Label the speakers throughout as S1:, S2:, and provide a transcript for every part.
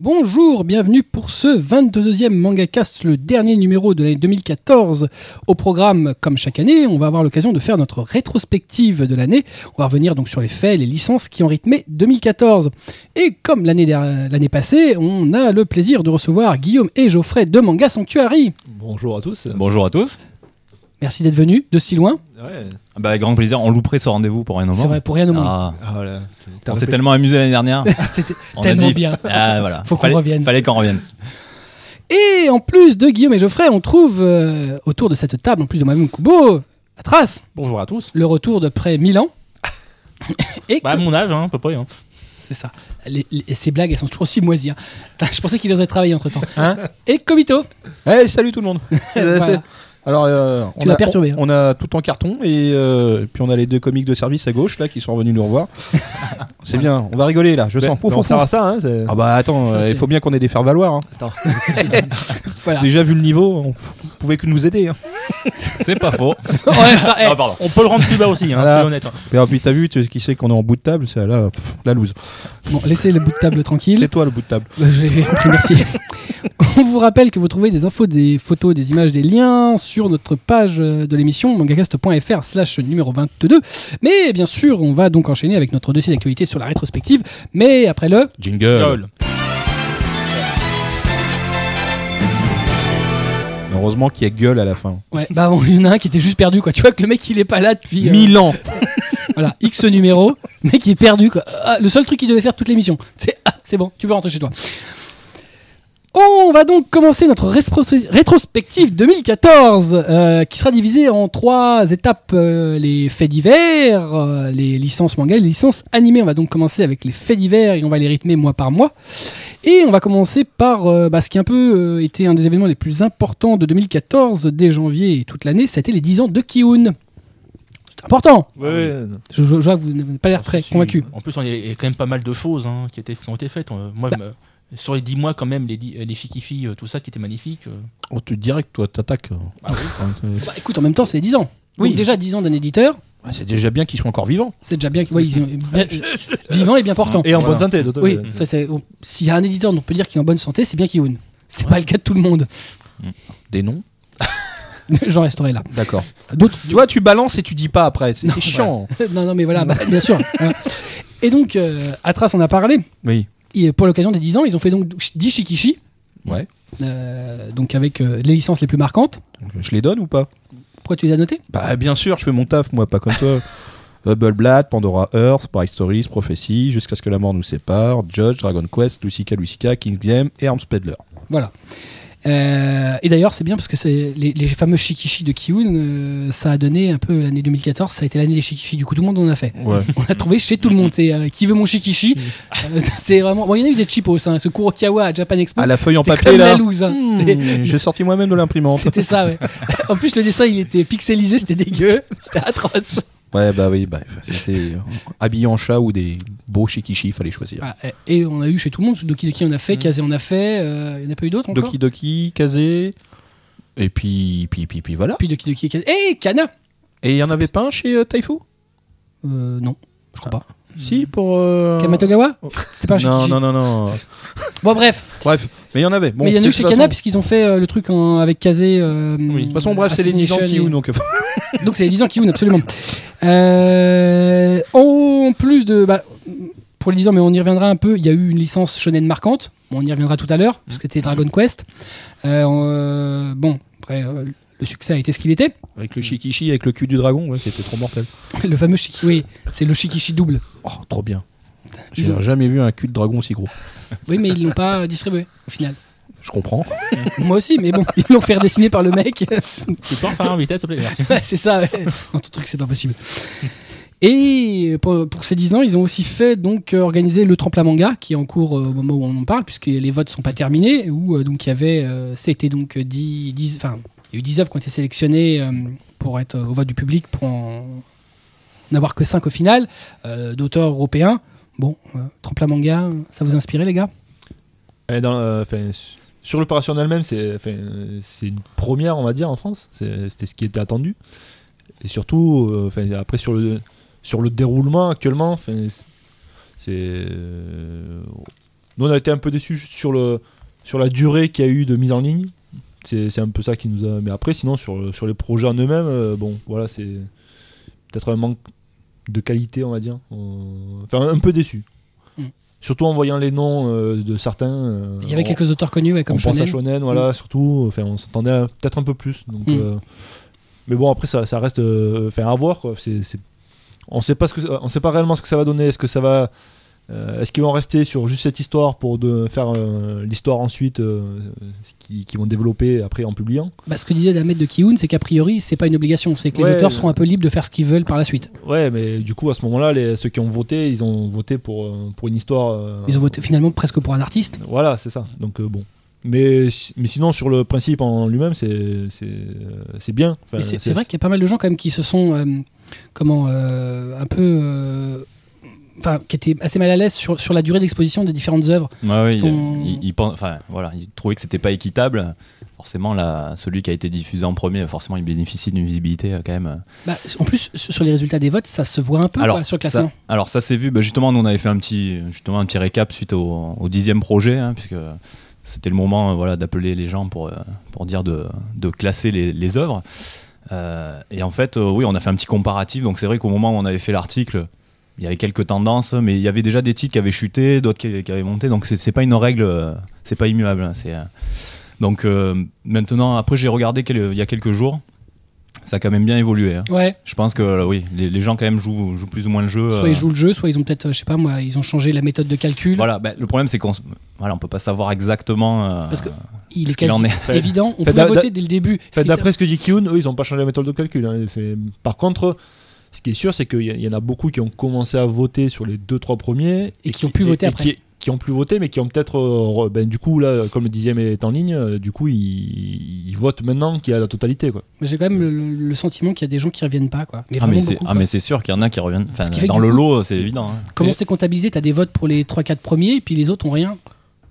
S1: Bonjour, bienvenue pour ce 22e MangaCast, le dernier numéro de l'année 2014. Au programme, comme chaque année, on va avoir l'occasion de faire notre rétrospective de l'année. On va revenir donc sur les faits, les licences qui ont rythmé 2014. Et comme l'année der- l'année passée, on a le plaisir de recevoir Guillaume et Geoffrey de Manga Sanctuary.
S2: Bonjour à tous.
S3: Bonjour à tous.
S1: Merci d'être venus de si loin.
S2: Ouais.
S3: Bah, avec grand plaisir, on louperait ce rendez-vous pour rien au
S1: C'est vrai,
S3: monde.
S1: pour rien au monde.
S3: Ah,
S2: Ah, là.
S3: on s'est tellement amusé l'année dernière.
S1: C'était
S3: Ah. On a
S1: tellement
S3: dit-
S1: bien.
S3: Ah, voilà.
S1: Faut qu'on
S3: Fallait-
S1: revienne.
S3: Fallait qu'on revienne.
S1: Et en plus de Guillaume et Geoffrey, on trouve euh, autour de cette table, en plus de moi-même Kubo, Atras,
S4: Bonjour à tous.
S1: le retour de près Milan. et
S4: Bah, à mon âge, hein, à peu près. hein.
S1: C'est ça. Les- les- et ces blagues, elles sont toujours aussi moisies. hein. Putain, Je pensais qu'il aurait travaillé entre temps.
S5: Hein
S1: et Komito.
S5: Eh salut tout le monde.
S1: Voilà.
S5: Alors euh, on
S1: Tu m'as
S5: a-
S1: perturbé, hein.
S5: On, on a tout en carton et, euh, et puis on a les deux comiques de service à gauche là qui sont revenus nous revoir. c'est bien, ben, on va rigoler là, je sens. Pouf,
S2: on
S5: pouf,
S2: sert à
S5: pouf.
S2: ça, hein, c'est-
S5: Ah bah attends,
S1: Ça,
S5: euh,
S1: c'est- Ah.
S5: il faut bien qu'on ait des faire valoir.
S1: Voilà.
S5: Déjà vu le niveau, on pouvait que nous aider. hein.
S3: C'est pas faux.
S1: Ouais, ça, eh,
S3: Ah, pardon.
S4: On peut le rendre plus bas aussi, hein,
S5: Voilà.
S4: soyons honnêtes. hein.
S5: Et alors, oh, puis t'as vu tu- qui c'est qu'on est en bout de table, c'est là pff, la loose.
S1: Bon, laissez le bout de table tranquille.
S5: C'est toi le bout de table.
S1: Bah, J'ai compris, merci. On vous rappelle que vous trouvez des infos, des photos, des images, des liens sur notre page euh, de l'émission mangacast.fr slash numéro 22. Mais bien sûr, on va donc enchaîner avec notre dossier d'actualité sur la rétrospective. Mais après le...
S5: Jingle.
S4: Lol.
S5: Heureusement qu'il y a gueule à la fin.
S1: Ouais, bah bon, il y en a un qui était juste perdu, quoi. Tu vois que le mec, il est pas là depuis... euh,
S5: Milan.
S1: Voilà, X numéro, mec il est perdu quoi. Ah, le seul truc qu'il devait faire toute l'émission, c'est ah, c'est bon, tu peux rentrer chez toi. On va donc commencer notre rétro- rétrospective 2014 euh, qui sera divisée en trois étapes euh, les faits divers, euh, les licences manga et les licences animées. On va donc commencer avec les faits divers et on va les rythmer mois par mois. Et on va commencer par euh, bah, ce qui a un peu euh, été un des événements les plus importants de 2014 dès janvier et toute l'année, c'était les 10 ans de Kiun. C'est important.
S2: Ouais, ouais.
S1: Je, je- je vois que vous n'avez pas l'air très
S4: Ah, Si, si.
S1: convaincu.
S4: En plus, on y a- il y a quand même pas mal de choses hein, qui, étaient, qui ont été faites. Euh, Moi, je me- sur les 10 mois, quand même, les, dix- euh, les Shikifi, euh, tout ça, qui était magnifique. euh.
S5: On te dirait que Oh, toi t'attaques.
S1: Bah, écoute, en même temps, c'est les 10 ans.
S5: Oui.
S1: Donc déjà 10 ans d'un éditeur,
S5: ah, C'est déjà bien qu'ils soient encore vivants.
S1: c'est déjà bien, oui, bien- euh, vivant et bien portant.
S2: Et en euh,
S5: Voilà.
S2: bonne santé, d'autant
S1: oui,
S2: mieux, c'est-
S1: ça c'est on- s'il y a un éditeur dont on peut dire qu'il est en bonne santé, c'est bien Kiun. C'est pas le cas de tout le monde.
S5: Des noms.
S1: J'en resterai là.
S5: D'accord.
S1: D'autres
S5: Tu vois, tu balances et tu dis pas après. C'est c'est chiant.
S1: Non non mais voilà, bah, bien sûr. hein. Et donc euh, Atras en a parlé
S5: Oui.
S1: et pour l'occasion des 10 ans, ils ont fait donc 10 Shikishi
S5: Ouais.
S1: euh, donc avec euh, les licences les plus marquantes.
S5: Donc, Je les donne ou pas
S1: Pourquoi tu les as notées
S5: Bah bien sûr, je fais mon taf, moi, pas comme toi. Hubble Blatt, Pandora Earth, Paris Stories, Prophétie, Jusqu'à ce que la mort nous sépare, Judge, Dragon Quest, Lucica Lucica, King's Game et Arms Peddler.
S1: Voilà. Euh, et d'ailleurs, c'est bien parce que c'est les, les fameux shikishi de Kiun, euh, ça a donné un peu l'année 2014, ça a été l'année des shikishi. Du coup, tout le monde en a fait.
S5: Ouais.
S1: On a trouvé chez tout le monde. C'est euh, qui veut mon shikishi Euh, C'est vraiment. Bon, il y en a eu des cheapos. Hein. Ce Kurokawa à Japan Expo.
S5: À Ah, la feuille en
S1: c'était
S5: papier
S1: comme
S5: là.
S1: la loose, hein.
S5: Hmm,
S1: C'est-
S5: J'ai sorti moi-même de l'imprimante.
S1: C'était ça, ouais. en plus, le dessin, il était pixelisé, c'était dégueu, c'était atroce.
S5: Ouais, bah oui, bah, c'était euh, habillé en chat ou des beaux shikishi, fallait choisir.
S1: Ah, et et on a eu chez tout le monde. Doki Doki, on a fait. Kazé, on a fait. euh, il n'y en a pas eu d'autres encore
S5: Doki Doki, Kazé, et puis, puis, puis, puis voilà.
S1: Puis Doki Doki et Kazé. Et Kana
S5: Et il y en avait pas un chez euh, Taifu
S1: Euh, Non, je crois pas.
S5: Si, pour. euh,
S1: Kamatogawa
S5: oh.
S1: C'était pas un
S5: non,
S1: shikishi.
S5: non, non, non.
S1: Bon, bref.
S5: Bref, mais il y en avait. Bon,
S1: mais il y en a eu
S5: de toute
S1: chez
S5: façon-
S1: Kana puisqu'ils ont fait euh, le truc en- avec Kazé. euh,
S4: Oui.
S5: De toute façon, bref, Ah, c'est les 10 ans
S1: Assassination
S5: qui
S1: et-
S5: ou donc.
S1: Donc c'est les 10 ans Kiun, absolument. Euh, en plus de. bah, pour les 10 ans, mais on y reviendra un peu, il y a eu une licence shonen marquante. Bon, on y reviendra tout à l'heure, parce que c'était Dragon Quest. Euh, euh, bon, après, euh, le succès a été ce qu'il était.
S5: Avec le shikishi, avec le cul du dragon, ouais, c'était trop mortel.
S1: Le fameux Shiki. Oui, c'est le Shikishi double.
S5: Oh, trop bien.
S1: Ils
S5: J'ai
S1: ont-
S5: jamais vu un cul de dragon aussi gros.
S1: Oui, mais ils l'ont pas distribué, au final.
S5: Je comprends.
S1: Moi aussi, mais bon, ils l'ont fait redessiner par le mec.
S4: Tu peux en faire un vitesse, s'il te plaît Merci.
S1: Ouais, c'est ça. ouais. Non, ton truc, c'est pas possible. Et pour, pour ces 10 ans, ils ont aussi fait donc euh, organiser le tremplin manga qui est en cours euh, au moment où on en parle, puisque les votes sont pas terminés. Où euh, donc il y avait, euh, c'était donc 10, 10 enfin, il y a eu 10 œuvres qui ont été sélectionnées euh, pour être euh, au vote du public pour en n'avoir que 5 au final, euh, d'auteurs européens. Bon, euh, tremplin manga, ça vous a inspiré les gars
S2: Et dans, euh, enfin, su- sur l'opération en elle-même, c'est enfin, euh, c'est une première, on va dire, en France. C'est- C'était ce qui était attendu. Et surtout, euh, enfin, après, sur le, sur le déroulement actuellement, enfin, c'est- c'est. euh, Nous, on a été un peu déçus juste sur, le, sur la durée qu'il y a eu de mise en ligne. C'est c'est un peu ça qui nous a. Mais après, sinon, sur, sur les projets en eux-mêmes, euh, bon, voilà, c'est peut-être un manque de qualité, on va dire. On- Enfin, un peu déçu.
S1: Mm.
S2: Surtout en voyant les noms euh, de certains. euh,
S1: Il y avait
S2: on-
S1: quelques auteurs connus ouais, comme
S2: on pense à
S1: Shonen.
S2: Shonen, voilà, surtout. Enfin, on s'entendait à- peut-être un peu plus. Donc,
S1: Mm.
S2: euh, mais bon, après, ça, ça reste. euh, Enfin, à voir, quoi. C'est- c'est- On sait pas ce que, on sait pas réellement ce que ça va donner. Est-ce que ça va. euh, Est-ce qu'ils vont rester sur juste cette histoire pour de faire euh, l'histoire ensuite euh, ce qui- qu'ils vont développer après en publiant
S1: Bah, ce que disait la maître de Kiun, c'est qu'a priori, c'est pas une obligation. C'est que les
S2: Ouais.
S1: auteurs seront un peu libres de faire ce qu'ils veulent par la suite.
S2: Ouais, mais du coup à ce moment-là, les- ceux qui ont voté, ils ont voté pour euh, pour une histoire. euh,
S1: Ils ont voté finalement presque pour un artiste.
S2: Voilà, c'est ça. Donc euh, bon. Mais, si- mais sinon, sur le principe en lui-même, c'est c'est euh, c'est bien. Enfin,
S1: Mais c'est- c'est vrai qu'il y a pas mal de gens quand même qui se sont euh, comment euh, un peu euh, enfin qui étaient assez mal à l'aise sur, sur la durée d'exposition des différentes œuvres.
S3: Ouais, oui,
S1: qu'on-
S3: il, il pense- enfin, voilà, il trouvait que c'était pas équitable. Forcément, là, celui qui a été diffusé en premier, forcément, il bénéficie d'une visibilité euh, quand même. euh,
S1: Bah, en plus sur sur les résultats des votes, ça se voit un peu quoi, sur le classement.
S3: Ça, alors ça s'est vu, bah, justement, nous on avait fait un petit, justement, un petit récap suite au, au dixième projet, hein, puisque c'était le moment euh, voilà, d'appeler les gens pour, euh, pour dire de, de classer les, les œuvres. Euh, et en fait, euh, oui, on a fait un petit comparatif, donc c'est vrai qu'au moment où on avait fait l'article, il y avait quelques tendances, mais il y avait déjà des titres qui avaient chuté, d'autres qui, qui avaient monté, donc c'est c'est pas une règle, euh, c'est pas immuable. hein, c'est, euh, donc euh, maintenant, après j'ai regardé quel- il y a quelques jours, ça a quand même bien évolué. hein.
S1: Ouais,
S3: Je pense que euh, oui, les, les gens quand même jouent, jouent plus ou moins le jeu.
S1: soit
S3: euh,
S1: ils jouent le jeu, soit ils ont peut-être euh, je sais pas moi, ils ont changé la méthode de calcul.
S3: Voilà, bah, le problème c'est qu'on s- voilà, on peut pas savoir exactement euh,
S1: Parce que Il
S3: ce
S1: est
S3: qu'il
S1: quasi
S3: en est. Ah,
S1: évident, on
S2: Fait
S1: pouvait
S2: d'a-
S1: voter dès le début. Ce
S2: Enfin,
S1: qui était-
S2: D'après ce que dit Kiun, eux, ils n'ont pas changé la méthode de calcul. hein. C'est- Par contre, ce qui est sûr, c'est qu'il y, a- il y en a beaucoup qui ont commencé à voter sur les deux, trois premiers.
S1: Et qui ont pu voter après.
S2: Qui, qui ont pu voter, mais qui ont peut-être. euh, re- ben, du coup, là, comme le dixième est en ligne, euh, du coup, ils, ils votent maintenant qu'il y a la totalité. Quoi.
S1: Mais J'ai quand même le, le sentiment qu'il y a des gens qui reviennent pas quoi. Mais
S3: Ah mais
S1: vraiment
S3: c'est
S1: beaucoup,
S3: ah,
S1: quoi.
S3: mais c'est sûr qu'il y en a qui reviennent. Enfin,
S1: Ce qui fait
S3: dans
S1: que
S3: le
S1: du
S3: lot, c'est évident. hein.
S1: Comment c'est comptabilisé T'as des votes pour les 3-4 premiers, et puis les autres ont rien.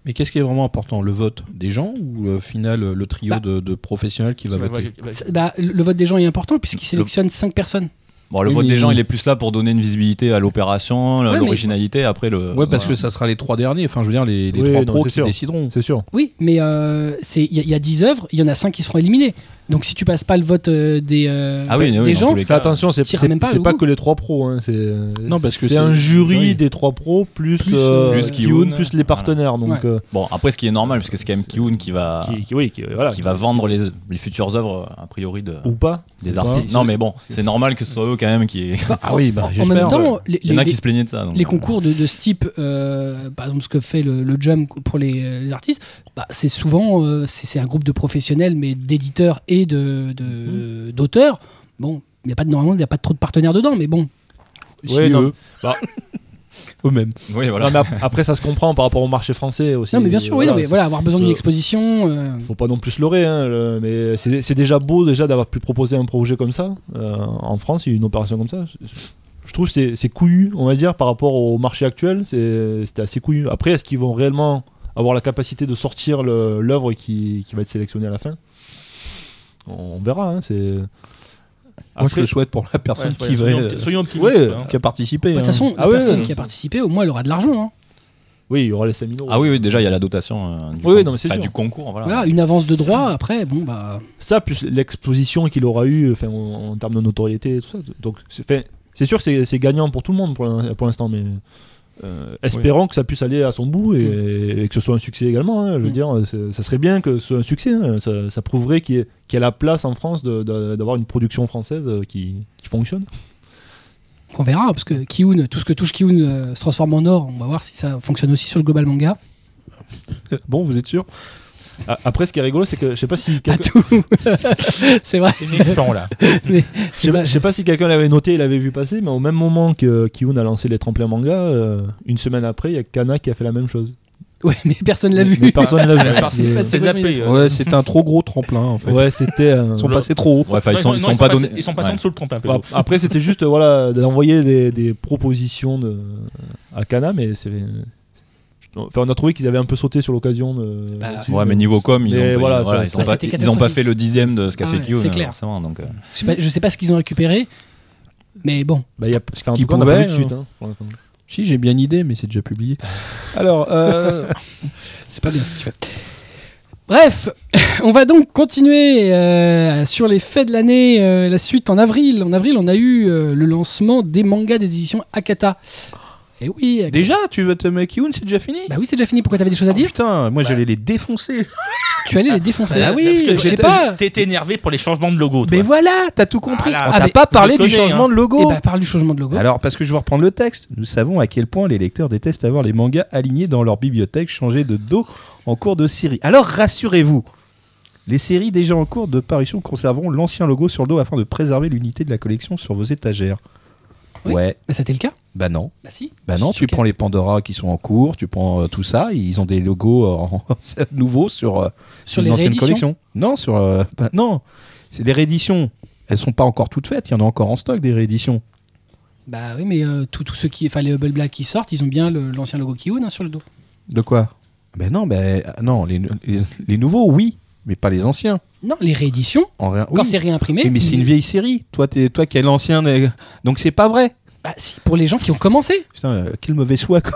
S5: Mais qu'est-ce qui est vraiment important Le vote des gens ou euh, au final le trio
S1: Bah.
S5: de, de professionnels qui va
S4: Ouais,
S5: voter
S4: ouais, ouais.
S1: C'est- bah, le- le vote des gens est important puisqu'ils
S3: Le-
S1: sélectionnent 5 personnes.
S3: Bon, le
S5: Oui,
S3: vote
S5: mais-
S3: des gens, il est plus là pour donner une visibilité à l'opération,
S1: Ouais, mais-
S3: l'originalité. Après le.
S5: Ouais, parce
S3: voilà.
S5: que ça sera les trois derniers, enfin je veux dire les, les
S2: Oui,
S5: trois
S2: non,
S5: pros
S2: c'est
S5: qui
S2: sûr.
S5: décideront.
S2: C'est sûr.
S1: Oui, mais euh, c'est- il y, a- il y a 10 œuvres, il y en a 5 qui seront éliminées. Donc si tu passes pas le vote euh, des, euh,
S3: Ah oui,
S1: des
S3: oui, dans
S1: gens,
S3: tous les
S2: Fais
S3: cas.
S2: attention, c'est
S1: Tire
S2: c'est-
S1: hein. même pas
S2: c'est
S1: le
S2: pas
S1: goût.
S2: que les trois pros. hein, c'est
S5: Non, parce que
S2: c'est
S5: c'est-
S2: un jury
S5: jury.
S2: des trois pros plus,
S1: Plus,
S2: euh,
S1: Plus
S2: Kiun,
S3: Kiun.
S2: plus les partenaires. Donc,
S1: Ouais.
S2: euh,
S3: Bon, après ce qui est normal, puisque c'est quand même Kiun qui va
S2: qui, qui- oui, qui- voilà,
S3: qui va vendre les, les futures œuvres euh, a priori de
S2: Ou pas.
S3: des
S2: Oh, c'est pas-
S3: artistes. Non mais bon, c'est normal que ce soit eux quand même qui.
S5: Ah oui, bah,
S1: en même temps, les,
S3: Il y en a
S1: les-
S3: qui se plaignaient de ça. donc,
S1: les
S3: euh,
S1: concours de, de ce type, euh, par exemple ce que fait le, le Jump pour les, les artistes, bah, c'est souvent euh, c'est c'est un groupe de professionnels, mais d'éditeurs et d'auteurs. De,
S3: Mmh.
S1: d'auteurs. Bon, il y a pas de, normalement, il n'y a pas trop de partenaires dedans, mais bon.
S5: si
S2: Ouais, non.
S5: eux.
S2: Bah.
S5: Eux-mêmes.
S3: Oui voilà.
S2: Non, mais ap- après, ça se comprend par rapport au marché français aussi.
S1: Non, mais bien sûr, oui,
S2: Voilà,
S1: non, mais
S2: c'est-
S1: voilà, avoir besoin d'une
S2: euh,
S1: exposition. euh,
S2: faut pas non plus se leurrer, hein, le- mais c'est c'est déjà beau déjà d'avoir pu proposer un projet comme ça euh, en France, une opération comme ça. Je trouve que c'est- c'est couillu, on va dire, par rapport au marché actuel. c'est- C'était assez couillu. Après, est-ce qu'ils vont réellement avoir la capacité de sortir le- l'œuvre qui, qui va être sélectionnée à la fin On verra. hein, c'est.
S5: Moi je
S2: Après-
S5: le souhaite pour la personne
S4: Ouais,
S5: qui, va,
S4: soyons,
S5: euh,
S4: soyons optimistes.
S2: ouais.
S4: quoi, hein.
S5: qui a participé.
S1: bah, De
S3: euh,
S1: toute
S5: hein.
S1: façon,
S2: Ah
S1: la
S2: ouais,
S1: personne
S2: ouais.
S1: qui a participé, au moins, elle aura de l'argent. hein.
S2: Oui, il y aura les 5000 euros.
S3: Ah oui, oui, déjà il y a la dotation euh, du,
S2: Oui,
S3: con-
S2: non, mais c'est
S3: enfin,
S2: sûr.
S3: du concours. Voilà.
S1: Voilà, une avance de droit, après, bon, bah.
S2: Ça, plus l'exposition qu'il aura eu enfin, en, en termes de notoriété et tout ça. Donc, c'est enfin, c'est sûr que c'est- c'est gagnant pour tout le monde pour l'in- pour l'instant, mais euh, espérons que ça puisse aller à son bout et, et que ce soit un succès également. hein, je veux
S1: Mm.
S2: dire, c'est- ça serait bien que ce soit un succès. hein, ça, ça prouverait qu'il y, ait- qu'il y a la place en France de- de- d'avoir une production française euh, qui, qui fonctionne.
S1: On verra, parce que Kiun, tout ce que touche Kiun euh, se transforme en or. On va voir si ça fonctionne aussi sur le global manga.
S5: Bon, vous êtes sûr
S2: A- Après, ce qui est rigolo, c'est que je sais pas si quelqu'un-
S1: Pas tout C'est vrai.
S4: C'est méchant, là.
S2: Je sais pas- je sais pas si quelqu'un l'avait noté, il l'avait vu passer, mais au même moment que Kiun a lancé les tremplins manga, euh, une semaine après, il y a Kana qui a fait la même chose.
S1: Ouais, mais personne l'a vu.
S2: Mais personne ne l'a
S1: C'est
S2: vu. Mais-
S1: facile.
S4: C'est zappé. euh.
S5: Ouais, c'était un trop gros tremplin en fait.
S2: Ouais, c'était. un-
S5: Ils sont
S4: Le-
S5: passés trop haut.
S3: Ouais, enfin, ils
S4: Non,
S3: sont,
S4: non,
S3: ils sont pas
S4: passés-
S3: donnés.
S4: Ils sont passés en
S3: ouais.
S4: dessous le tremplin.
S2: Bon,
S4: plutôt.
S2: Bah, Après, c'était juste voilà d'envoyer des, des propositions de, à Kana, mais c'est. Enfin, on a trouvé qu'ils avaient un peu sauté sur l'occasion. De...
S1: Bah,
S2: là-dessus.
S3: Ouais, mais niveau com, ils
S2: Mais
S3: ont,
S2: voilà,
S3: ils- voilà,
S2: ça-
S3: ils
S2: ça-
S3: ont pas,
S1: c'était
S3: ils ont pas
S1: catastrophique.
S3: fait le dixième de ce qu'a
S1: Ah
S3: fait
S1: ouais,
S3: Kiun,
S1: c'est clair.
S3: forcément. Donc, euh,
S1: Je sais pas, je sais pas ce qu'ils ont récupéré, mais bon.
S2: Bah, il y a... enfin, en
S5: Qui
S2: tout cas, on a pas
S5: pouvait,
S2: vu de suite,
S5: hein.
S2: hein, pour l'instant.
S5: Si, j'ai bien une idée, mais c'est déjà publié. Alors, euh,
S1: C'est pas bien ce qu'il fait. Bref, on va donc continuer euh, sur les faits de l'année, euh, la suite en avril. En avril, on a eu euh, le lancement des mangas des éditions Akata. Et oui, Akata.
S5: déjà, tu veux te make une, c'est déjà fini
S1: Bah oui, c'est déjà fini. Pourquoi t'avais des choses à
S5: Ah,
S1: dire
S5: Putain, moi j'allais les défoncer.
S1: Tu allais les défoncer.
S5: Ah oui,
S1: je
S4: parce que
S1: sais
S4: t'étais-
S1: pas.
S4: T'étais énervé pour les changements de logo. Toi.
S5: Mais voilà, t'as tout Eh compris.
S4: Ah là,
S5: On t'a
S1: mais-
S5: pas parlé
S4: je le
S5: du
S4: connais,
S5: changement
S4: hein.
S5: de
S1: Et
S5: logo.
S1: bah, parle du changement de logo.
S5: Alors, parce que je vais reprendre le texte. Nous savons à quel point les lecteurs détestent avoir les mangas alignés dans leur bibliothèque changés de dos en cours de série. Alors, rassurez-vous, les séries déjà en cours de parution conserveront l'ancien logo sur le dos afin de préserver l'unité de la collection sur vos étagères.
S1: Oui.
S5: Ouais,
S1: Bah, c'était le cas
S5: bah non.
S1: Bah si.
S5: Bah non, tu
S1: Ok.
S5: prends les Pandora qui sont en cours, tu prends euh, tout ça, ils ont des logos euh, en- nouveaux sur, euh,
S1: Sur
S5: une
S1: les
S5: ancienne
S1: rééditions.
S5: collection. Non, sur euh, bah non, c'est les rééditions. Elles sont pas encore toutes faites, il y en a encore en stock des rééditions.
S1: Bah oui, mais euh, tous tous ceux qui, enfin les Hubble Black qui sortent, ils ont bien le- l'ancien logo Kiun hein, sur le dos.
S5: De quoi Ben non, ben ah non, les, les- les nouveaux oui, mais pas les anciens.
S1: Non, les rééditions,
S5: En rien.
S1: quand
S5: oui.
S1: c'est réimprimé.
S5: Oui, mais c'est une vieille série. Toi, t'es, toi qui es l'ancien, euh, donc c'est pas vrai.
S1: Bah si, pour les gens qui ont commencé.
S5: Putain, euh, quel mauvais choix. Quoi.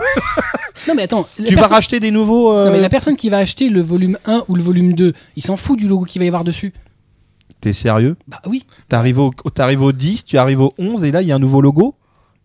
S1: Non mais attends. la
S5: Tu vas
S1: personne-
S5: racheter des nouveaux. euh,
S1: Non, mais la personne qui va acheter le volume 1 ou le volume 2, il s'en fout du logo qu'il va y avoir dessus.
S5: euh, T'es sérieux
S1: Bah oui.
S5: T'arrives au, t'arrives au 10, tu arrives au 11 et là il y a un nouveau logo.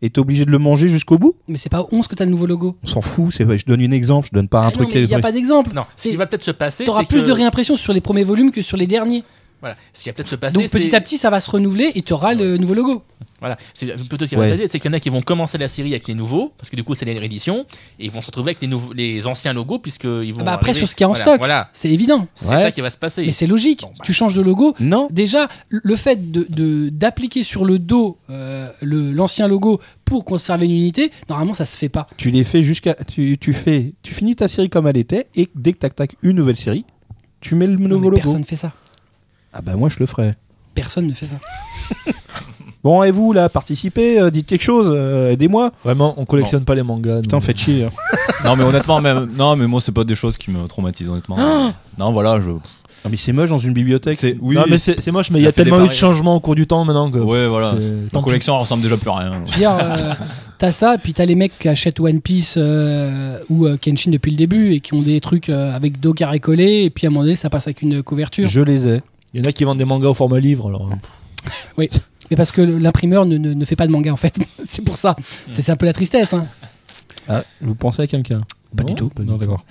S5: Et t'es obligé de le manger jusqu'au bout
S1: Mais c'est pas au 11 que t'as le nouveau logo.
S5: On s'en fout. C'est, je donne un exemple, je donne pas un
S1: Ah non,
S5: truc. euh,
S1: mais il n'y a pas d'exemple.
S4: Non, ce
S1: C'est-
S4: qui va peut-être se passer,
S1: T'auras
S4: c'est
S1: plus
S4: que-
S1: de réimpression sur les premiers volumes que sur les derniers.
S4: Voilà, ce qui va peut-être se passer,
S1: Donc petit
S4: c'est-
S1: à petit, ça va se renouveler et tu auras le nouveau logo.
S4: Voilà, c'est plutôt ce qui
S5: Ouais.
S4: va se passer, c'est qu'il y en a qui vont commencer la série avec les nouveaux, parce que du coup c'est les rééditions, et ils vont se retrouver avec les, nouveaux, les anciens logos, puisqu'ils vont.
S1: Ah bah après,
S4: arriver-
S1: sur ce qui est en
S4: voilà,
S1: stock.
S4: Voilà,
S1: C'est évident.
S4: c'est
S5: Ouais.
S4: ça qui va se passer.
S1: Mais c'est logique.
S4: Bon, bah.
S1: Tu changes de logo.
S5: Non,
S1: Déjà, le fait de- de d'appliquer sur le dos euh, le- l'ancien logo pour conserver une unité, normalement, ça se fait pas.
S5: tu les fais jusqu'à tu, tu fais tu finis ta série comme elle était et dès que tac tac une nouvelle série tu mets le
S1: Non,
S5: nouveau
S1: mais
S5: logo
S1: Personne ne fait ça.
S5: ah bah moi je le ferais
S1: Personne ne fait ça.
S5: bon et vous là participez euh, dites quelque chose euh, aidez-moi
S2: Vraiment, on collectionne pas les mangas.
S5: putain
S2: nous.
S5: faites chier hein.
S3: Non, mais honnêtement, même, non, mais moi, c'est pas des choses qui me traumatisent, honnêtement. non, voilà, je.
S5: non mais c'est moche dans une bibliothèque
S3: C'est, oui,
S2: non, mais c'est c'est moche, mais
S3: ça
S2: il y a
S3: fait
S2: tellement
S3: des
S2: eu de
S3: pareils.
S2: changements au cours du temps maintenant que.
S3: Ouais, voilà.
S2: c'est-
S3: Ma
S2: tant pis.
S3: collection elle ressemble déjà plus à rien.
S1: Je veux dire, euh, t'as ça, puis t'as les mecs qui achètent One Piece euh, ou euh, Kenshin depuis le début et qui ont des trucs euh, avec dos carré collé, et puis à un moment donné, ça passe avec une couverture.
S5: je les ai
S2: Il y en a qui vendent des mangas au format livre. Alors,
S1: Mais parce que le- l'imprimeur ne, ne- ne fait pas de manga, en fait. c'est pour ça.
S5: Mm.
S1: C'est c'est un peu la tristesse, hein.
S5: ah, vous pensez à quelqu'un
S1: Pas du tout.
S5: non d'accord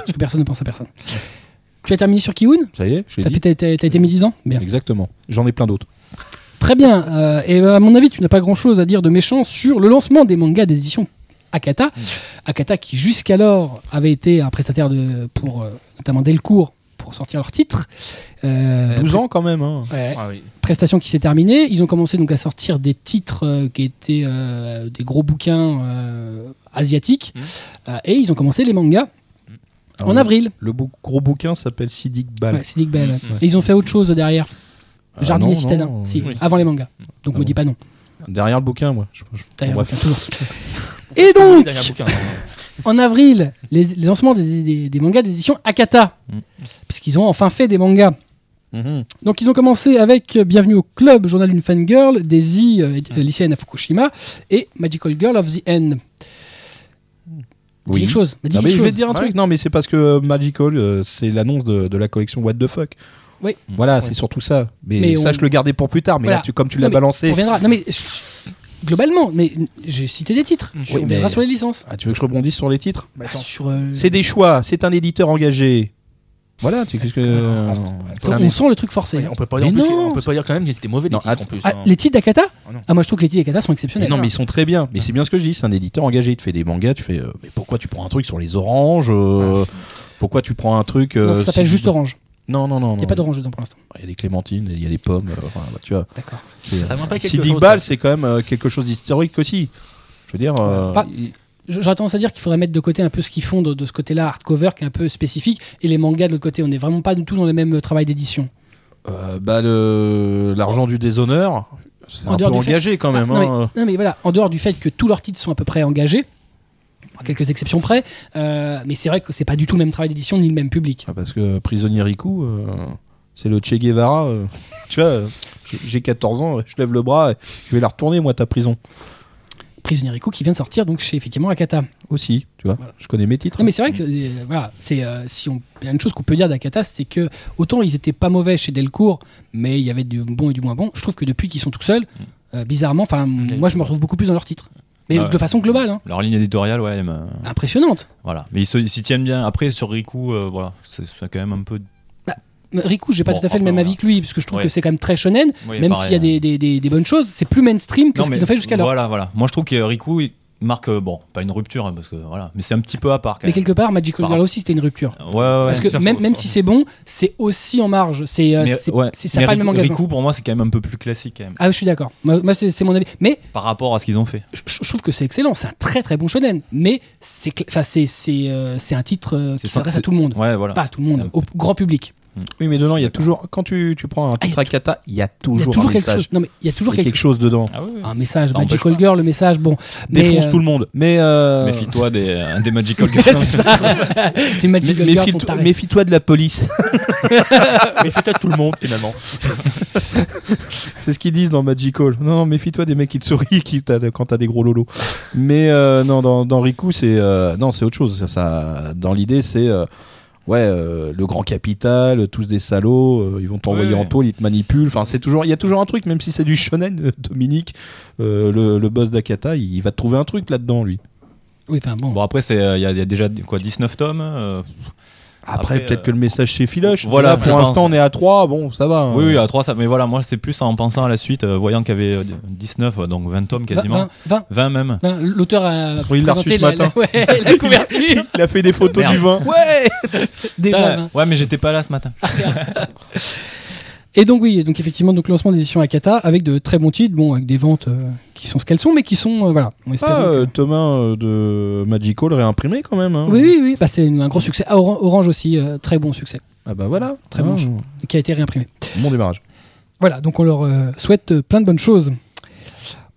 S1: Parce que personne ne pense à personne. Tu as terminé sur Kiwoon
S5: ça y est je l'ai
S1: T'as
S5: dit
S1: fait- t'as- t'as- t'as été médisant Bien.
S5: exactement j'en ai plein d'autres
S1: Très bien. euh, et à mon avis, tu n'as pas grand-chose à dire de méchant sur le lancement des mangas des éditions
S5: Mm.
S1: Akata. Akata qui jusqu'alors avait été un prestataire de, pour euh, notamment Delcourt pour sortir leurs titres. Euh,
S5: 12 ans quand même hein.
S1: ouais,
S4: Ah oui.
S1: prestation qui s'est terminée. Ils ont commencé donc à sortir des titres euh, qui étaient euh, des gros bouquins euh, asiatiques.
S5: Mm.
S4: Mhm.
S1: Euh, et ils ont commencé les mangas
S5: Alors,
S1: en
S5: le-
S1: avril.
S5: Ah le bou- gros bouquin s'appelle Sidic Bal
S1: Ouais, c'est Dick Bell. Et ils ont fait autre chose derrière.
S5: Mm. Ah,
S1: Jardinier
S5: non,
S1: citadin.
S5: non,
S1: Si,
S4: oui.
S1: avant les mangas. Donc
S5: Ah
S1: me
S5: bon.
S1: dis pas non.
S5: derrière le bouquin moi je- je-
S1: D'ailleurs,
S5: Bref.
S1: aucun tour. Et donc,
S4: Dernier bouquin, non, non.
S1: en avril, les, les lancements des, des- des mangas des éditions Akata.
S3: Mm.
S1: Puisqu'ils ont enfin fait des mangas.
S5: Mhm.
S1: Donc ils ont commencé avec euh, Bienvenue au club, journal d'une fangirl, Daisy, euh, éd- euh, lycéenne à Fukushima, et Magical Girl of the End. Dis
S5: Oui.
S1: Quelque chose. Dis
S5: Non, mais
S1: quelque
S5: je vais
S1: chose.
S5: te dire un truc. Non, mais c'est parce que euh, Magical, euh, c'est l'annonce de, de la collection What the fuck.
S1: Oui.
S5: Voilà,
S4: Ouais.
S5: c'est surtout ça. Mais,
S1: Mais
S5: ça,
S1: on-
S5: je le gardais pour plus tard. Mais
S1: Voilà.
S5: là, tu, comme tu
S1: Non,
S5: l'as
S1: mais On
S5: balancé.
S1: reviendra. Non mais chut, globalement, mais j'ai cité des titres.
S4: Mm.
S1: Tu-
S5: Oui,
S1: on verra
S5: mais-
S1: sur les licences.
S5: Ah, tu veux que je rebondisse sur les titres
S1: Ah, sur, euh,
S5: C'est des choix. C'est un éditeur engagé. Voilà, tu qu'est-ce que. euh, c'est
S1: Ah,
S5: un-
S1: on sent le truc forcé.
S4: Ouais,
S1: hein.
S4: On peut pas
S5: Mais
S4: dire, en plus,
S5: non.
S4: on peut pas dire quand même qu'ils étaient mauvais les
S5: Non,
S4: titres
S5: attends.
S4: en plus.
S1: Ah,
S4: hein.
S1: les titres d'Akata
S4: Ah non.
S1: Ah moi je trouve que les titres d'Akata sont
S5: Mais
S1: exceptionnels.
S5: non, mais ils sont très bien.
S1: Ah.
S5: Mais c'est bien ce que je dis. C'est un éditeur engagé. Il te fait des mangas. Tu fais. euh, mais pourquoi tu prends un truc sur les oranges euh, Pourquoi tu prends un truc. euh,
S1: Ah. Non, ça s'appelle
S5: si-
S1: juste Orange.
S5: Non, non, non.
S1: Il n'y a pas d'orange dedans pour l'instant.
S5: Il y a des clémentines, il y a des pommes. euh, enfin, bah, tu vois.
S1: D'accord.
S5: c'est-
S4: Ça me rappelle quelque
S5: Si Dick
S4: chose,
S5: Ball,
S4: ça.
S5: c'est quand même euh, quelque chose d'historique aussi. Je veux dire, euh,
S1: Enfin,
S5: il-
S1: J- J'aurais tendance à dire qu'il faudrait mettre de côté un peu ce qu'ils font de, de ce côté-là, hardcover, qui est un peu spécifique, et les mangas de l'autre côté. On n'est vraiment pas du tout dans le même euh, travail d'édition.
S5: euh, bah, le- l'argent du déshonneur, c'est
S1: En
S5: un peu
S1: dehors du fait-
S5: engagé quand même.
S1: Ah, non,
S5: hein.
S1: mais, non, mais voilà, en dehors du fait que tous leurs titres sont à peu près engagés, à quelques exceptions près, euh, mais c'est vrai que c'est pas du tout le même travail d'édition ni le même public.
S5: Ah, Parce que Prisonnier Riku, euh, c'est le Che Guevara. euh. tu vois, euh, j'ai j'ai 14 ans, je lève le bras, et je vais la retourner, moi, ta prison.
S1: Prisonnier Rico qui vient de sortir donc chez effectivement Akata.
S5: Aussi, tu vois.
S1: Voilà.
S5: Je connais mes titres.
S1: Non mais c'est vrai que euh, voilà, c'est euh, si on il y a une chose qu'on peut dire d'Akata, c'est que autant ils étaient pas mauvais chez Delcourt, mais il y avait du bon et du moins bon. Je trouve que depuis qu'ils sont tout seuls, euh, bizarrement, enfin moi je me retrouve beaucoup plus dans leurs titres, mais
S3: Ah ouais.
S1: de façon globale, hein.
S3: Leur ligne éditoriale, ouais, elle me-
S1: impressionnante.
S3: voilà. Mais ils se- ils s'y tiennent bien. Après, sur Riku, euh, voilà, c'est c'est quand même un peu.
S1: Mais Riku, j'ai pas
S3: Bon,
S1: tout à fait le
S3: enfin,
S1: même
S3: voilà.
S1: avis que lui, parce que je trouve
S3: Ouais.
S1: que c'est quand même très shonen,
S3: Oui,
S1: même
S3: pareil,
S1: s'il y a
S3: hein.
S1: des, des- des- des bonnes choses, c'est plus mainstream que
S3: Non,
S1: ce
S3: mais
S1: qu'ils ont fait jusqu'alors.
S3: Voilà, voilà. Moi, je trouve que Riku il marque, euh, bon, pas une rupture, hein, parce que voilà, mais c'est un petit peu à part. Quand
S1: Mais quelque part, Magical
S3: Par-
S1: Girl aussi c'était une rupture.
S3: même. Ouais, ouais, ouais.
S1: Parce que
S4: ça,
S1: même,
S4: faut-
S1: même
S4: faut-
S1: si c'est bon, c'est aussi en marge. C'est, euh,
S3: Mais,
S1: c'est-
S3: ouais.
S1: c'est- ça
S3: Mais
S1: n'a pas le même
S3: Riku-
S1: engagement.
S3: Riku, pour moi, c'est quand même un peu plus classique, quand même,
S1: Ah, je suis d'accord. Moi, moi, c'est, c'est mon avis. Mais
S3: par rapport à ce qu'ils ont fait.
S1: je, je trouve que c'est excellent. C'est un très très bon shonen. Mais c'est, cl- enfin, c'est, c'est, euh, c'est un titre euh, qui
S3: C'est ça,
S1: s'adresse à
S3: c'est-
S1: tout le monde.
S3: Ouais, voilà.
S1: Pas à tout le monde,
S3: C'est un-
S1: au grand public.
S5: Oui, mais dedans, il y a toujours. Quand tu, tu prends un
S1: Ah, il y a
S5: titre Akata, il y a
S1: Il y a
S5: toujours un
S1: toujours quelque
S5: message.
S1: chose. Non, mais il y a toujours
S5: Il y a
S1: quelque
S5: quelque chose dedans.
S3: Ah oui, oui.
S1: Un message,
S3: Ça empêche
S1: Magical Girl, le message, bon. Mais,
S5: Défonce
S1: euh,
S5: tout le monde. Mais. euh,
S3: Méfie-toi des, euh, des Magical Girls.
S1: c'est ça. Les
S5: mé-
S1: Magical Girls sont
S5: Méfie-toi
S1: tarés.
S5: méfie-toi de la police.
S4: Mais peut-être tout le monde finalement.
S5: C'est ce qu'ils disent dans Magical. Non, non, méfie-toi des mecs qui te sourient qui t'as- quand t'as des gros lolos. Mais euh, non, dans, dans Riku, c'est euh, non, c'est autre chose. Ça, ça- dans l'idée, c'est euh, ouais, euh, le grand capital, tous des salauds, euh, ils vont t'envoyer
S3: Ouais.
S5: en tôle, ils te manipulent. Enfin, c'est toujours, il y a toujours un truc, même si c'est du shonen. euh, Dominique, euh, le, le boss d'Akata, il, il va te trouver un truc là-dedans, lui.
S1: Oui, enfin bon.
S3: Bon, après, c'est, euh, il y, a- il y a déjà quoi, 19 tomes. euh,
S5: Après,
S3: Après,
S5: peut-être
S3: euh,
S5: que le message chez Filoche.
S3: voilà,
S5: Là,
S3: je
S5: pour
S3: pense.
S5: l'instant, on est à 3 Bon, ça va. hein.
S3: Oui, oui, à 3, ça, mais voilà, moi, c'est plus en pensant à la suite, euh, voyant qu'il y avait euh, 19, euh, donc 20 tomes quasiment.
S1: 20, 20,
S3: 20 même.
S1: 20. L'auteur a
S5: Oui, il l'a
S1: présenté
S5: reçu ce
S1: la,
S5: matin.
S1: la- ouais, la couverture.
S5: Il a fait des photos
S3: Merde.
S5: du vin.
S1: ouais Déjà.
S3: Putain,
S1: vingt.
S3: ouais, mais j'étais pas là ce matin.
S1: Et donc oui, donc effectivement, donc lancement des éditions Akata avec de très bons titres, bon, avec des ventes euh, qui sont ce qu'elles sont, mais qui sont euh, voilà. On espère
S5: Ah,
S1: donc,
S5: euh,
S1: euh,
S5: Thomas euh, de Magical réimprimé quand même. hein.
S1: Oui, oui, oui. Bah, c'est une- un gros succès. Ah, Oran- Orange aussi, euh, très bon succès,
S5: Ah bah voilà,
S1: Très bon choix. qui a été réimprimé.
S5: Bon démarrage.
S1: Voilà, donc on leur euh, souhaite euh, plein de bonnes choses.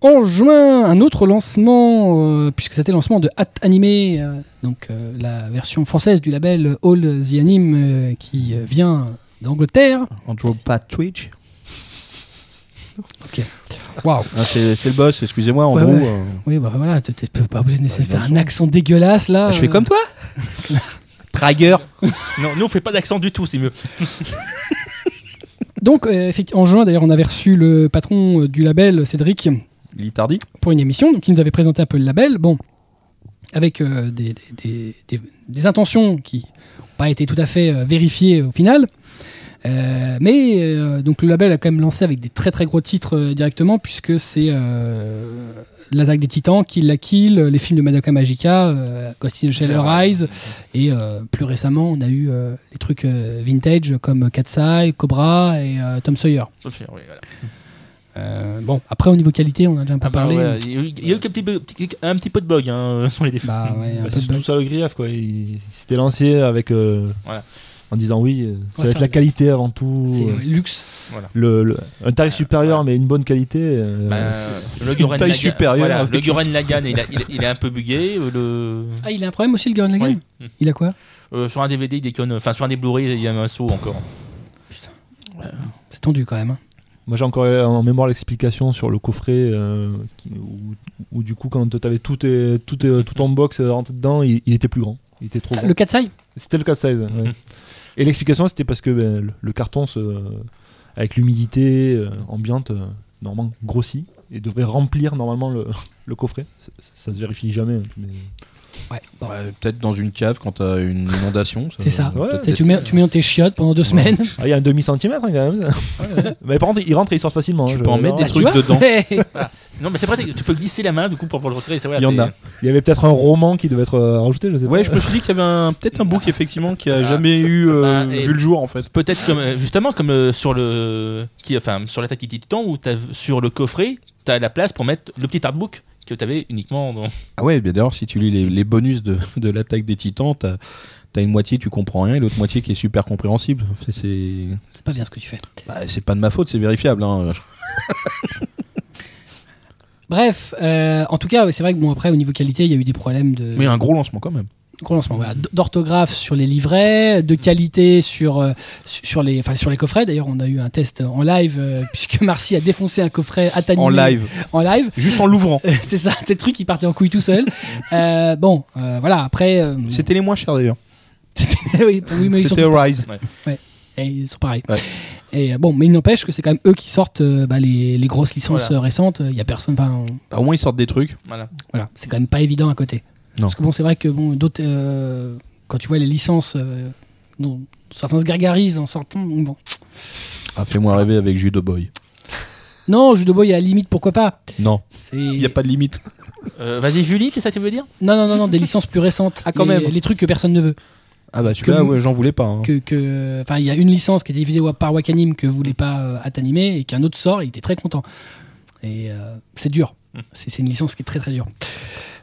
S1: En juin, un autre lancement, euh, puisque c'était le lancement de Hat Animé, euh, donc euh, la version française du label All the Anime euh, qui euh, vient d'Angleterre.
S5: Andrew Pat Twitch.
S1: Waouh
S5: Ah, c'est c'est le boss, excusez-moi, en
S1: Ouais,
S5: gros.
S1: ouais.
S5: euh,
S1: Oui, bah voilà, tu n'es pas obligé de
S5: Ouais, bien Bah,
S1: faire un accent dégueulasse là.
S5: Ah, je fais
S1: euh.
S5: comme toi Trager
S4: Non, nous on fait pas d'accent du tout, c'est mieux.
S1: Donc, euh, effecti- en juin, d'ailleurs, on avait reçu le patron euh, du label, Cédric,
S5: Litardi
S1: pour une émission. Donc, il nous avait présenté un peu le label. Bon, avec euh, des, des- des- des- des intentions qui n'ont pas été tout à fait euh, vérifiées au final. Euh, mais euh, donc le label a quand même lancé avec des très très gros titres euh, directement puisque c'est euh, l'attaque des Titans, Kill la Kill, euh, les films de Madoka Magica, euh, Ghost in the Shell Rise et euh, plus récemment on a eu euh, les trucs euh, vintage comme Katsai, Cobra et euh, Tom Sawyer.
S4: Oui, voilà.
S1: Euh, bon après au niveau qualité on en a déjà un peu
S4: Ah bah,
S1: parlé.
S4: ouais, Il y a eu- il y a eu quelques petits bugs- petit- un petit peu de bug hein, sur les défis.
S1: Bah, ouais,
S2: Bah,
S1: un peu
S2: c'est
S1: de
S2: tout ça le grief quoi. Il, il s'était lancé avec euh,
S4: Voilà.
S2: en disant oui, euh,
S1: On
S2: ça
S1: va
S2: va
S1: faire
S2: être la
S1: de-
S2: qualité avant tout.
S1: C'est
S2: euh,
S1: euh, luxe.
S2: le, le- un tarif supérieur mais une bonne qualité. euh,
S4: Bah,
S2: c'est-
S4: le Guren
S5: taille
S4: Lagan-
S5: supérieure hein,
S4: voilà,
S5: avec-
S4: le Guren Lagan, il, a- il, il est un peu bugué. euh, Le...
S1: Ah il a un problème aussi le Gurren Lagann.
S4: Oui.
S1: Il a quoi
S4: Euh, sur un DVD, il déconne. Enfin, sur un des Blu-ray, il y a un saut encore.
S5: Ah,
S1: C'est tendu quand même. hein.
S2: Moi j'ai encore en mémoire l'explication sur le coffret euh, qui- où, où du coup quand t'avais tout, tes- tout, tes- tout en box euh, rentré dedans, il, il était plus grand. Il était trop
S1: Ah,
S2: grand.
S1: le Katsai
S2: C'était le cas size. ouais. Et l'explication c'était parce que ben, le, le carton se- avec l'humidité euh, ambiante euh, normalement grossit et devrait remplir normalement le, le coffret. Ça, ça se vérifie jamais. hein, mais-
S1: Ouais. bon.
S5: Bah, Peut-être dans une cave quand t'as une inondation.
S1: C'est ça.
S5: on peut
S2: Ouais.
S5: peut-être
S1: C'est- Tu, mets, tu mets dans tes chiottes pendant deux semaines.
S2: Ah, il y a un demi centimètre quand même. Mais par contre, il rentre et il sort facilement.
S5: Ah, Tu
S2: hein,
S5: peux en
S2: je-
S5: mettre des
S1: Bah,
S5: trucs
S1: tu vois
S5: dedans.
S1: Ouais.
S4: Non, mais c'est pratique. Tu peux glisser la main du coup pour, pour le retirer. c'est- voilà,
S5: Il y en
S4: c'est-
S5: a.
S2: Il y avait peut-être un roman qui devait être euh, rajouté, je sais
S5: Ouais,
S2: pas.
S5: je me suis dit qu'il y avait un- peut-être un book effectivement qui a
S4: Ah.
S5: jamais eu euh,
S1: Bah,
S4: Ah, et-
S5: vu le jour en fait.
S4: Peut-être comme euh, justement comme euh, sur le qui enfin sur l'attaque des Titans où t'as sur le coffret t'as la place pour mettre le petit artbook que t'avais uniquement dans
S5: Ah ouais, bien d'ailleurs, si tu lis les, les bonus de, de l'attaque des titans, t'as as une moitié tu comprends rien et l'autre moitié qui est super compréhensible. C'est- C'est
S1: C'est pas bien ce que tu fais.
S5: bah, c'est pas de ma faute, c'est vérifiable. hein.
S1: Bref, euh, en tout cas, ouais, c'est vrai que bon après au niveau qualité, il y a eu des problèmes de.
S5: Mais un gros lancement quand même.
S1: Gros lancement, voilà. D- D'orthographe sur les livrets, de qualité sur, euh, su- sur, les, enfin, sur les coffrets. D'ailleurs, on a eu un test en live, euh, puisque Marcy a défoncé un coffret à
S5: En live,
S1: En live.
S5: juste en l'ouvrant.
S1: Euh, c'est ça, c'est le truc qui partait en couille tout seul. Euh, bon, euh, voilà, après. euh,
S5: C'était les moins chers d'ailleurs.
S1: oui, oui, mais ils sont,
S5: C'était Rise.
S1: et ils sont pareils.
S5: Ouais.
S1: Et euh, bon, mais il n'empêche que c'est quand même eux qui sortent euh, bah, les, les grosses licences
S4: Voilà.
S1: euh, récentes. Il y a personne. Enfin, on-
S5: Bah, au moins ils sortent des trucs.
S4: Voilà.
S1: voilà, c'est quand même pas évident à côté.
S5: Non.
S1: Parce que bon, c'est vrai que bon, d'autres, euh, quand tu vois les licences euh, dont certains se gargarisent en sortant, bon.
S5: Ah, fais-moi rêver avec Judo Boy.
S1: Non, Judo Boy, à la limite, pourquoi pas
S5: Non,
S1: C'est-
S5: il n'y a pas de limite.
S4: Euh, Vas-y, Julie, qu'est-ce que tu veux dire
S1: Non, non, non, non, des licences plus récentes.
S5: Ah, quand
S1: les,
S5: même.
S1: Les trucs que personne ne veut.
S5: Ah bah
S1: Que-
S5: celui-là, ouais, j'en voulais pas. hein.
S1: Que, que, enfin, il y a une licence qui est diffusée wa- par Wakanim que voulait pas euh, Atanime et qu'un autre sort et il était très content. Et euh, c'est dur. C'est c'est une licence qui est très très dure.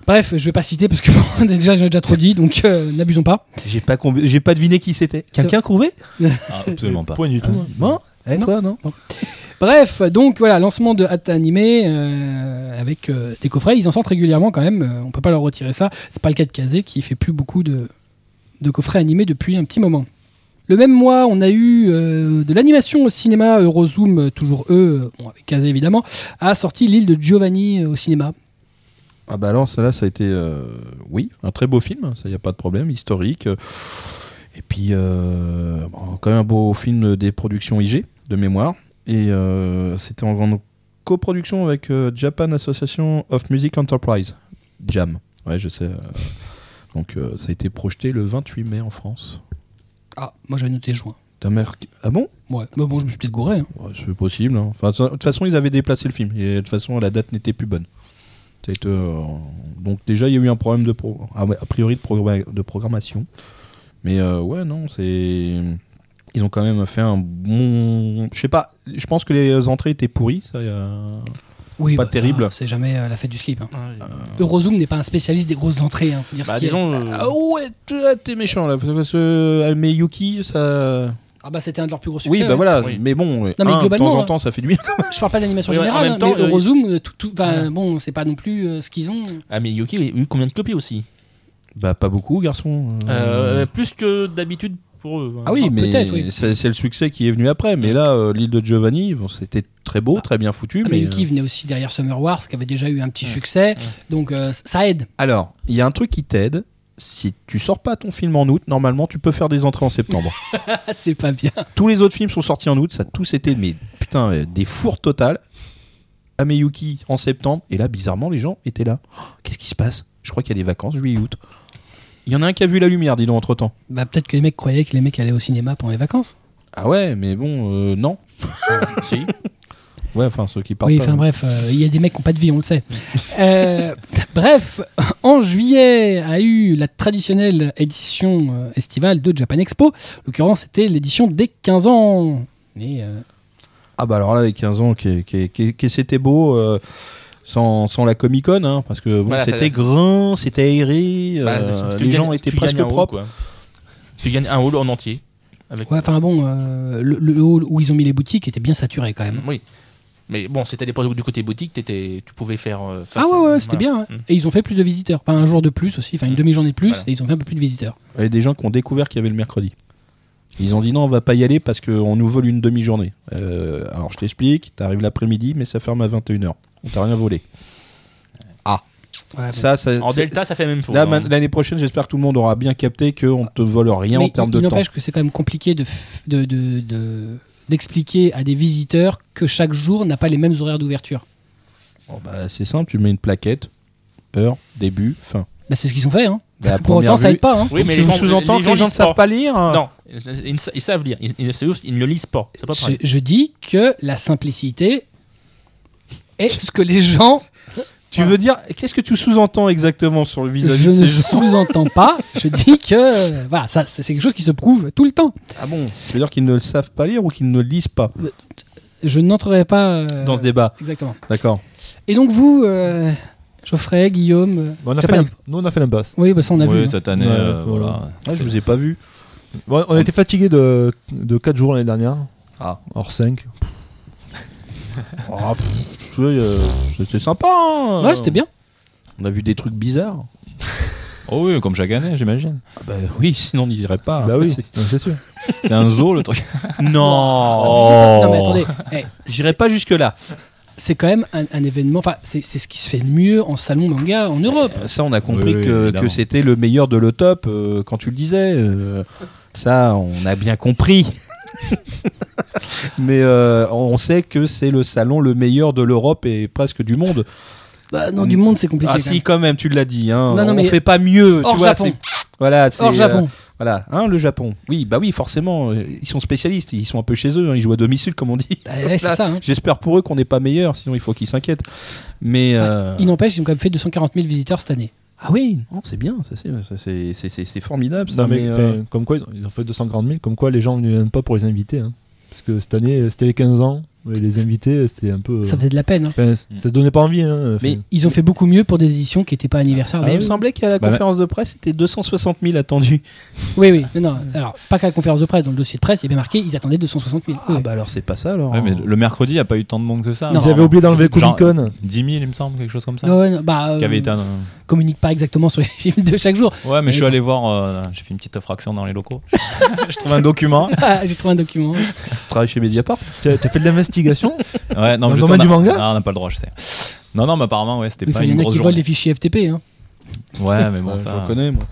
S1: Bref, je vais pas citer parce que bon, déjà j'ai déjà trop dit, donc euh, n'abusons pas.
S5: J'ai pas, combi- j'ai pas deviné qui c'était. Quelqu'un trouvé
S3: Ah, absolument pas.
S2: Point du tout. hein.
S5: Moi Et toi, non
S1: Bref, donc voilà, lancement de Hâte Animé euh, avec euh, des coffrets. Ils en sortent régulièrement quand même, euh, on peut pas leur retirer ça. C'est pas le cas de Kazé qui fait plus beaucoup de, de coffrets animés depuis un petit moment. Le même mois, on a eu euh, de l'animation au cinéma. Eurozoom, euh, toujours eux, euh, bon, avec Kazé évidemment, a sorti l'île de Giovanni euh, au cinéma.
S5: Ah bah alors, ça là, ça a été, euh, oui, un très beau film, ça y a pas de problème, historique. Et puis, euh, bon, quand même un beau film des productions IG, de mémoire. Et euh, c'était en grande coproduction avec euh, Japan Association of Music Enterprise, JAM. Ouais, je sais. euh, donc, euh, ça a été projeté le 28 mai en France.
S1: Ah, moi j'avais noté juin.
S5: Ta mère... Ah bon
S1: Ouais, bah bon, je me suis peut-être gouré. hein.
S5: Ouais, c'est possible. hein. Enfin, de toute façon, ils avaient déplacé le film. Et de toute façon, la date n'était plus bonne. Ça a été, euh, Donc déjà, il y a eu un problème de pro- ah ouais, a priori de, programma- de programmation. Mais euh, ouais, non, c'est ils ont quand même fait un bon. Je sais pas. Je pense que les entrées étaient pourries. Ça, y a-
S1: Oui, bah,
S5: Pas
S1: ça,
S5: terrible.
S1: C'est jamais euh, la fête du slip. hein. Eurozoom n'est pas un spécialiste des grosses entrées. hein, faut dire
S4: Euh, Bah,
S1: ce qui est.
S4: disons, euh,
S5: Ah ouais, tu- ah, t'es méchant là. Parce que, euh, mais Yuki, ça.
S1: Ah bah c'était un de leurs plus gros succès.
S5: Oui, bah voilà.
S4: oui.
S5: Mais bon,
S1: mais
S5: un, de
S1: globalement,
S5: temps en
S1: hein.
S5: temps, ça fait du bien.
S1: Je parle pas d'animation
S4: Oui, ouais, en
S1: générale,
S4: même
S1: hein,
S4: temps,
S1: mais
S4: euh,
S1: Eurozoom, euh, tout, tout, enfin,
S4: voilà.
S1: bon, c'est pas non plus euh, ce qu'ils ont.
S4: Ah, mais Yuki il y a eu combien de copies aussi
S5: Bah pas beaucoup, garçon.
S4: Euh, Plus que d'habitude pour eux. hein.
S5: Mmh. Ah oui,
S1: Ah,
S5: mais
S1: peut-être, oui. Mm.
S5: c'est c'est le succès qui est venu après. Mais là, euh, l'île de Giovanni, bon, c'était très beau, très bien foutu.
S1: Ah, mais
S5: mais
S1: Yuki
S5: euh,
S1: venait aussi derrière Summer Wars, qui avait déjà eu un petit succès, donc euh, c- ça aide.
S5: Alors, il y a un truc qui t'aide. Si tu sors pas ton film en août, normalement, tu peux faire des entrées en septembre.
S1: Ah, c'est pas bien.
S5: tous les autres films sont sortis en août. Ça a tous été mais putain euh, des fours totales. Ameyuki en septembre. Et là, bizarrement, les gens étaient là. Oh, Qu'est-ce qui se passe Je crois qu'il y a des vacances juillet août. Il y en a un qui a vu la lumière, dis donc entre temps.
S1: Bah, peut-être que les mecs croyaient que les mecs allaient au cinéma pendant les vacances.
S5: Ah ouais, mais bon, euh, non.
S4: Si.
S5: Ouais, enfin ceux qui partent.
S1: Ah, oui,
S5: pas,
S1: enfin
S5: mais-
S1: bref, euh, il y a des mecs qui ont pas de vie, on le sait. Euh, bref, en juillet a eu la traditionnelle édition euh, estivale de Japan Expo. En l'occurrence, c'était l'édition des 15 ans. Et, euh,
S5: Ah bah alors là, les 15 ans, qui, qui, qui- qui- c'était beau, euh, sans, sans la Comic Con, hein, parce que bon,
S4: Voilà, ça-
S5: c'était grand, c'était aéré,
S4: Bah,
S5: euh,
S4: tu
S5: les
S4: gagnes-
S5: gens étaient
S4: tu gagnes
S5: presque
S4: un hall,
S5: propres.
S4: quoi. Tu gagnes un hall en entier. Avec...
S1: ouais, enfin bon, euh, le, le hall où ils ont mis les boutiques était bien saturé quand même.
S4: Oui. Mais bon, c'était à l'époque du côté boutique, t'étais- tu pouvais faire. euh, face
S1: Ah ouais,
S4: à-
S1: ouais, c'était bien.
S4: voilà.
S5: Mm.
S1: hein. Et ils ont fait plus de visiteurs. Pas un jour de plus aussi, enfin une
S4: Mm.
S1: demi-journée de plus,
S4: Voilà.
S1: et ils ont fait un peu plus de visiteurs.
S5: Il y a des gens qui ont découvert qu'il y avait le mercredi. Ils ont dit non, on va pas y aller parce qu'on nous vole une demi-journée. Euh, alors je t'explique, t'arrives l'après-midi, mais ça ferme à 21h. On t'a rien volé. Ça, ça,
S4: Ah, En
S5: c'est-
S4: Delta, ça fait la même chose.
S5: là,
S4: hein.
S5: man- l'année prochaine, j'espère que tout le monde aura bien capté qu'on ne te vole rien
S1: Mais
S5: en termes
S1: il-
S5: de
S1: il
S5: temps.
S1: n'empêche que c'est quand même compliqué de f- de- de- de- d'expliquer à des visiteurs que chaque jour n'a pas les mêmes horaires d'ouverture.
S5: Bon, bah, c'est simple, tu mets une plaquette, heure, début, fin.
S1: Bah, c'est ce qu'ils ont fait. Hein.
S5: La
S1: Pour
S5: première
S1: autant, ça
S5: vue-
S1: aide pas. Hein.
S4: Oui, mais
S5: tu
S4: les
S5: nous
S4: gens,
S5: sous-entends que les gens ne
S4: lisent pas.
S5: savent pas lire hein.
S4: Non, ils, ne sa- ils savent lire. Ils, ils- c'est juste, ils ne lisent pas. C'est pas
S1: Je,
S4: pareil.
S1: je dis que la simplicité est ce que les gens.
S5: Tu veux dire, qu'est-ce que tu sous-entends exactement sur le visage
S1: Je
S5: de
S1: ne
S5: ces gens
S1: sous-entends pas. Je dis que euh, voilà, ça c'est c'est quelque chose qui se prouve tout le temps.
S5: Ah bon Tu veux dire qu'ils ne le savent pas lire ou qu'ils ne le lisent pas
S1: Je n'entrerai pas euh,
S5: dans ce débat
S1: Exactement.
S5: D'accord.
S1: Et donc vous, euh, Geoffrey, Guillaume, euh,
S2: On a
S1: t'as
S2: fait
S1: pas
S2: l'im-
S1: l'exp-
S2: Nous, on a fait l'impasse.
S1: oui, bah ça on a
S3: oui,
S1: vu. hein.
S3: cette année,
S2: Ouais,
S3: euh,
S2: voilà.
S3: voilà.
S5: Ah, je vous ai pas vu.
S2: Bon, on était fatigué de, de 4 jours l'année dernière.
S5: Ah.
S2: Hors 5.
S5: Ah, pff, je sais, euh, c'était sympa. hein.
S1: Ouais, c'était bien.
S5: On a vu des trucs bizarres.
S3: Oh oui, comme chaque année, j'imagine.
S5: Ah bah oui, sinon on n'y irait pas.
S1: Ah,
S2: Bah oui,
S5: C'est-
S2: c'est sûr.
S3: C'est un zoo le truc.
S5: Non
S1: Non mais attendez, eh,
S5: J'irai pas jusque-là.
S1: c'est quand même un, un événement, enfin c'est c'est ce qui se fait de mieux en salon manga en Europe.
S5: Euh, Ça, on a compris
S3: Oui, oui,
S5: que,
S3: évidemment.
S5: que c'était le meilleur de le top euh, quand tu le disais. euh, ça, on a bien compris. Mais euh, on sait que c'est le salon le meilleur de l'Europe et presque du monde.
S1: Bah, non, du monde c'est compliqué.
S5: Ah
S1: quand
S5: si,
S1: même.
S5: quand même, tu l'as dit. Hein.
S1: Non, non,
S5: on
S1: mais-
S5: fait pas mieux.
S1: Hors
S5: tu vois,
S1: Japon,
S5: c'est- Voilà, c'est,
S1: hors
S5: euh,
S1: Japon.
S5: voilà, hein, le Japon. Oui, bah oui, forcément, euh, ils sont spécialistes. Ils sont un peu chez eux. hein, ils jouent à domicile, comme on dit.
S1: Bah, ouais, c'est ça. hein.
S5: J'espère pour eux qu'on n'est pas meilleur, sinon il faut qu'ils s'inquiètent. Mais euh,
S1: Bah, Il n'empêche, ils ont quand même fait 240 000 visiteurs cette année.
S5: ah oui, non, c'est bien, ça, c'est, ça, c'est, c'est- c'est- c'est formidable. Ça,
S2: Non, mais,
S5: mais,
S2: enfin,
S5: euh,
S2: comme quoi, ils ont- ils ont fait 240 000, comme quoi les gens ne viennent pas pour les invités. hein. Parce que cette année, euh, c'était les 15 ans, et les invités, c'était un peu. euh,
S1: Ça faisait de la peine. hein.
S2: enfin, c- ça se donnait pas envie. hein, enfin.
S5: Mais-
S1: Ils ont fait beaucoup mieux pour des éditions qui n'étaient pas anniversaires.
S5: Ah, il me semblait qu'à la
S3: Bah,
S5: conférence de presse, c'était 260 000 attendus.
S1: Oui, oui. Non, non, alors, pas qu'à la conférence de presse, dans le dossier de presse, il y avait marqué ils attendaient 260 000.
S5: Ah
S1: Oui.
S5: bah alors c'est pas ça alors.
S3: Ouais,
S1: Oh.
S3: mais le mercredi, il n'y a pas eu tant de monde que ça.
S1: Non.
S2: Ils avaient oublié d'enlever Comic
S3: Genre-
S2: Con.
S3: 10 000, il me semble, quelque chose comme ça.
S1: Ouais, ouais, non, bah, euh,
S3: Qui avait été un-
S1: communique pas exactement sur les chiffres de chaque jour.
S3: Ouais, mais je suis allé voir, euh, j'ai fait une petite infraction dans les locaux. je trouve un document.
S1: Ah, J'ai trouvé un document.
S5: Tu travailles chez Mediapart
S2: T'as t'as fait de l'investigation
S3: Ouais,
S2: Dans
S3: non, mais
S2: le
S3: je sais,
S2: domaine
S3: on a-
S2: du manga
S3: Ah, on n'a pas le droit, je sais. Non, non, mais apparemment, ouais, c'était
S1: Oui,
S3: pas
S1: enfin, Il y
S3: une
S1: en a qui
S3: grosse
S1: volent
S3: journée.
S1: les fichiers FTP. hein.
S3: Ouais, mais bon,
S5: Ouais,
S3: ça.
S5: j'en connais moi.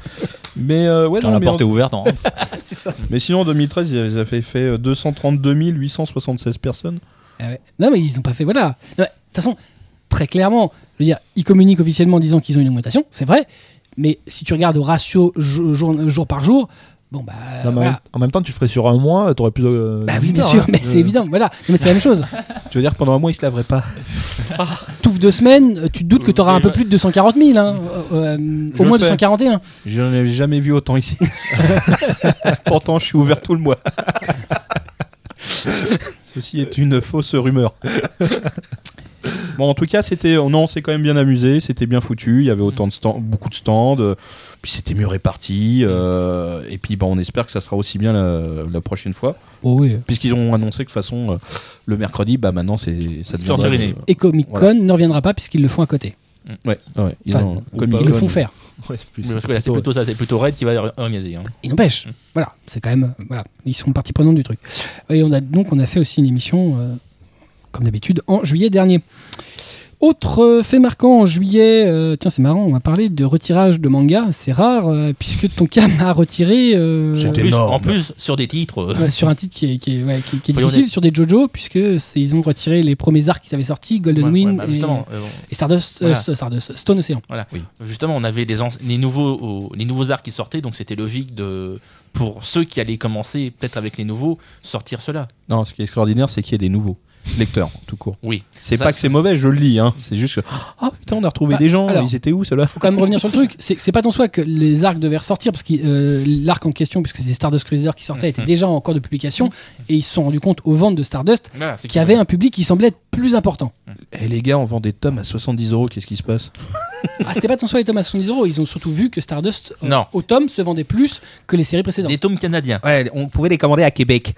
S5: Mais euh, ouais,
S3: Quand
S5: non,
S3: la
S5: mais,
S3: porte est
S5: en-
S3: ouverte, on rentre.
S5: mais sinon en 2013, ils avaient fait euh, 232 876 personnes.
S1: Ah ouais. Non, mais ils ont pas fait. Voilà. Non, mais, De toute façon, très clairement, je veux dire, ils communiquent officiellement en disant qu'ils ont une augmentation, c'est vrai. Mais si tu regardes au ratio jo- jour, jour par jour, bon, bah.
S2: Non, mais en
S1: voilà.
S2: même- En même temps, tu le ferais sur un mois, t'aurais plus. euh,
S1: Bah oui, bien
S2: d'inviteurs,
S1: sûr,
S2: hein.
S1: mais
S2: Euh,
S1: c'est évident. Voilà. Non, mais c'est la même chose.
S5: Tu veux dire que pendant un mois, ils se laveraient pas
S1: Touffe deux semaines, euh, tu te doutes que tu auras un peu plus de 240 000. hein, euh, euh,
S5: Je
S1: au moins
S5: le fais.
S1: 241.
S5: J'en ai jamais vu autant ici. Pourtant, je suis ouvert tout le mois. Ceci est une fausse rumeur. Bon, en tout cas, c'était, oh non, on s'est quand même bien amusé, c'était bien foutu. Il y avait autant de stands, beaucoup de stands, euh, puis c'était mieux réparti. euh, et puis, bah, on espère que ça sera aussi bien la, la prochaine fois,
S1: Oh oui.
S5: puisqu'ils ont annoncé que de toute façon, euh, le mercredi, bah maintenant, c'est ça devient.
S4: terminé.
S1: Et Comic Con
S5: Voilà.
S1: ne reviendra pas puisqu'ils le font à côté.
S5: Ouais, ouais, ils,
S1: Enfin,
S5: ont-
S2: ou
S5: comme
S2: pas,
S1: Ils
S5: ils
S1: le
S2: ouais,
S1: font
S5: donnent-
S1: faire.
S2: ouais, c'est plus-
S4: Mais parce que là, c'est
S2: plutôt-
S4: plutôt ça, c'est plutôt Red qui va or- organiser. hein.
S1: Il n'empêche. Voilà, c'est quand même. euh, Voilà, ils sont partie prenante du truc. Et on a, donc, on a fait aussi une émission, euh, comme d'habitude, en juillet dernier. Autre euh, fait marquant en juillet, euh, tiens, c'est marrant, on va parler de retirage de manga. C'est rare, euh, puisque Tonka a retiré. euh,
S4: En
S5: C'était
S4: plus,
S5: énorme.
S4: en plus, sur des titres. euh,
S1: Ouais, sur un titre qui est, qui est- ouais, qui- qui est
S4: Faut y
S1: difficile,
S4: aller.
S1: sur des JoJo, puisque c'est- ils ont retiré les premiers arcs qu'ils avaient sortis, Golden
S4: ouais,
S1: Wind
S4: ouais, bah,
S1: et-
S4: justement, euh,
S1: et, Stardust, euh,
S4: Voilà.
S1: S- Stardust, Stone Ocean.
S4: voilà. Justement, on avait les, anci- les nouveaux, oh, les nouveaux arcs qui sortaient, donc c'était logique de pour ceux qui allaient commencer peut-être avec les nouveaux sortir cela.
S5: Non, ce qui est extraordinaire, c'est qu'il y a des nouveaux lecteurs, tout court.
S4: Oui.
S5: C'est
S4: Ça,
S5: pas que c'est mauvais, je le lis, hein. c'est juste que. Ah putain, on a retrouvé
S1: Bah,
S5: des gens,
S1: alors-
S5: ils étaient où ceux-là
S1: Faut quand même revenir sur le truc. C'est c'est pas tant soit que les arcs devaient ressortir, parce que euh, l'arc en question, puisque c'est Stardust Crusader qui sortait, était
S4: Mhm.
S1: déjà en cours de publication, et ils se sont rendus compte aux ventes de Stardust
S4: Voilà, c'est
S1: qu'il y avait un public qui semblait être plus important.
S5: Eh les gars, on vend des tomes à 70 euros, qu'est-ce qui se passe
S1: Ah, c'était pas tant soit les tomes à 70 euros, ils ont surtout vu que Stardust euh,
S4: Non.
S1: au tome se vendait plus que les séries précédentes.
S4: des tomes canadiens.
S5: Ouais, on pouvait les commander à Québec.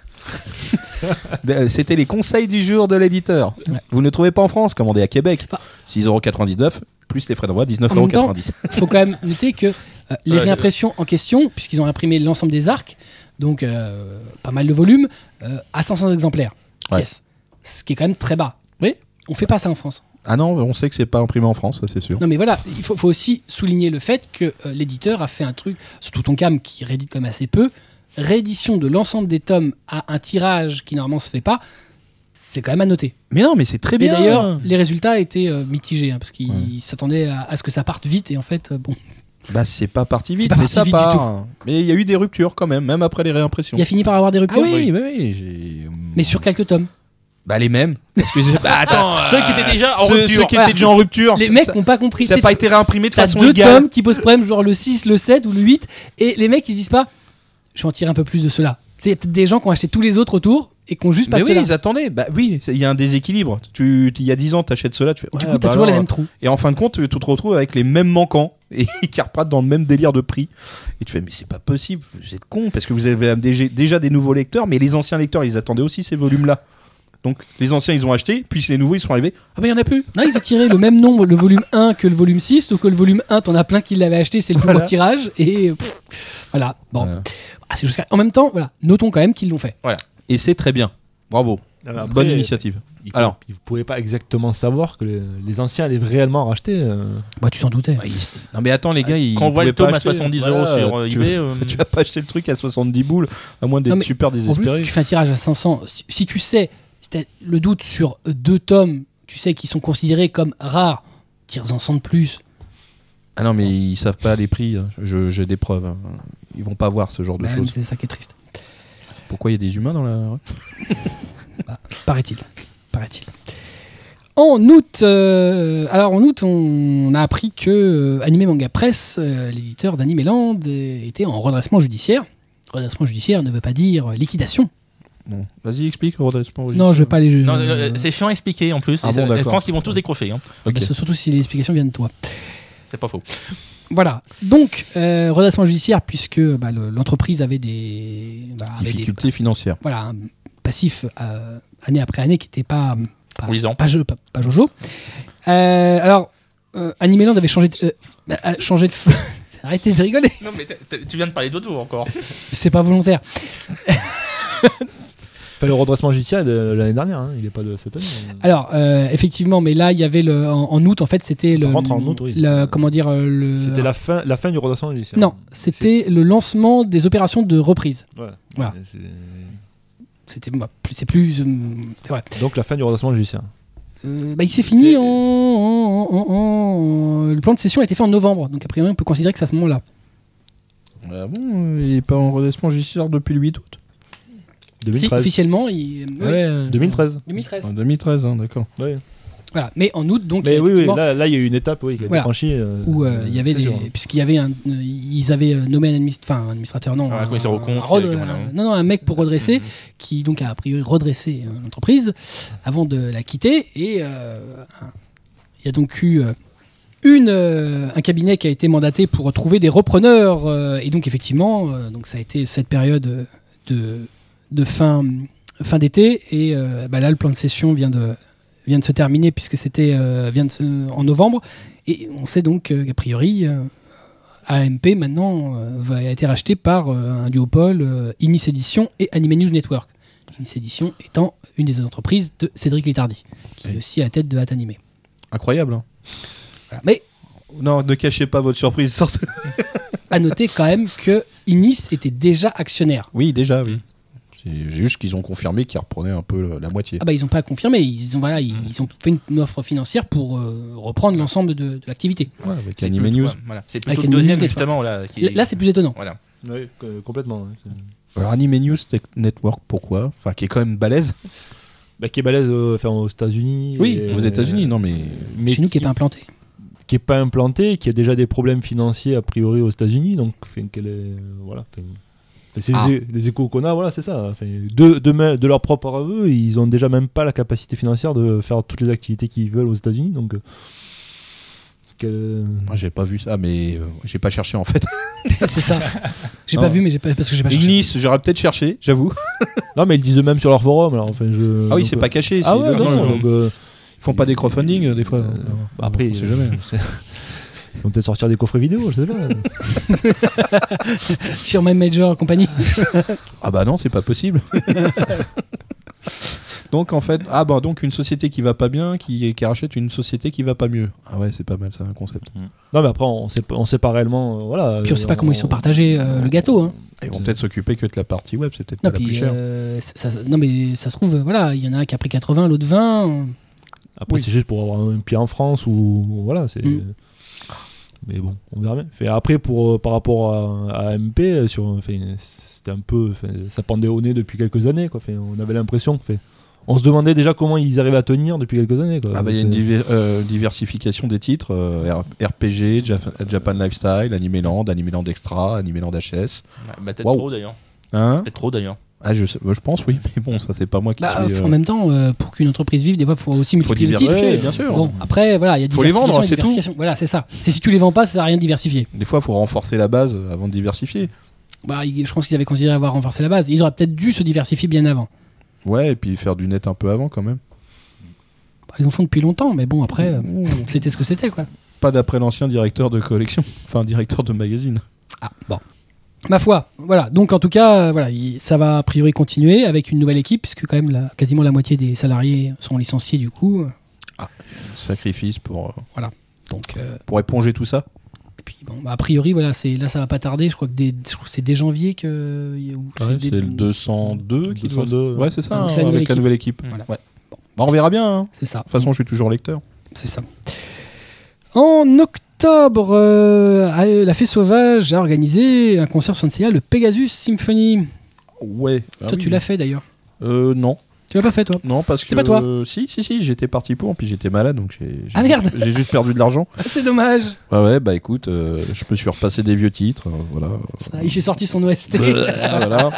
S5: Euh, C'était les conseils du jour de l'éditeur.
S1: Ouais.
S5: Vous ne trouvez pas en France, commandez à Québec.
S1: Ah.
S5: 6,99€, plus les frais d'envoi,
S1: même temps,
S5: 19,90€.
S1: faut quand même noter que euh, les
S4: Ouais,
S1: réimpressions en question, puisqu'ils ont imprimé l'ensemble des arcs, donc euh, pas mal de volume, euh, à 500 exemplaires.
S5: Ouais.
S1: pièce. Ce qui est quand même très bas.
S5: Oui.
S1: On fait pas ça en France.
S5: Ah non, on sait que c'est pas imprimé en France, ça c'est sûr.
S1: Non mais voilà, il faut, faut aussi souligner le fait que euh, l'éditeur a fait un truc, surtout ton cam qui réédite comme assez peu, réédition de l'ensemble des tomes à un tirage qui normalement se fait pas, c'est quand même à noter.
S5: Mais non, mais c'est très
S1: Mais
S5: bien.
S1: d'ailleurs, les résultats étaient euh, mitigés, hein, parce qu'ils
S5: Ouais.
S1: s'attendaient à, à ce que ça parte vite, et en fait, euh, bon,
S5: Bah c'est pas parti
S1: C'est
S5: vite,
S1: pas
S5: mais
S1: parti
S5: ça
S1: vite du
S5: part. Mais il y a eu des ruptures quand même, même après les réimpressions.
S1: il a fini par avoir des
S5: Ah
S1: ruptures,
S5: oui, oui, oui, j'ai.
S1: mais sur quelques tomes.
S5: Bah les mêmes. Parce que bah, attends, euh,
S4: Ceux qui étaient
S2: Ah,
S4: déjà en
S5: ceux,
S4: rupture.
S5: ceux qui
S1: Voilà.
S5: étaient déjà en rupture.
S1: Les
S5: ça-
S1: mecs
S5: ça-
S1: n'ont pas compris.
S5: ça n'a
S1: C'est-
S5: pas été réimprimé de
S1: T'as
S5: façon
S1: deux
S5: légale.
S1: tomes qui posent problème, genre le 6, le 7 ou le 8, et les mecs ils se disent pas, je vais en tirer un peu plus de cela. C'est peut-être des gens qui ont acheté tous les autres autour et qui ont juste pas
S5: Mais oui,
S1: cela.
S5: ils attendaient. Bah oui, c'est- il y a un déséquilibre. Tu, tu- il y a 10 ans, t'achètes cela, tu fais.
S1: Du
S5: ouais,
S1: coup, t'as
S5: bah
S1: toujours les
S5: alors,
S1: mêmes trous.
S5: Et en fin de compte, tu te retrouves avec les mêmes manquants et qui repartent dans le même délire de prix. Et tu fais, mais c'est pas possible, vous êtes con, parce que vous avez déjà- déjà des nouveaux lecteurs, mais les anciens lecteurs, ils attendaient aussi ces volumes-là. Donc les anciens ils ont acheté, puis les nouveaux ils sont arrivés. Ah ben il y en a plus.
S1: Non, ils ont tiré le même nombre, le volume 1 que le volume 6, sauf que le volume 1, t'en as plein qui l'avaient acheté, c'est le plus
S5: Voilà.
S1: gros tirage, et pff, voilà. Bon.
S5: Voilà.
S1: Ah, c'est jusqu'à- En même temps, voilà, notons quand même qu'ils l'ont fait.
S5: Et c'est très bien. Bravo.
S2: Ah, mais après,
S5: Bonne initiative.
S2: il-
S5: Alors.
S2: il- vous pouvez pas exactement savoir que les, les anciens allaient réellement racheter. euh.
S1: Bah, tu s'en doutais.
S5: Non mais attends les gars, ils
S4: Quand on voit
S5: pouvaient
S4: le tome
S5: pas
S4: à
S5: acheter.
S4: 70
S5: Voilà,
S4: euros sur euh,
S5: tu-
S4: eBay, euh,
S5: Tu vas pas acheter le truc à 70 boules, à moins
S1: Non,
S5: d'être
S1: mais
S5: super
S1: En plus,
S5: désespéré.
S1: tu fais un tirage à 500. Si, si tu sais, si t'as le doute sur deux tomes, tu sais, qui sont considérés comme rares, tire-en 100 de plus.
S5: Ah non, mais ils savent pas les prix. hein. Je- J'ai des preuves. hein. Ils vont pas voir ce genre de
S1: Bah,
S5: choses.
S1: c'est ça qui est triste.
S5: Pourquoi il y a des humains dans la rue
S1: Paraît-il. Paraît-il. En août, euh, alors en août, on, a appris que euh, Anime Manga Press, euh, l'éditeur d'Anime Land, euh, était en redressement judiciaire. Redressement judiciaire ne veut pas dire euh, liquidation.
S5: Bon, vas-y, explique. redresse-moi au
S1: Non, je
S5: registre.
S1: veux pas les jeux.
S4: non, euh, c'est chiant à expliquer en plus.
S5: Ah
S4: Et ça-
S5: bon,
S4: je
S5: d'accord.
S4: pense qu'ils vont tous décrocher. hein.
S5: Ok.
S1: Surtout si l'explication vient de toi.
S4: C'est pas faux.
S1: Voilà. Donc, euh, redressement judiciaire, puisque bah, le- l'entreprise avait des. bah,
S5: Ah,
S1: avait des-
S5: Difficulté financière.
S1: voilà, un passif euh, année après année qui n'était pas, pas,
S4: On les en-
S1: Ah, pas, jeu- pas- pas Jojo. Euh, alors, euh, Animeland avait changé de. euh, bah, a changé de f- Arrêtez de rigoler,
S4: Non, mais t'as- t'as- tu viens de parler d'autres vous encore.
S1: c'est pas volontaire.
S2: Enfin, le redressement judiciaire est de l'année dernière, hein, il n'est pas de cette année.
S1: Alors, euh, effectivement, mais là, il y avait le. En, en août, en fait, c'était le.
S2: Par contre, en août, oui.
S1: le- comment dire euh, le.
S2: C'était la fin, la fin du redressement judiciaire.
S1: Non, c'était le lancement des opérations de reprise.
S2: Ouais.
S1: Voilà.
S2: Mais c'est-
S1: C'était bah, plus- c'est plus, euh, c'est vrai.
S2: Donc la fin du redressement judiciaire.
S1: Euh, bah, il s'est fini
S2: C'est-
S1: en, en- en- en- en- Le plan de session a été fait en novembre, donc a priori on peut considérer que c'est à ce moment-là.
S5: Ah bon, euh, il est pas en redressement judiciaire depuis le 8 août
S1: Si,
S2: 2013.
S1: officiellement, il... euh, oui,
S5: Ouais.
S2: 2013.
S1: 2013.
S5: En 2013, hein, d'accord.
S2: Ouais.
S1: Voilà. Mais en août, donc,
S2: Mais oui, oui,
S1: effectivement,
S2: là, là, il y a eu une étape oui, qui a été
S1: Voilà.
S2: franchie. euh,
S1: où euh, il y avait
S2: c'est hein.
S1: des,
S2: sûr.
S1: puisqu'il y avait un, euh, ils avaient euh, nommé un, administ- enfin, un administrateur, non,
S4: Ah,
S1: un,
S4: commissaire aux
S1: un
S4: comptes,
S1: rod-
S4: euh,
S1: un-
S4: voilà.
S1: non, non, un mec pour redresser, qui donc a a priori redressé euh, l'entreprise avant de la quitter. Et euh, un- il y a donc eu euh, une, euh, un cabinet qui a été mandaté pour trouver des repreneurs. euh, et donc effectivement, euh, donc ça a été cette période de, de fin, fin d'été. Et euh, bah là, le plan de session vient de, vient de se terminer puisque c'était euh, vient de se- en novembre. Et on sait donc euh, qu'a priori, euh, AMP maintenant euh, va, a été racheté par euh, un duopole euh, Inis Edition et Anime News Network. Inis Edition étant une des entreprises de Cédric Littardi, qui est
S5: Oui.
S1: aussi à la tête de Hat Animé.
S5: Incroyable. hein.
S1: Voilà. Mais
S5: Non, ne cachez pas votre surprise. sortez-
S1: à noter quand même que Inis était déjà actionnaire.
S5: Oui, déjà, oui. C'est juste qu'ils ont confirmé qu'ils reprenaient un peu le- la moitié.
S1: Ah bah ils n'ont pas confirmé, ils ont, voilà, ils, ils ont fait une, une offre financière pour euh, reprendre l'ensemble de, de l'activité.
S5: Ouais, avec
S4: C'est
S5: Anime
S4: plutôt-
S5: News.
S4: ouais, voilà. C'est plutôt
S1: Avec
S4: le
S1: Anime
S4: deuxième,
S1: News,
S4: justement. Là, qui-
S1: Là c'est plus étonnant.
S4: Voilà.
S2: Oui, co- complètement. ouais. C'est-
S5: Alors, Anime News Tech Network, pourquoi Enfin, qui est quand même balèze.
S2: Bah, qui est balèze euh, enfin, aux États-Unis. et-
S5: aux États-Unis, non, mais.
S2: Mais
S1: Chez nous qui n'est pas implanté.
S2: qui est pas implanté, et qui a déjà des problèmes financiers a priori aux États-Unis, donc enfin, quelle est- voilà, enfin, c'est
S5: Ah.
S2: les, é- les échos qu'on a, voilà, c'est ça. Enfin, de, de, ma- de leur propre aveu, ils ont déjà même pas la capacité financière de faire toutes les activités qu'ils veulent aux États-Unis, donc euh, quelle-
S5: Moi, j'ai pas vu ça, mais euh, j'ai pas cherché en fait.
S1: c'est ça. J'ai
S5: Non.
S1: pas vu, mais j'ai pas parce que j'ai pas cherché.
S5: Ignis, j'aurais peut-être cherché, j'avoue.
S2: non, mais ils le disent eux-mêmes sur leur forum. Alors, enfin, je,
S5: Ah oui,
S2: Ah donc,
S5: c'est
S2: euh,
S5: pas caché.
S2: Ah
S5: c'est-
S2: ouais,
S5: non,
S2: non,
S5: non,
S2: donc, euh,
S5: Ils font pas des crowdfunding euh, des fois.
S2: Euh, bah, après,
S5: on sait jamais. hein.
S2: ils vont peut-être sortir des coffrets vidéo, je sais pas.
S1: Sur My Major compagnie.
S5: Ah bah non, c'est pas possible. donc en fait, ah bah donc une société qui va pas bien, qui, qui rachète une société qui va pas mieux. Ah ouais, c'est pas mal ça, un concept.
S2: non, mais après, on sait, pas- on sait pas réellement, euh, voilà.
S1: Puis on sait pas
S2: euh,
S1: comment ils sont partagés euh, le gâteau. Hein.
S5: Ils vont peut-être s'occuper que de la partie web, c'est peut-être
S1: Non,
S5: pas la
S1: puis,
S5: plus chère.
S1: euh, ça- ça- non, mais ça se trouve, euh, voilà, il y en a un qui a pris 80, l'autre euh, 20.
S2: Après,
S5: Oui.
S2: c'est juste pour avoir un pied en France ou voilà, c'est.
S1: Mm.
S2: Mais bon, on verra bien. Fait, après, pour euh, par rapport à, à MP, euh, sur, enfin, c'était un peu, enfin, ça pendait au nez depuis quelques années. Quoi. Fait, on avait l'impression que, fait, on se demandait déjà comment ils arrivaient à tenir depuis quelques années. Quoi.
S5: Ah bah il y a une
S2: C'est-
S5: diver- euh, diversification des titres, euh, R- RPG, Jaf- Japan Lifestyle, Animeland, Animeland Extra, Animeland HS.
S4: Ouais, bah, peut-être
S5: Waouh.
S4: trop d'ailleurs.
S5: Hein
S4: Peut-être trop d'ailleurs.
S5: ah, je, sais- bah, je pense oui, mais bon, ça c'est pas moi qui
S1: Bah,
S5: suis...
S1: faut-
S5: euh,
S1: en même temps, euh, pour qu'une entreprise vive, des fois, il faut aussi
S5: faut
S1: multiplier les titres.
S5: diversifier,
S2: Ouais,
S5: bien sûr.
S1: Bon, après, voilà, il y a
S5: Faut les vendre,
S1: diversification et
S5: c'est tout.
S1: diversification. Voilà, c'est ça. C'est si tu les vends pas, ça sert à rien de diversifier.
S5: Des fois, il faut renforcer la base avant de diversifier.
S1: Bah, ils- je pense qu'ils avaient considéré avoir renforcé la base. Ils auraient peut-être dû se diversifier bien avant.
S5: Ouais, et puis faire du net un peu avant quand même.
S1: Bah, ils en font depuis longtemps, mais bon, après, euh,
S5: Ouh.
S1: c'était ce que c'était, quoi.
S5: Pas d'après l'ancien directeur de collection, enfin directeur de magazine.
S1: Ah, bon. Ma foi, voilà. Donc, en tout cas, euh, voilà, il- ça va a priori continuer avec une nouvelle équipe, puisque quand même, la- quasiment la moitié des salariés sont licenciés, du coup. euh,
S5: Sacrifice pour, euh,
S1: Donc, euh,
S5: pour éponger tout ça.
S1: et puis, bon, bah, a priori, voilà, c'est là, ça va pas tarder. Je crois que dès- je crois que c'est dès janvier que. ou
S5: Ouais,
S1: dès-
S5: c'est le 202 qui doit-
S2: 202,
S5: Ouais, c'est ça,
S1: Donc,
S5: hein,
S1: c'est la nouvelle
S5: avec la nouvelle équipe.
S4: Mm.
S1: Voilà.
S5: Ouais. Bah, on verra bien. hein. De
S1: C'est ça.
S5: toute façon, je suis toujours lecteur.
S1: C'est ça. En octobre, euh, à- euh, la Fée Sauvage a organisé un concert sur NCA, le Pegasus Symphony.
S5: Ouais. Ah
S1: toi, tu l'as fait d'ailleurs.
S5: Euh, non.
S1: Tu l'as pas fait, toi
S5: Non, parce que.
S1: C'est pas toi.
S5: euh, si, si, si, j'étais parti pour, puis j'étais malade, donc j'ai. j'ai
S1: Ah,
S5: juste-
S1: merde.
S5: J'ai juste perdu de l'argent.
S1: Ah, C'est dommage.
S5: Ouais, ouais, bah écoute, euh, je me suis repassé des vieux titres, euh, voilà.
S1: Ça, il s'est sorti son OST.
S5: Ah, voilà.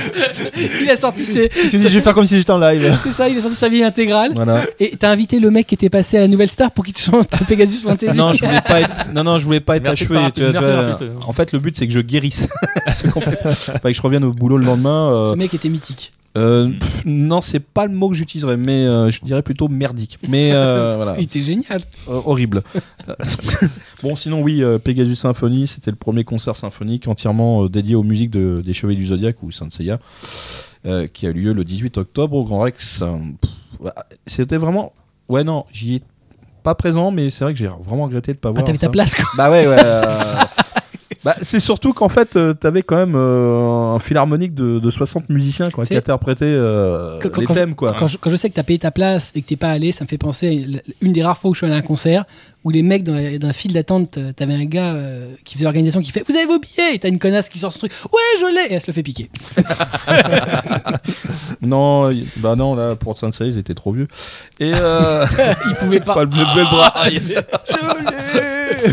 S1: il a sorti ses-
S2: Il s'est dit, je vais faire comme si j'étais en live.
S1: C'est ça, il a sorti sa vie intégrale.
S5: voilà.
S1: Et t'as invité le mec qui était passé à la Nouvelle Star pour qu'il te chante Pegasus Fantasy.
S5: Non, je voulais pas être, non, non, je voulais pas être
S4: Merci de pas
S5: achevé. tu vois,
S4: rappeler-
S5: tu vois.
S4: merci de rappeler
S5: en fait, le but, c'est que je guérisse. C'est complètement- Pas que je revienne au boulot le lendemain. euh,
S1: Ce mec était mythique.
S5: euh, pff, non, c'est pas le mot que j'utiliserais, mais euh, je dirais plutôt merdique. Mais euh, voilà,
S1: Il était génial.
S5: euh, horrible. bon, sinon, oui, euh, Pegasus Symphony, c'était le premier concert symphonique entièrement euh, dédié aux musiques de- des Chevaliers du Zodiaque ou Saint Seiya, euh, qui a eu lieu le 18 octobre au Grand Rex. Euh, pff, bah, C'était vraiment. Ouais, non, j'y ai pas présent, mais c'est vrai que j'ai vraiment regretté de pas
S1: Ah,
S5: voir.
S1: t'avais ta
S5: ça.
S1: place, quoi.
S5: Bah ouais, ouais. euh, bah, c'est surtout qu'en fait, euh, t'avais quand même euh, un philharmonique de, de 60 musiciens quoi,
S1: C'est-
S5: qui interprétaient euh,
S1: Quand- quand-
S5: les
S1: quand
S5: thèmes, quoi.
S1: Quand je, quand je sais que t'as payé ta place et que t'es pas allé, ça me fait penser à l- une des rares fois où je suis allé à un concert où les mecs dans la, dans la file d'attente, euh, t'avais un gars euh, qui faisait l'organisation qui fait Vous avez vos billets Et t'as une connasse qui sort son truc Ouais, je l'ai Et elle se le fait piquer.
S5: Non, y- bah non, là, pour saint ils étaient trop vieux. Et euh,
S1: Il pouvait pas.
S5: pas le bleu, bleu bras.
S4: Ah,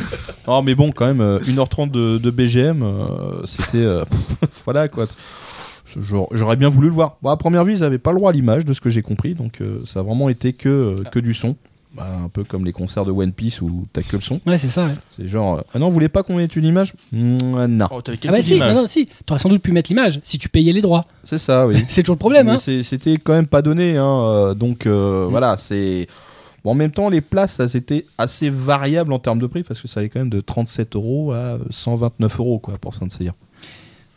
S5: Non, mais bon, quand même, euh, 1h30 de, de BGM, euh, c'était. euh, pff, voilà, quoi. Je- j'aur- J'aurais bien voulu le voir. Bon, à première vue, ils n'avaient pas le droit à l'image, de ce que j'ai compris, donc euh, ça a vraiment été que, euh,
S1: Ah.
S5: que du son. Bah, un peu comme les concerts de One Piece où t'as que le son.
S1: Ouais, c'est ça. ouais.
S5: C'est genre, euh, ah non, vous voulez pas qu'on mette une image Mm, euh, Non.
S4: Oh, t'avais
S1: Ah bah
S4: quelques
S1: si,
S4: images.
S1: non, non, si. T'aurais sans doute pu mettre l'image si tu payais les droits.
S5: C'est ça, oui.
S1: C'est toujours le problème,
S5: Mais
S1: hein.
S5: c'est- C'était quand même pas donné, hein, euh, donc euh, voilà, c'est. Bon, en même temps, les places, ça c'était assez variable en termes de prix parce que ça allait quand même de 37 euros à euh, 129 euros quoi, pour saint seiya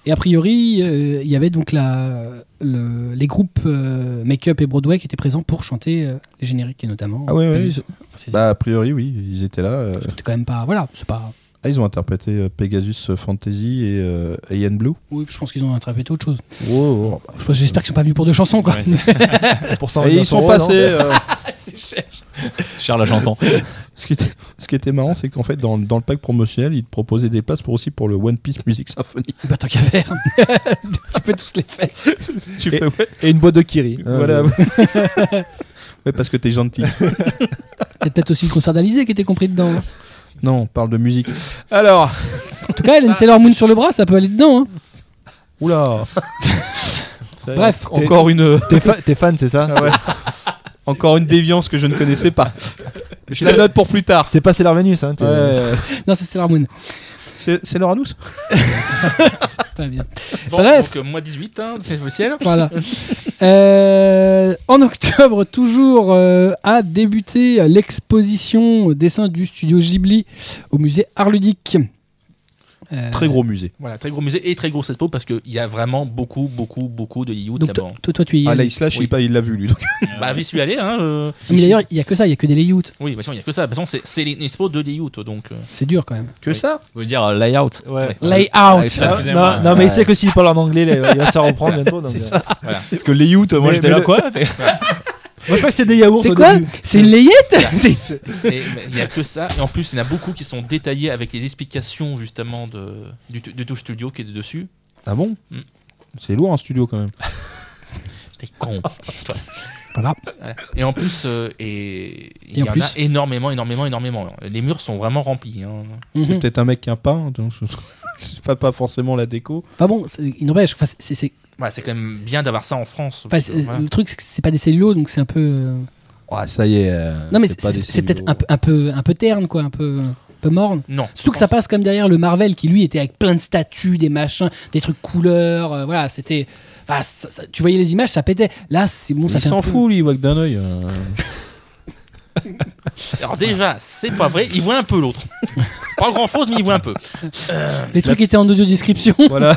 S1: Et a priori, euh, il y avait donc la, le- les groupes euh, Make Up et Broadway qui étaient présents pour chanter euh, les génériques et notamment.
S5: Ah ouais, ouais,
S1: Pegasus.
S5: ils-
S1: Enfin, c'est-
S5: Bah, a priori, oui, ils étaient là. euh,
S1: C'était quand même pas. Voilà, c'est pas.
S5: ah, ils ont interprété euh, Pegasus Fantasy et euh, Alien Blue.
S1: Oui, je pense qu'ils ont interprété autre chose.
S5: Wow.
S1: Je pense- J'espère qu'ils sont pas venus pour deux chansons, quoi.
S3: Ouais, c'est-
S2: hein. Pour cent
S5: Et ils
S2: vingt-neuf
S5: sont
S2: euros,
S5: passés.
S2: non
S5: euh,
S3: Cher la chanson.
S5: ce, qui était, ce qui était marrant, c'est qu'en fait, dans, dans le pack promotionnel, ils te proposaient des places pour aussi pour le One Piece Music Symphony.
S1: Bah tant qu'à faire, tu peux tous les faire.
S5: Tu fais, ouais, Ah,
S2: Et une boîte de Kiri.
S5: voilà. ouais, parce que t'es gentil.
S1: C'est peut-être aussi le concert d'Alizé qui était compris dedans. hein.
S5: Non, on parle de musique. Alors,
S1: En tout cas, elle a une Sailor Moon sur le bras, ça peut aller dedans. hein.
S5: oula.
S1: Bref.
S5: encore une,
S2: T'es fa- t'es fan, c'est ça
S5: Ah encore une déviance que je ne connaissais pas. Je la note pour plus tard.
S2: C'est pas Sailor Venus, hein t'es-
S5: Ouais.
S1: Non, c'est Sailor Moon.
S5: C'est c'est Loranus
S1: Pas bien.
S4: Bon,
S1: Bref.
S4: Donc, euh, moins 18, hein, c'est officiel.
S1: Voilà. Euh, en octobre, toujours euh, a débuté l'exposition dessin du studio Ghibli au musée Art Ludique. Euh,
S5: Très gros musée.
S4: Voilà, très gros musée et très grosse expo parce qu'il y a vraiment beaucoup, beaucoup, beaucoup de Liu
S1: Donc
S4: là-bas.
S1: toi, toi, toi, tu y es.
S5: Ah, là,
S1: allé.
S5: il se lâche,
S4: Oui.
S5: il pa- il l'a vu, lui. donc.
S4: Bah, j'y suis allé, hein. euh,
S1: Ah, Mais d'ailleurs, il y a que ça, il y a que des layouts.
S4: Oui, de toute façon, il n'y a que ça. De toute façon, c'est- c'est une expo de Liu, donc. euh,
S1: C'est dur quand même.
S5: Que ça
S3: Vous voulez dire euh, layout
S2: Ouais.
S1: Layout.
S3: c'est
S2: Ah,
S3: ça. Excusez-moi.
S5: hein.
S2: non, non, mais il sait que s'il parle en anglais, il va il va se reprendre bientôt. donc,
S1: C'est
S2: euh.
S1: ça.
S3: Parce que layout,
S2: moi,
S3: moi
S2: j'étais
S3: j'étais
S2: là,
S3: là quoi
S2: Moi, je crois que c'était des yaourts.
S1: C'est
S2: au
S1: quoi
S2: début.
S1: C'est une layette C'est-
S4: Mais mais il n'y a que ça. Et en plus, il y en a beaucoup qui sont détaillés avec les explications, justement, de, du, du tout studio qui est dessus.
S5: Ah bon
S4: Mm.
S5: C'est lourd un studio quand même.
S4: T'es con. Toi.
S1: Ah. Voilà.
S4: Voilà. Et en plus, euh, et
S1: Et
S4: il y
S1: en
S4: en, a
S1: plus-
S4: énormément, énormément, énormément. Les murs sont vraiment remplis. hein.
S5: C'est
S1: Mhm.
S5: peut-être un mec qui a peint, donc je- c'est pas, pas forcément la déco.
S1: Pas bon, c'est- il n'empêche. enfin, c'est- c'est-
S4: Voilà, c'est quand même bien d'avoir ça en France.
S1: Enfin,
S4: parce que,
S1: c'est-
S4: euh, voilà.
S1: Le truc, c'est que c'est pas des cellulos, donc c'est un peu. euh,
S5: Ah ça y est. euh,
S1: Non, mais
S5: pas
S1: c'est
S5: des
S1: c'est peut-être
S5: cellulos.
S1: un, peu- un peu, un peu terne, quoi, un peu, un peu morne.
S4: Non.
S1: Surtout que ça passe comme derrière le Marvel qui lui était avec plein de statues, des machins, des trucs couleurs, euh, voilà, c'était. enfin, Bah, ça- ça- tu voyais les images, ça pétait. Là, c'est bon, ça
S5: il
S1: fait un
S5: s'en
S1: peu-
S5: fout, lui, il voit que d'un œil. euh.
S4: Alors déjà, c'est pas vrai, il voit un peu l'autre. Pas grand chose, mais il voit un peu.
S1: Les trucs étaient en audio description.
S5: voilà.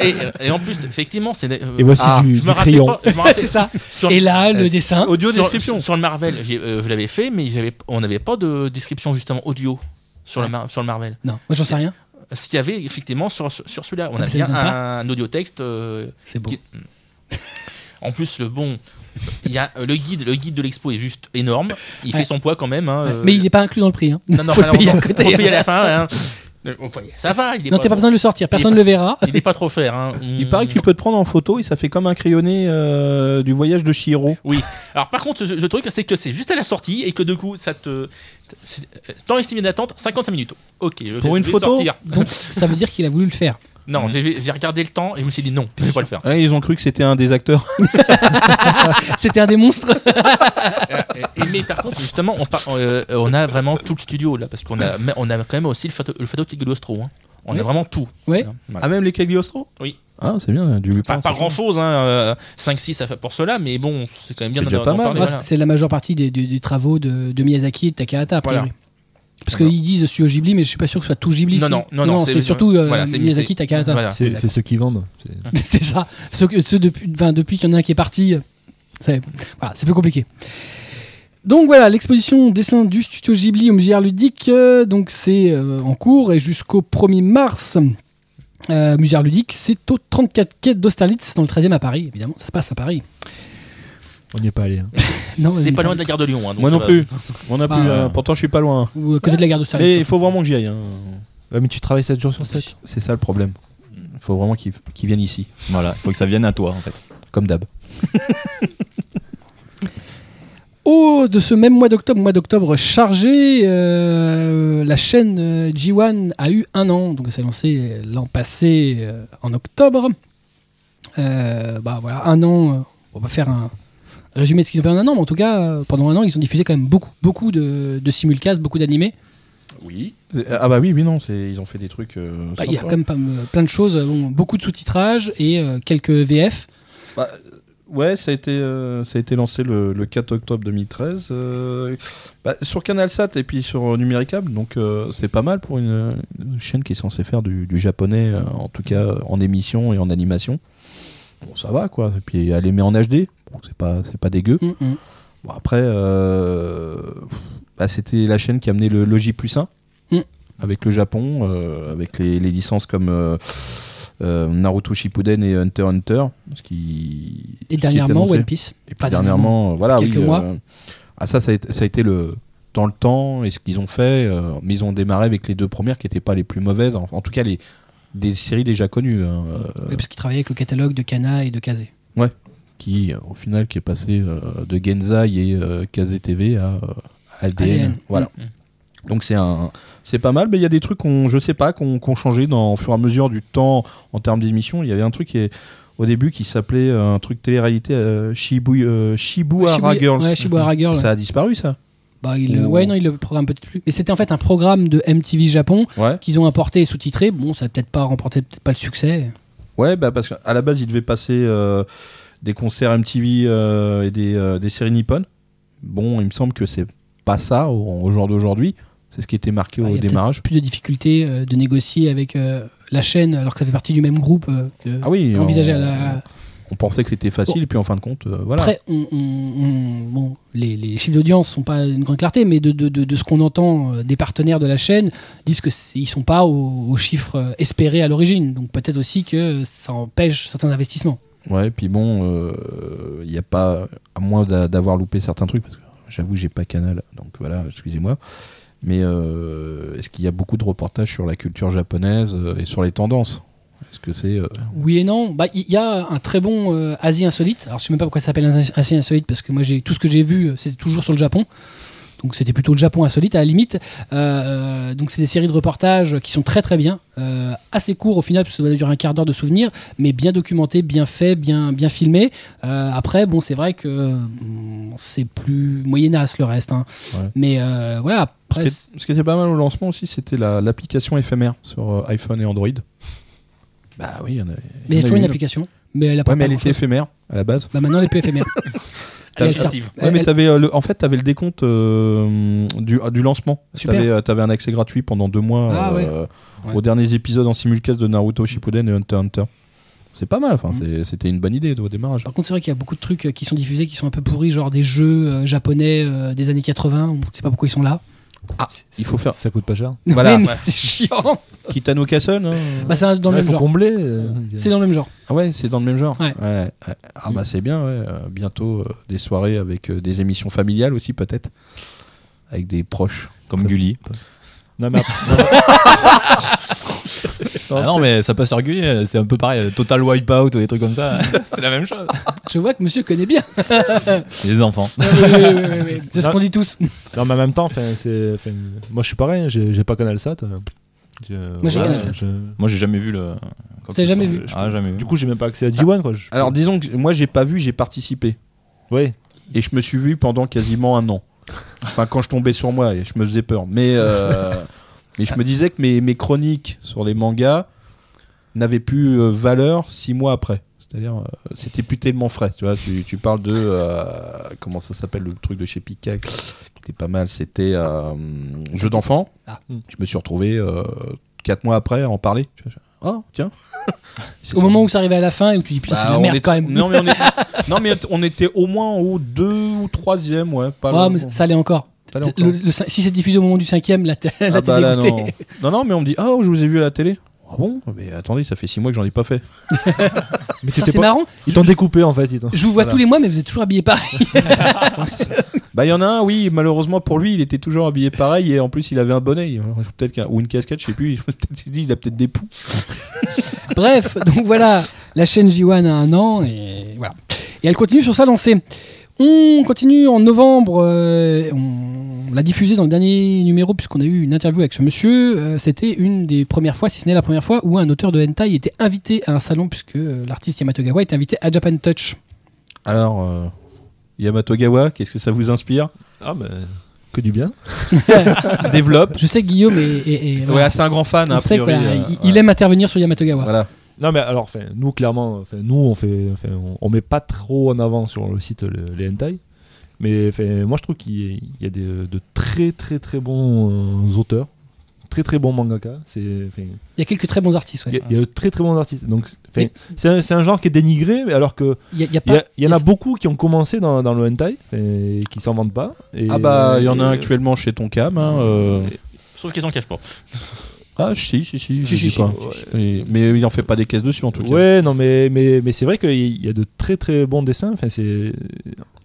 S4: Et, et en plus, effectivement, c'est. euh,
S2: Et voici
S5: Ah,
S2: du,
S4: je
S2: du
S4: me rappelle
S2: crayon.
S4: pas. je me rappelle-
S1: c'est ça.
S4: sur-
S1: Et là, le
S4: euh,
S1: dessin.
S5: Audio
S4: sur-
S5: description.
S4: Sur, sur le Marvel, j'ai- euh, je l'avais fait, mais j'avais- on n'avait pas de description justement audio sur le, Mar- sur le Marvel.
S1: Non, moi j'en sais rien.
S4: Ce qu'il y avait effectivement sur, sur celui-là, on
S1: Ah,
S4: a
S1: mais ça
S4: bien
S1: vient pas.
S4: un, audio texte. euh,
S1: C'est beau.
S4: qui- en plus, le bon, il y a euh, le guide, le guide de l'expo est juste énorme. Il
S1: Ouais.
S4: fait son poids quand même. hein, euh,
S1: Mais il n'est pas inclus dans le prix. Hein.
S4: non, non,
S1: faut le payer à
S4: malheureusement,
S1: côté.
S4: faut le payer à la fin. hein. Euh, enfin, ça va, il est
S1: Non, t'as pas besoin de le sortir. Personne ne le verra.
S4: Il n'est pas trop cher. hein.
S5: Il
S4: Mm.
S5: paraît que tu peux te prendre en photo et ça fait comme un crayonné euh, du voyage de Chihiro.
S4: Alors par contre, le truc, c'est que c'est juste à la sortie et que du coup, ça te c'est- euh, temps estimé d'attente 55 minutes. Ok, je
S5: Pour
S4: je
S5: une
S4: vais
S5: photo
S4: sortir.
S1: Donc, ça veut dire qu'il a voulu le faire.
S4: Non, j'ai j'ai regardé le temps et je me suis dit non, je vais pas le faire.
S5: Ouais, Hein, ils ont cru que c'était un des acteurs.
S1: C'était un des monstres.
S4: Euh, et- mais par contre, justement, on, par- euh, on a vraiment tout le studio là, parce qu'on a mais on a quand même aussi le château, le château de Cagliostro. hein. On
S1: Oui.
S4: a vraiment tout.
S1: Oui.
S4: Hein, voilà.
S5: Ah, même les Cagliostro
S4: Oui.
S5: Ah, c'est bien, du Lupin.
S4: Pas, pas
S5: c'est
S4: grand chose, hein, euh, 5-6 ça fait pour cela, mais bon, c'est quand même bien
S5: Ah, C'est
S4: d'en
S5: déjà pas
S4: d'en
S5: mal.
S4: parler,
S1: Moi,
S4: voilà.
S1: C'est la majeure partie des, des- des travaux de, de Miyazaki et de Takahata. a priori.
S4: Voilà.
S1: Parce qu'ils disent Studio Ghibli, mais je suis pas sûr que ce soit tout Ghibli.
S4: Non,
S1: si.
S4: non, non, non,
S1: c'est
S4: c'est-
S1: surtout euh,
S4: voilà, c'est-
S1: Miyazaki
S4: c'est-
S1: Takahata.
S3: Ah,
S4: Voilà.
S2: C'est c'est ceux qui vendent. C'est-
S1: c'est ça. Ceux, que- ceux depuis, enfin, depuis qu'il y en a un qui est parti, euh, c'est voilà, c'est plus compliqué. Donc voilà, l'exposition dessin du studio Ghibli au musée Art Ludique, euh, donc c'est euh, en cours et jusqu'au 1er mars. Euh, musée Art Ludique, c'est au 34 quai d'Austerlitz, dans le 13e à Paris, évidemment, ça se passe à Paris.
S2: On n'y est pas allé. hein.
S1: Non,
S4: C'est
S1: euh,
S4: pas loin de la gare de Lyon. hein, donc
S5: Moi
S4: ça
S5: non
S4: va.
S5: plus. On a
S2: Bah,
S1: Ah.
S5: plus. euh, pourtant, je suis pas loin.
S1: Ou à côté de la gare
S5: Mais
S1: d'Austerlitz.
S5: il faut vraiment que j'y aille. hein.
S2: Ouais, mais tu travailles 7 jours sur 7.
S5: C'est ça le problème. Il faut vraiment qu'ils qu'ils viennent ici,
S3: Voilà, faut que ça vienne à toi en fait.
S5: comme d'hab.
S1: Oh, de ce même mois d'octobre, mois d'octobre chargé, euh, la chaîne euh, G1 a eu un an, donc elle s'est lancée euh, l'an passé euh, en octobre. Euh, bah voilà, un an, euh, on va faire un résumé de ce qu'ils ont fait en un an, mais en tout cas, euh, pendant un an, ils ont diffusé quand même beaucoup, beaucoup de, de simulcasts, beaucoup d'animés.
S5: Oui. Ah bah oui, oui, non, c'est- ils ont fait des trucs. euh,
S1: Bah, Il y a
S5: sympas.
S1: quand même pas- euh, plein de choses, euh, bon, beaucoup de sous-titrages et euh, quelques VF.
S5: Bah, ouais, ça a été, euh, ça a été lancé le, le 4 octobre 2013 euh, bah, sur CanalSat et puis sur Numéricable, donc euh, c'est pas mal pour une, une chaîne qui est censée faire du, du japonais, euh, en tout cas euh, en émission et en animation. Bon, ça va quoi. Et puis elle les met en HD, bon, c'est pas, c'est pas dégueu.
S1: Hum, hum.
S5: Bon, après, euh, pff, bah, c'était la chaîne qui amenait le Logi plus 1
S1: Mm.
S5: avec le Japon, euh, avec les, les licences comme euh, euh, Naruto Shippuden et Hunter x Hunter. Ce
S1: Et
S5: qui, ce qui était
S1: dernièrement,
S5: annoncé.
S1: One Piece.
S5: Et puis
S1: pas
S5: dernièrement, euh, voilà,
S1: quelques
S5: oui, euh,
S1: mois.
S5: ah, ça, ça a, été, ça a été le dans le temps et ce qu'ils ont fait. euh, mais ils ont démarré avec les deux premières qui n'étaient pas les plus mauvaises, en, en tout cas les des séries déjà connues, hein, euh,
S1: Oui, parce qu'ils travaillaient avec le catalogue de Kana et de Kaze.
S5: qui euh, au final qui est passé euh, de Genzai et euh, KZTV à euh, ADN.
S1: ADN.
S5: Voilà.
S4: Mm.
S5: Donc c'est un, c'est pas mal, mais il y a des trucs qu'on, je sais pas, qu'on, qu'on changé dans, au fur et à mesure du temps en termes d'émission. Il y avait un truc qui est, au début qui s'appelait euh, un truc télé-réalité euh, Shibu, euh, Shibuara
S1: Shibuya-
S5: Girls.
S1: ouais, Shibuya Girls,
S5: Ça a disparu ça.
S1: Bah, il, le-
S5: Ou-
S1: Ouais, non, il le programme peut-être plus. Mais c'était en fait un programme de MTV Japon
S5: Ouais.
S1: qu'ils ont importé et sous-titré. Bon, ça a peut-être pas remporté peut-être pas le succès.
S5: Ouais, bah parce qu'à la base il devait passer euh, des concerts MTV euh, et des, euh, des séries nippon. Bon, il me semble que c'est pas ça au, au jour d'aujourd'hui. C'est ce qui était marqué
S1: Bah, il
S5: au
S1: y a peut-être
S5: démarrage.
S1: Plus de difficultés euh, de négocier avec euh, la chaîne alors que ça fait partie du même groupe euh, que
S5: Ah oui,
S1: envisagé
S5: on,
S1: à la. Oh.
S5: on pensait que c'était facile, puis en fin de compte, euh, voilà.
S1: Après, on, on- on- bon, les, les chiffres d'audience sont pas une grande clarté, mais de, de- de- de ce qu'on entend euh, des partenaires de la chaîne disent que c'est- ils sont pas aux, aux chiffres euh, espérés à l'origine. Donc peut-être aussi que ça empêche certains investissements.
S5: Ouais, puis bon, euh, il n'y a pas, à moins d'a- d'avoir loupé certains trucs, parce que j'avoue, j'ai pas Canal, donc voilà, excusez-moi. Mais euh, est-ce qu'il y a beaucoup de reportages sur la culture japonaise euh, et sur les tendances Est-ce que c'est. euh,
S1: Oui et non. Bah, il y a un très bon euh, Asie Insolite. Alors, je sais même pas pourquoi ça s'appelle Asi- Asie Insolite parce que moi, j'ai tout ce que j'ai vu, euh, c'était toujours sur le Japon. Donc, c'était plutôt le Japon insolite à la limite. Euh, euh, donc, c'est des séries de reportages qui sont très très bien, euh, assez courts au final, parce que ça doit durer un quart d'heure de souvenirs, mais bien documenté, bien fait, bien bien filmé. Euh, après, bon, c'est vrai que euh, c'est plus moyennasse le reste. hein.
S5: Ouais.
S1: Mais euh, voilà.
S5: Ce
S1: Après,
S5: qui est- Ah, ce qui était pas mal au lancement aussi, c'était la- l'application éphémère sur euh, iPhone et Android. Bah oui, il y en avait.
S1: mais il y a toujours une
S5: une
S1: application. mais elle a pas
S5: Ouais, mais elle était
S1: grand-chose.
S5: éphémère à la base.
S1: Bah maintenant, elle est plus éphémère.
S4: T'as
S1: Et elle
S4: le
S1: sert-
S4: certif.
S1: elle-
S5: Ouais, mais
S1: elle-
S5: t'avais, euh, le, en fait, t'avais le décompte euh, du, ah, du lancement.
S1: Super.
S5: T'avais, euh, t'avais un accès gratuit pendant deux mois
S1: Ah,
S5: euh,
S1: ouais.
S5: aux derniers épisodes en simulcast de Naruto Shippuden et Hunter x Hunter. C'est pas mal, enfin,
S1: Mhm.
S5: c'est- c'était une bonne idée au démarrage.
S1: Par contre, c'est vrai qu'il y a beaucoup de trucs euh, qui sont diffusés qui sont un peu pourris, genre des jeux euh, japonais euh, des années 80. On sait pas pourquoi ils sont là.
S5: Il faut faire
S2: Ça coûte pas cher.
S5: Voilà.
S1: mais
S4: Ouais.
S1: c'est chiant.
S5: Kitano Castle. hein.
S1: Bah, c'est un- dans le
S2: Ouais,
S1: même
S2: faut
S1: genre.
S2: combler. euh,
S1: C'est dans le même genre.
S5: Ah ouais, c'est dans le même genre.
S1: Ouais.
S5: Ouais, ouais. Ah bah c'est bien. ouais. Euh, bientôt euh, des soirées avec euh, des émissions familiales aussi peut-être, avec des proches.
S3: Comme Gulli.
S2: Non, mais après-
S3: Ah non, mais ça passe sur Gulli, euh, c'est un peu pareil. euh, Total Wipeout ou des trucs comme ça. c'est la même chose.
S1: Je vois que monsieur connaît bien.
S3: Les enfants.
S1: Ah oui, oui, oui, oui, oui. C'est ce qu'on dit tous.
S2: non, mais en même temps, enfin, c'est, enfin, moi je suis pareil, hein, j'ai, j'ai pas Canal Sat. euh, je-
S1: j'ai
S2: voilà,
S1: Canal
S2: je-
S3: Moi, j'ai jamais vu le.
S1: T'as jamais vu
S3: Ah, jamais vu.
S2: Du coup, j'ai même pas accès à D1. Quoi. je-
S5: Alors disons que moi j'ai pas vu, j'ai participé.
S2: ouais.
S5: et je me suis vu pendant quasiment un an. Enfin, quand je tombais sur moi, et je me faisais peur. Mais, euh, mais je me disais que mes, mes chroniques sur les mangas n'avaient plus euh, valeur six mois après. C'est-à-dire, euh, c'était plus tellement frais. Tu vois, tu, tu parles de. euh, comment ça s'appelle le truc de chez Pika qui était pas mal C'était euh, Jeu d'enfant.
S1: Ah.
S5: Je me suis retrouvé euh, quatre mois après à en parler. Tu vois, je- Oh, tiens
S1: Au moment où ça arrivait à la fin et où tu dis putain,
S5: Bah,
S1: c'est de la
S5: on
S1: merde
S5: est-
S1: quand même.
S5: Non mais, on est- non, mais on était au moins au deux ou troisième, ouais. Pas
S1: Ouais,
S5: le-
S1: Oh, mais ça allait encore.
S5: pas le-
S1: Le- le cin- si c'est diffusé au moment du cinquième, là t'es là,
S5: Ah
S1: t'es
S5: bah là,
S1: dégoûté.
S5: non. non, non, mais on me dit, ah, je vous ai vu à la télé. Ah bon Mais attendez, ça fait six mois que j'en ai pas fait.
S2: Mais
S1: Putain,
S2: t'étais
S1: C'est
S2: pas-
S1: marrant.
S2: Ils t'ont découpé en fait. Ils t'ont-
S1: Je vous vois
S2: Voilà.
S1: tous les mois, mais vous êtes toujours habillés pareil.
S5: Bah, il y en a un, oui, malheureusement pour lui, il était toujours habillé pareil et en plus, il avait un bonnet. Il- Peut-être qu'un- ou une casquette, je sais plus. Il, peut-être- il dit, il a peut-être des poux.
S1: Bref, donc voilà, la chaîne J1 a un an et voilà. Et elle continue sur sa lancée. On continue en novembre. euh, on l'a diffusé dans le dernier numéro puisqu'on a eu une interview avec ce monsieur. Euh, C'était une des premières fois, si ce n'est la première fois, où un auteur de hentai était invité à un salon puisque euh, l'artiste Yamatogawa était invité à Japan Touch.
S5: Alors, euh, Yamatogawa, qu'est-ce que ça vous inspire
S2: Ah,
S3: bah.
S2: mais que du bien.
S5: Développe.
S1: Je sais que Guillaume est, est- est- voilà.
S5: Ouais, ah, c'est un grand fan,
S1: On
S5: a
S1: sait que,
S5: priori.
S1: voilà,
S5: euh,
S1: il,
S5: ouais.
S1: il aime intervenir sur Yamatogawa.
S5: Voilà.
S2: Non, mais alors, enfin, nous, clairement, enfin, nous, on fait, enfin, on, on met pas trop en avant sur le site le- les hentai. Mais enfin, moi, je trouve qu'il y a, il y a des, de très, très, très bons euh, auteurs, très, très bons mangaka. C'est, enfin,
S1: Il y a quelques très bons artistes. ouais.
S2: il y a- il y, a de très, très bons artistes. Donc, enfin,
S1: Mais-
S2: c'est, un, c'est un genre qui est dénigré, mais alors que
S1: Il y a- il y a
S2: il y,
S1: pas.
S2: a- il y en a
S1: est-ce-
S2: beaucoup qui ont commencé dans, dans le hentai et qui s'en vendent pas. Et- euh,
S5: Ah bah, il y en a un
S2: et-
S5: actuellement chez Tonkam. Hein, euh.
S4: Sauf qu'ils en cachent pas.
S5: Ah, si, si, si.
S1: Si,
S5: je
S1: si,
S5: dis
S1: si.
S5: pas. Oui, Mais il en fait pas des caisses dessus, en tout cas.
S2: Ouais, non, mais, mais, mais c'est vrai qu'il y a de très très bons dessins. Enfin, c'est.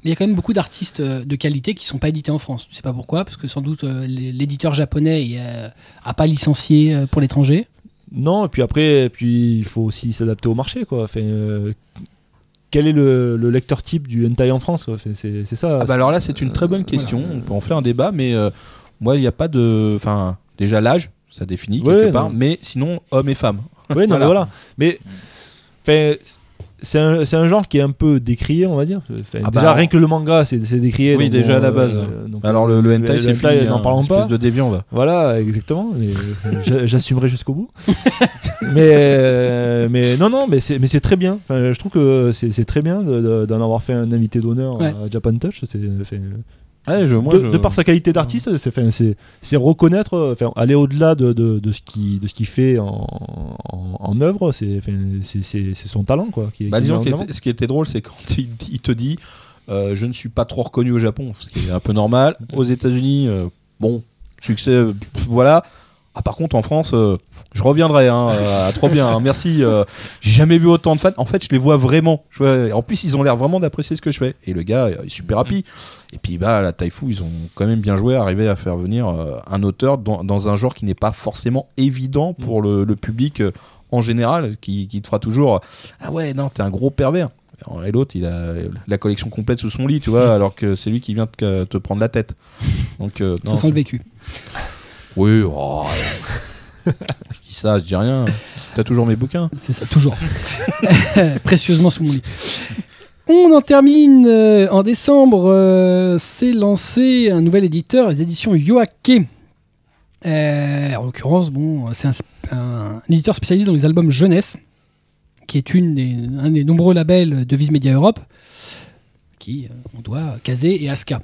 S1: Il y a quand même beaucoup d'artistes euh, de qualité qui sont pas édités en France. Tu sais pas pourquoi, parce que sans doute euh, l'é- l'éditeur japonais il, euh, a pas licencié euh, pour l'étranger.
S2: Non, et puis après, et puis il faut aussi s'adapter au marché, quoi. Enfin, euh, quel est le, le lecteur type du hentai en France, quoi Enfin, c'est, c'est ça.
S5: Ah bah alors là, c'est une très bonne question. On peut en faire un débat, mais euh, moi, il n'y a pas de. Enfin, déjà l'âge, ça définit
S2: Ouais,
S5: quelque part,
S2: non.
S5: mais sinon, hommes et femmes.
S2: Oui, non,
S5: Voilà.
S2: mais voilà. Mais enfin, c'est un, c'est un genre qui est un peu décrié, on va dire. Enfin,
S5: Ah bah,
S2: déjà,
S5: alors-
S2: rien que le manga, c'est, c'est décrié.
S5: Oui,
S2: donc euh,
S5: déjà, à la base. Ah.
S2: donc,
S5: Alors le, le hentai, c'est fini.
S2: n'en
S5: hein,
S2: parlons
S5: espèce
S2: pas.
S5: de déviant, va.
S2: Voilà, exactement. mais, euh, j'a- j'assumerai jusqu'au bout. mais, euh, mais non, non, mais c'est, mais c'est très bien. Enfin, je trouve que c'est, c'est très bien de- de- d'en avoir fait un invité d'honneur
S1: Ouais.
S2: à Japan Touch. C'est, enfin,
S5: Ouais, je- moi,
S2: de,
S5: je-
S2: de par sa qualité d'artiste, c'est, enfin, c'est, c'est reconnaître, euh, enfin, aller au-delà de, de, de ce qui de ce qu'il fait en, en, en œuvre. C'est, enfin, c'est, c'est, c'est son talent, quoi. Qui, est-
S5: Bah,
S2: qui est
S5: disons
S2: en
S5: que
S2: avant.
S5: ce qui était drôle, c'est quand il, il te dit euh, Je ne suis pas trop reconnu au Japon, ce qui est un peu normal. Aux États-Unis, euh, bon, succès, euh, pff, voilà. Ah, par contre, en France, euh, je reviendrai, hein, euh, à trop bien, hein, merci. euh, J'ai jamais vu autant de fans. En fait, je les vois vraiment. Je vois- en plus, ils ont l'air vraiment d'apprécier ce que je fais. Et le gars euh, il est super happy. Et puis, bah, la Taifu, ils ont quand même bien joué, arrivé à faire venir euh, un auteur dans, dans un genre qui n'est pas forcément évident pour le, le public euh, en général, qui, qui te fera toujours ah ouais, non, t'es un gros pervers. Et l'autre, il a la collection complète sous son lit, tu vois, alors que c'est lui qui vient te, te prendre la tête. Donc, euh, non,
S1: ça sent
S5: c'est-
S1: le vécu.
S5: Oui, oh, je dis ça, je dis rien. T'as toujours mes bouquins.
S1: C'est ça, toujours. Précieusement sous mon lit. On en termine euh, en décembre. euh, s'est lancé un nouvel éditeur, les éditions Yoake. Euh, en l'occurrence, bon, c'est un, sp- un éditeur spécialisé dans les albums jeunesse. qui est une des, un des nombreux labels de Viz Media Europe, qui euh, on doit caser et Aska.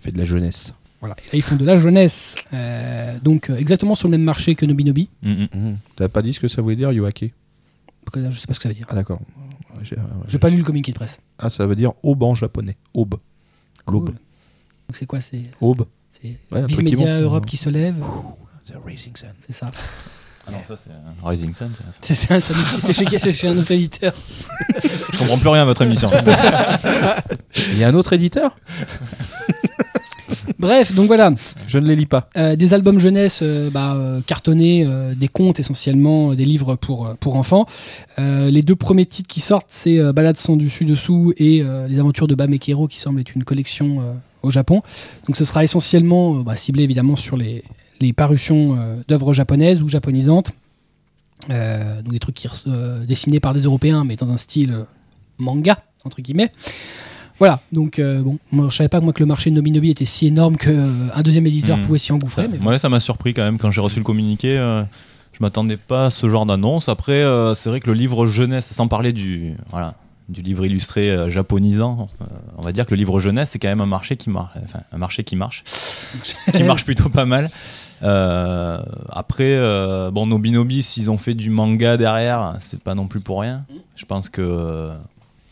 S5: Fait de la jeunesse.
S1: Voilà. Et là, ils font de la jeunesse, euh, donc euh, exactement sur le même marché que Nobinobi.
S3: Mm, mm.
S5: Mmh. T'as pas dit ce que ça voulait dire, Yoaké
S1: Parce que là, Je sais pas ce que ça veut dire.
S5: Ah, d'accord. J'ai-
S1: J'ai pas lu le communiqué de presse.
S5: Ah, ça veut dire aube en japonais. Aube. L'aube.
S1: Cool. Donc c'est quoi C'est
S5: Aube.
S1: c'est
S5: Ouais, un
S1: Viz
S5: truc qui
S1: Media
S5: monte.
S1: Europe qui se lève,
S5: The Rising Sun.
S1: c'est ça.
S3: Ah non, ça c'est euh, Rising Sun. ça.
S1: C'est c'est un- ça nous- c'est chez, c'est chez un autre éditeur.
S3: Je comprends plus rien à votre émission.
S5: Il y a un autre éditeur
S1: Bref, donc voilà.
S5: Je ne les lis pas.
S1: Euh, des albums jeunesse euh, bah, euh, cartonnés, euh, des contes essentiellement, euh, des livres pour, euh, pour enfants. Euh, les deux premiers titres qui sortent, c'est euh, Balades sans dessus-dessous et euh, Les aventures de Bamekero, qui semble être une collection euh, au Japon. Donc ce sera essentiellement euh, bah, ciblé évidemment sur les, les parutions euh, d'œuvres japonaises ou japonisantes. Euh, donc des trucs qui res- euh, dessinés par des Européens, mais dans un style euh, manga, entre guillemets. Voilà, donc euh, bon, moi je savais pas moi que le marché de Nobi Nobi était si énorme que euh, un deuxième éditeur
S3: Mhm.
S1: pouvait s'y engouffrer.
S3: Ça,
S1: mais bon.
S3: ouais, ça m'a surpris quand même quand j'ai reçu le communiqué. euh, je m'attendais pas à ce genre d'annonce. Après, euh, c'est vrai que le livre jeunesse, sans parler du voilà du livre illustré euh, japonisant, euh, on va dire que le livre jeunesse, c'est quand même un marché qui marche, enfin un marché qui marche, qui marche plutôt pas mal. Euh, après, euh, bon, Nobinobi, s'ils ont fait du manga derrière, c'est pas non plus pour rien. Je pense que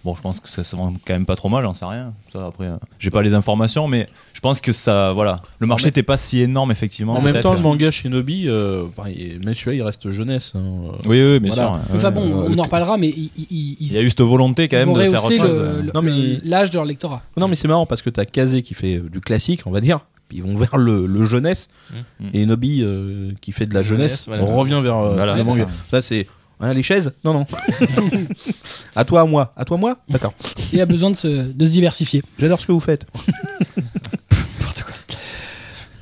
S3: bon, je pense que ça se vend quand même pas trop mal, j'en sais rien. Ça, après, euh, j'ai pas les informations, mais je pense que ça, voilà, le marché
S6: mais-
S3: était pas si énorme effectivement.
S6: En même
S3: peut-être.
S6: temps, le manga Shinobi, euh, enfin, il- même celui-là, il reste jeunesse. hein, euh.
S3: Oui, oui,
S6: Voilà.
S3: bien sûr. ouais.
S1: Enfin bon,
S6: euh,
S1: on
S6: le-
S1: en reparlera, mais ils, ils- ils-
S3: Il y a eu cette volonté quand
S1: ils
S3: même
S1: vont
S3: de faire
S1: rehausser
S3: autre chose.
S1: le- le-
S5: Non, mais-
S1: l'âge de leur lectorat.
S5: Non, mais c'est marrant parce que t'as Kazé qui fait du classique, on va dire. puis Ils vont vers le, le jeunesse.
S3: Mm.
S5: Et Nobi euh, qui fait de la
S6: Jeunesse,
S5: jeunesse.
S6: voilà.
S5: On revient vers euh,
S3: Voilà,
S5: le
S3: c'est
S5: manga.
S3: ça.
S5: Là, c'est. hein, les chaises Non, non. à toi, à moi. À toi, moi D'accord.
S1: Il y a besoin de se, de se diversifier.
S5: J'adore ce que vous faites.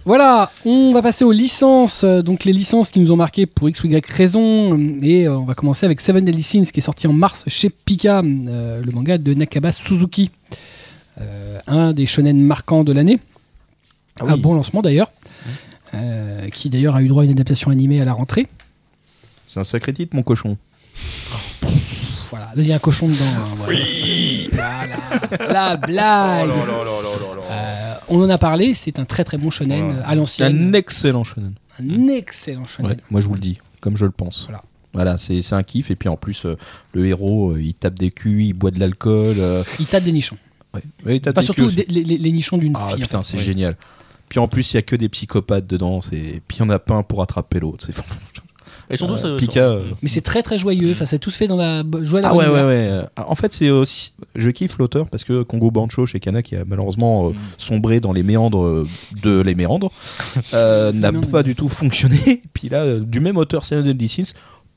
S1: Voilà, on va passer aux licences, euh, donc les licences qui nous ont marqué pour X ou Y raison. Et euh, on va commencer avec Seven Deadly Sins qui est sorti en mars chez Pika, euh, le manga de Nakaba Suzuki, Euh, un des shonen marquants de l'année.
S5: Ah oui.
S1: Un bon lancement d'ailleurs, Euh, qui d'ailleurs a eu droit à une adaptation animée à la rentrée.
S5: C'est un sacré titre, mon cochon.
S1: Pff, Voilà, il y a un cochon dedans. hein, voilà. Voilà, la blague. Euh, on en a parlé, c'est un très très bon shonen euh, à
S5: Un
S1: l'ancienne.
S5: excellent shonen.
S1: Un excellent shonen.
S5: Ouais, moi je vous le dis, comme je le pense.
S1: Ah, Voilà.
S5: Voilà. c'est c'est un kiff. Et puis en plus, euh, le héros, euh, il tape des culs, il boit de l'alcool. euh,
S1: Il tape des nichons.
S5: ouais. Ouais, il tape
S1: Pas
S5: des
S1: surtout
S5: culs aussi.
S1: des- les, les- les nichons d'une
S5: Ah
S1: fille.
S5: putain, c'est
S1: Ouais.
S5: génial. Puis en plus, il y a que des psychopathes dedans. c'est- Et puis il y en a pas un pour attraper l'autre. C'est
S4: Ils sont tous.
S5: Euh,
S4: euh,
S5: Pika,
S4: sont-
S5: euh,
S1: Mais c'est très très joyeux, enfin, c'est tout se fait dans la bo- joie de la
S5: Ah ouais,
S1: bonne
S5: ouais,
S1: humeur.
S5: ouais. Ah, En fait, c'est aussi. Je kiffe l'auteur parce que Congo Bancho chez Kana, qui a
S1: Mm.
S5: malheureusement euh, sombré dans les méandres euh, de les méandres, euh, n'a
S1: Non, mais-
S5: pas du tout fonctionné. Puis là, euh, du même auteur, Seven Deadly Sins,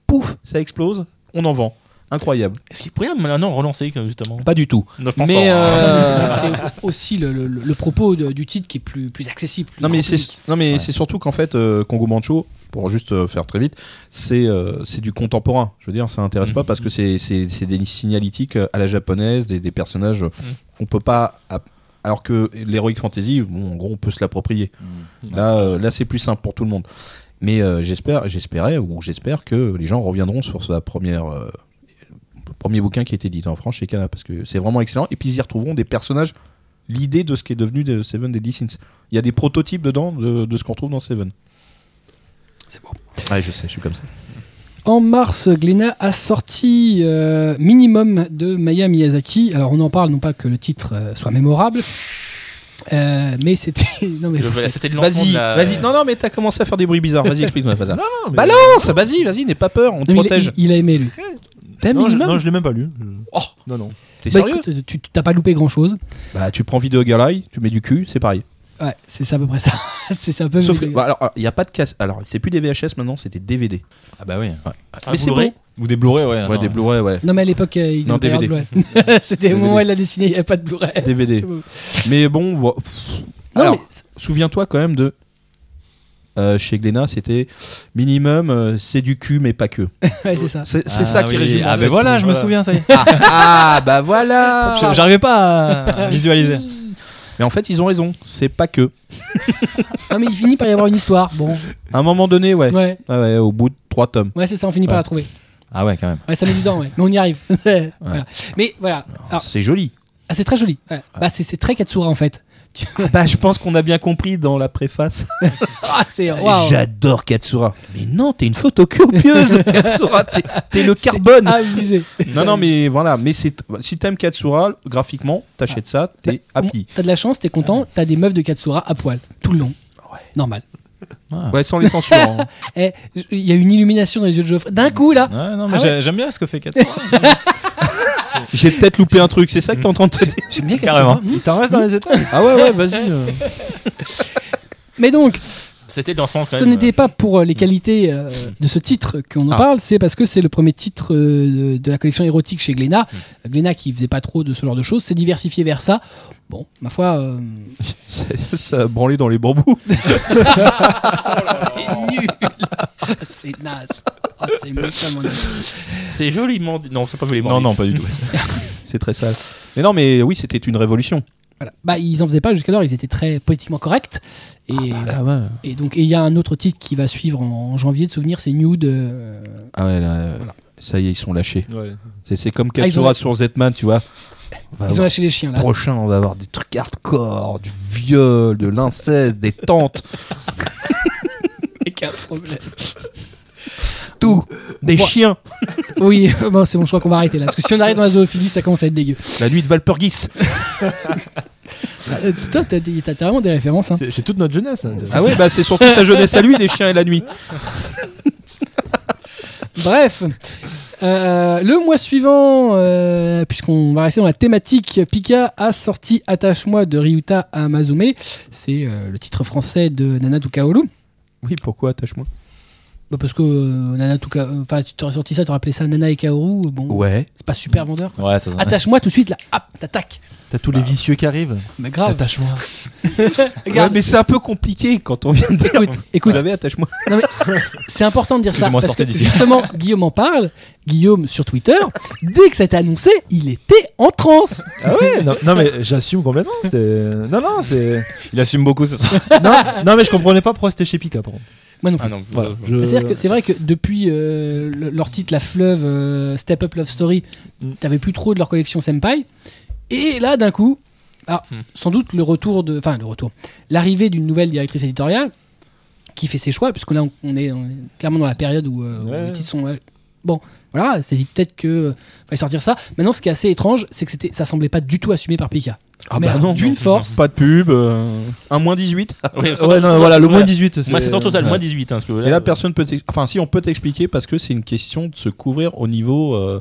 S5: pouf, ça explose, on en vend. Incroyable.
S4: Est-ce qu'ils pourraient maintenant relancer comme, justement
S5: Pas du tout.
S4: Non, je pense
S5: Bah, Mais,
S4: pas, hein.
S5: euh,
S1: C'est- C'est c'est aussi le, le- le propos de- du titre qui est plus, plus accessible. plus
S5: Non mais,
S1: grand
S5: c'est,
S1: public.
S5: non mais c'est surtout qu'en fait euh, Congo Mancho, pour juste euh, faire très vite, c'est, euh, c'est du contemporain. Je veux dire, ça intéresse
S1: Mmh.
S5: pas parce que c'est, c'est, c'est des signalétiques euh, à la japonaise, des, des personnages euh,
S1: Mmh.
S5: qu'on peut pas... app- Alors que l'Heroic Fantasy, bon, en gros, on peut se l'approprier.
S1: Mmh.
S5: Là, euh, là c'est plus simple pour tout le monde. Mais euh, j'espère, j'espérais ou j'espère que les gens reviendront sur sa première... euh, premier bouquin qui a été édité en France chez Kana parce que c'est vraiment excellent et puis ils y retrouveront des personnages l'idée de ce qui est devenu de Seven Deadly Sins il y a des prototypes dedans de, de ce qu'on retrouve dans Seven.
S1: C'est beau.
S5: Ouais, je sais, je suis comme ça.
S1: En mars, Glénat a sorti euh, Minimum de Maya Miyazaki. Alors on en parle, non pas que le titre euh, soit mémorable, euh, mais c'était. Non mais.
S4: Le- voilà, C'était le lancement
S5: Vas-y,
S4: de la-
S5: vas-y. Non, non, mais t'as commencé à faire des bruits bizarres. Vas-y, explique-moi, Fata.
S2: Non, Ah, mais-
S5: Balance, vas-y, vas-y, n'aie pas peur, on te
S1: Non, mais il-
S5: protège.
S1: Il, il a aimé lui.
S5: T'aimes
S2: Non, je,
S5: minimum
S2: non, je l'ai même pas lu. Je-
S5: Oh.
S2: Non, non.
S5: T'es
S1: Bah,
S5: sérieux
S1: écoute, tu tu- t'as pas loupé grand chose.
S5: Bah, tu prends Video Girl Eye, tu mets du cul, c'est pareil.
S1: Ouais, c'est ça à peu près ça. c'est ça à peu près.
S5: Sauf que, bah, alors, il y a pas de casse. Alors, c'est plus des VHS maintenant, c'était DVD.
S3: Ah bah oui.
S4: Ah,
S5: mais c'est
S4: Blu-ray.
S5: bon.
S3: Ou des Blu-ray, ouais.
S5: Ouais,
S3: attends.
S5: des Blu-ray, ouais.
S1: Non mais à l'époque, euh, il
S5: Non,
S1: devait y avoir
S5: DVD.
S1: de Blu-ray. C'était au moment où
S5: DVD.
S1: elle l'a dessiné, il n'y avait pas de Blu-ray.
S5: DVD.
S1: C'était beau.
S5: Mais bon, vo- pff.
S1: Non,
S5: alors,
S1: mais c'est-
S5: souviens-toi quand même de. euh, chez Glénat, c'était minimum, euh, c'est du cul, mais pas que.
S1: ouais, c'est ça.
S5: C'est c'est
S3: Ah
S5: ça qui
S3: oui.
S5: résume.
S3: Ah
S5: en
S3: bah
S5: fait.
S3: voilà, je me souviens, ça y est.
S5: Ah, bah voilà.
S3: J'- J'arrivais pas
S1: Ah,
S3: à visualiser.
S5: Mais en fait, ils ont raison. C'est pas que.
S1: Non Ah, mais il finit par y avoir une histoire. Bon.
S5: À un moment donné, ouais.
S1: Ouais.
S5: Ah ouais, au bout de trois tomes.
S1: Ouais, c'est ça, on finit par
S5: Ouais.
S1: la trouver.
S3: Ah ouais, quand même.
S1: Ouais, ça met du temps, ouais. mais on y arrive. Ouais, voilà. Mais voilà, Alors-
S5: C'est joli.
S1: Ah, c'est très joli. Ouais. Bah, c'est c'est très Katsura en fait. Tu-
S5: Bah, je pense qu'on a bien compris dans la préface.
S1: Ah, c'est waouh.
S5: J'adore Katsura. Mais non, t'es une photocopieuse de Katsura. T'es- T'es le carbone.
S1: Abusé.
S5: Non, non, mais voilà. Mais c'est- si t'aimes Katsura, graphiquement, t'achètes ça, t'es happy.
S1: T'as de la chance, t'es content, t'as des meufs de Katsura à poil tout le long. Normal.
S5: Ouais, sans les censures. hein.
S1: Eh, j- il y a une illumination dans les yeux de Geoffrey. D'un coup là,
S3: Ouais, non, mais
S1: Ah
S3: j'ai- j'aime bien ce que fait Katsura.
S5: J'ai peut-être loupé un truc, c'est ça que t'es en train de te dire
S1: j'aime bien
S3: Carrément.
S1: Katsura. Hmm.
S2: Il t'en reste dans les étoiles.
S5: Ah ouais, ouais, vas-y. euh.
S1: Mais donc,
S4: C'était le lancement quand
S1: Ce
S4: même.
S1: n'était pas pour euh, les qualités euh, de ce titre qu'on en
S5: Ah.
S1: parle, c'est parce que c'est le premier titre euh, de, de la collection érotique chez Glénat. Euh, Glénat qui faisait pas trop de ce genre de choses, s'est diversifié vers ça. Bon, ma foi, euh,
S5: Ça, ça a branlé dans les bambous.
S1: c'est nul. c'est naze. Oh, c'est méchamment nul.
S4: C'est joliment. Non, c'est pas joliment.
S3: Non, non, pas du tout.
S5: C'est très sale. Mais non, mais oui, c'était une révolution.
S1: Voilà. Bah, ils en faisaient pas jusqu'alors, ils étaient très politiquement corrects. Et,
S5: ouais.
S1: et donc, et il y a un autre titre qui va suivre en, en janvier de souvenir, c'est Nude. euh,
S5: Ah ouais, là, euh, ça y est, ils sont lâchés.
S2: Ouais.
S5: C'est, c'est comme
S1: Ah, ils
S5: Katsura
S1: ont-
S5: sur Zetman, tu vois. On
S1: ils
S5: va
S1: ont
S5: avoir-
S1: lâché les chiens là.
S5: Prochain, on va avoir des trucs hardcore, du viol, de l'inceste, des tentes,
S1: Aucun problème.
S5: tout, des
S1: Bon.
S5: chiens.
S1: Oui, euh, bon, c'est bon, je crois qu'on va arrêter là. Parce que si on arrête dans la zoophilie, ça commence à être dégueu.
S5: La nuit de Valpurgis.
S1: Euh, Toi, t'as des- t'as t'as vraiment des références. Hein.
S2: C'est c'est toute notre jeunesse. hein.
S5: Ah ouais, bah c'est surtout sa jeunesse à lui, les chiens et la nuit.
S1: Bref, Euh, le mois suivant, euh, puisqu'on va rester dans la thématique, Pika a sorti Attache-moi de Ryuta Amazume. C'est euh, le titre français de Nanatu Kaoru.
S5: Oui, pourquoi attache-moi
S1: Bah, parce que euh, Nanatu Ka- enfin, tu t'aurais sorti ça, t'aurais appelé ça Nana et Kaoru. Bon,
S5: Ouais.
S1: c'est pas super vendeur.
S3: Ouais, ça, ça-
S1: Attache-moi tout de suite là, hop, t'attaques.
S2: T'as tous les vicieux qui arrivent.
S1: Mais
S5: Ah.
S1: grave.
S2: Attache-moi.
S5: Ouais,
S1: Regarde,
S5: mais c'est un peu compliqué quand on vient de dire.
S1: écoute, écoute,
S5: Vous avez attache-moi.
S1: c'est important de dire ça
S3: Excusez-moi,
S1: parce que
S3: sortez d'ici.
S1: justement Guillaume en parle. Guillaume sur Twitter, dès que ça a été annoncé, il était en transe.
S2: Ah ouais, non, non, mais j'assume complètement. c'est- Non, non, c'est.
S3: Il assume beaucoup ce soir.
S2: Non, non, mais je comprenais pas pourquoi c'était chez Pika, par contre.
S1: Moi non plus.
S4: Ah non,
S2: Voilà,
S4: euh,
S2: je-
S1: Mais c'est-à-dire que C'est vrai que depuis euh, le- leur titre La Fleuve, euh, Step Up Love Story,
S2: Mm.
S1: t'avais plus trop de leur collection Senpai. Et là, d'un coup, alors,
S4: Mm.
S1: sans doute le retour de. Enfin, le retour. L'arrivée d'une nouvelle directrice éditoriale qui fait ses choix, puisque là, on, on est, on est clairement dans la période où, euh, où
S2: Ouais.
S1: les titres sont. euh, bon, voilà, c'est dit peut-être que. euh, fallait sortir ça. Maintenant, ce qui est assez étrange, c'est que c'était, ça semblait pas du tout assumé par Pika.
S5: Ah
S1: Mais
S5: bah non.
S1: D'une force.
S5: Pas de pub. euh, un moins 18.
S4: Oui,
S2: Ouais, non, voilà, le moins 18.
S4: Moi, c'est tantôt ça, le
S5: Ouais.
S4: moins 18. Hein, parce que
S5: Et là, personne peut. t'ex- Enfin, si on peut t'expliquer parce que c'est une question de se couvrir au niveau euh,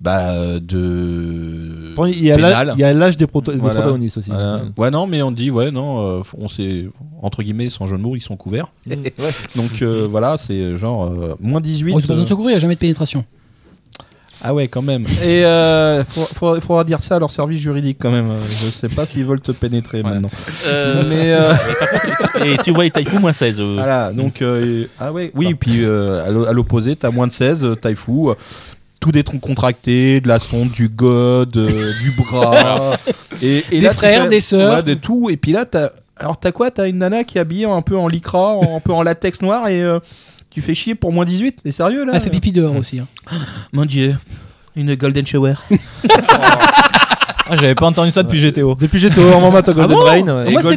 S5: bah, de
S2: Bon, Il y a
S5: pénal.
S2: l'âge- il y a l'âge des, proto- des
S5: Voilà.
S2: protagonistes aussi. hein.
S5: Voilà. Ouais, non, mais on dit ouais, non, euh, faut- on s'est entre guillemets sans jeu de mots, ils sont couverts.
S2: Mm. Ouais.
S5: Donc euh, voilà, c'est genre euh, moins 18.
S1: On se besoin de
S5: euh,
S1: secourir, il n'y a jamais de pénétration.
S5: Ah ouais, quand même. Et euh, faudra, faudra- faudra dire ça à leur service juridique quand même. Euh, Je sais pas s'ils veulent te pénétrer maintenant. Mais euh,
S4: Et tu vois, Taifu, moins 16. euh.
S5: Voilà, donc euh, ah ouais, oui, puis euh, à l'o- à l'opposé, t'as moins de 16, euh, Taifu, euh, tout des troncs contractés, de la sonde, du god, euh, du bras, et,
S1: Des
S5: et là, tu
S1: frères,
S5: fais-
S1: des sœurs.
S5: ouais, de tout. Et puis là, t'as alors t'as quoi T'as une nana qui est habillée un peu en lycra, en- un peu en latex noir et euh, tu fais chier pour moins 18 T'es sérieux là
S1: Elle fait pipi dehors aussi. hein.
S5: Mon dieu, une golden shower.
S3: Ah, j'avais pas entendu ça depuis GTO.
S2: Depuis j'étais au moment à Golden
S5: bon
S2: Rain.
S1: Ah,
S2: ouais.
S1: Moi, c'était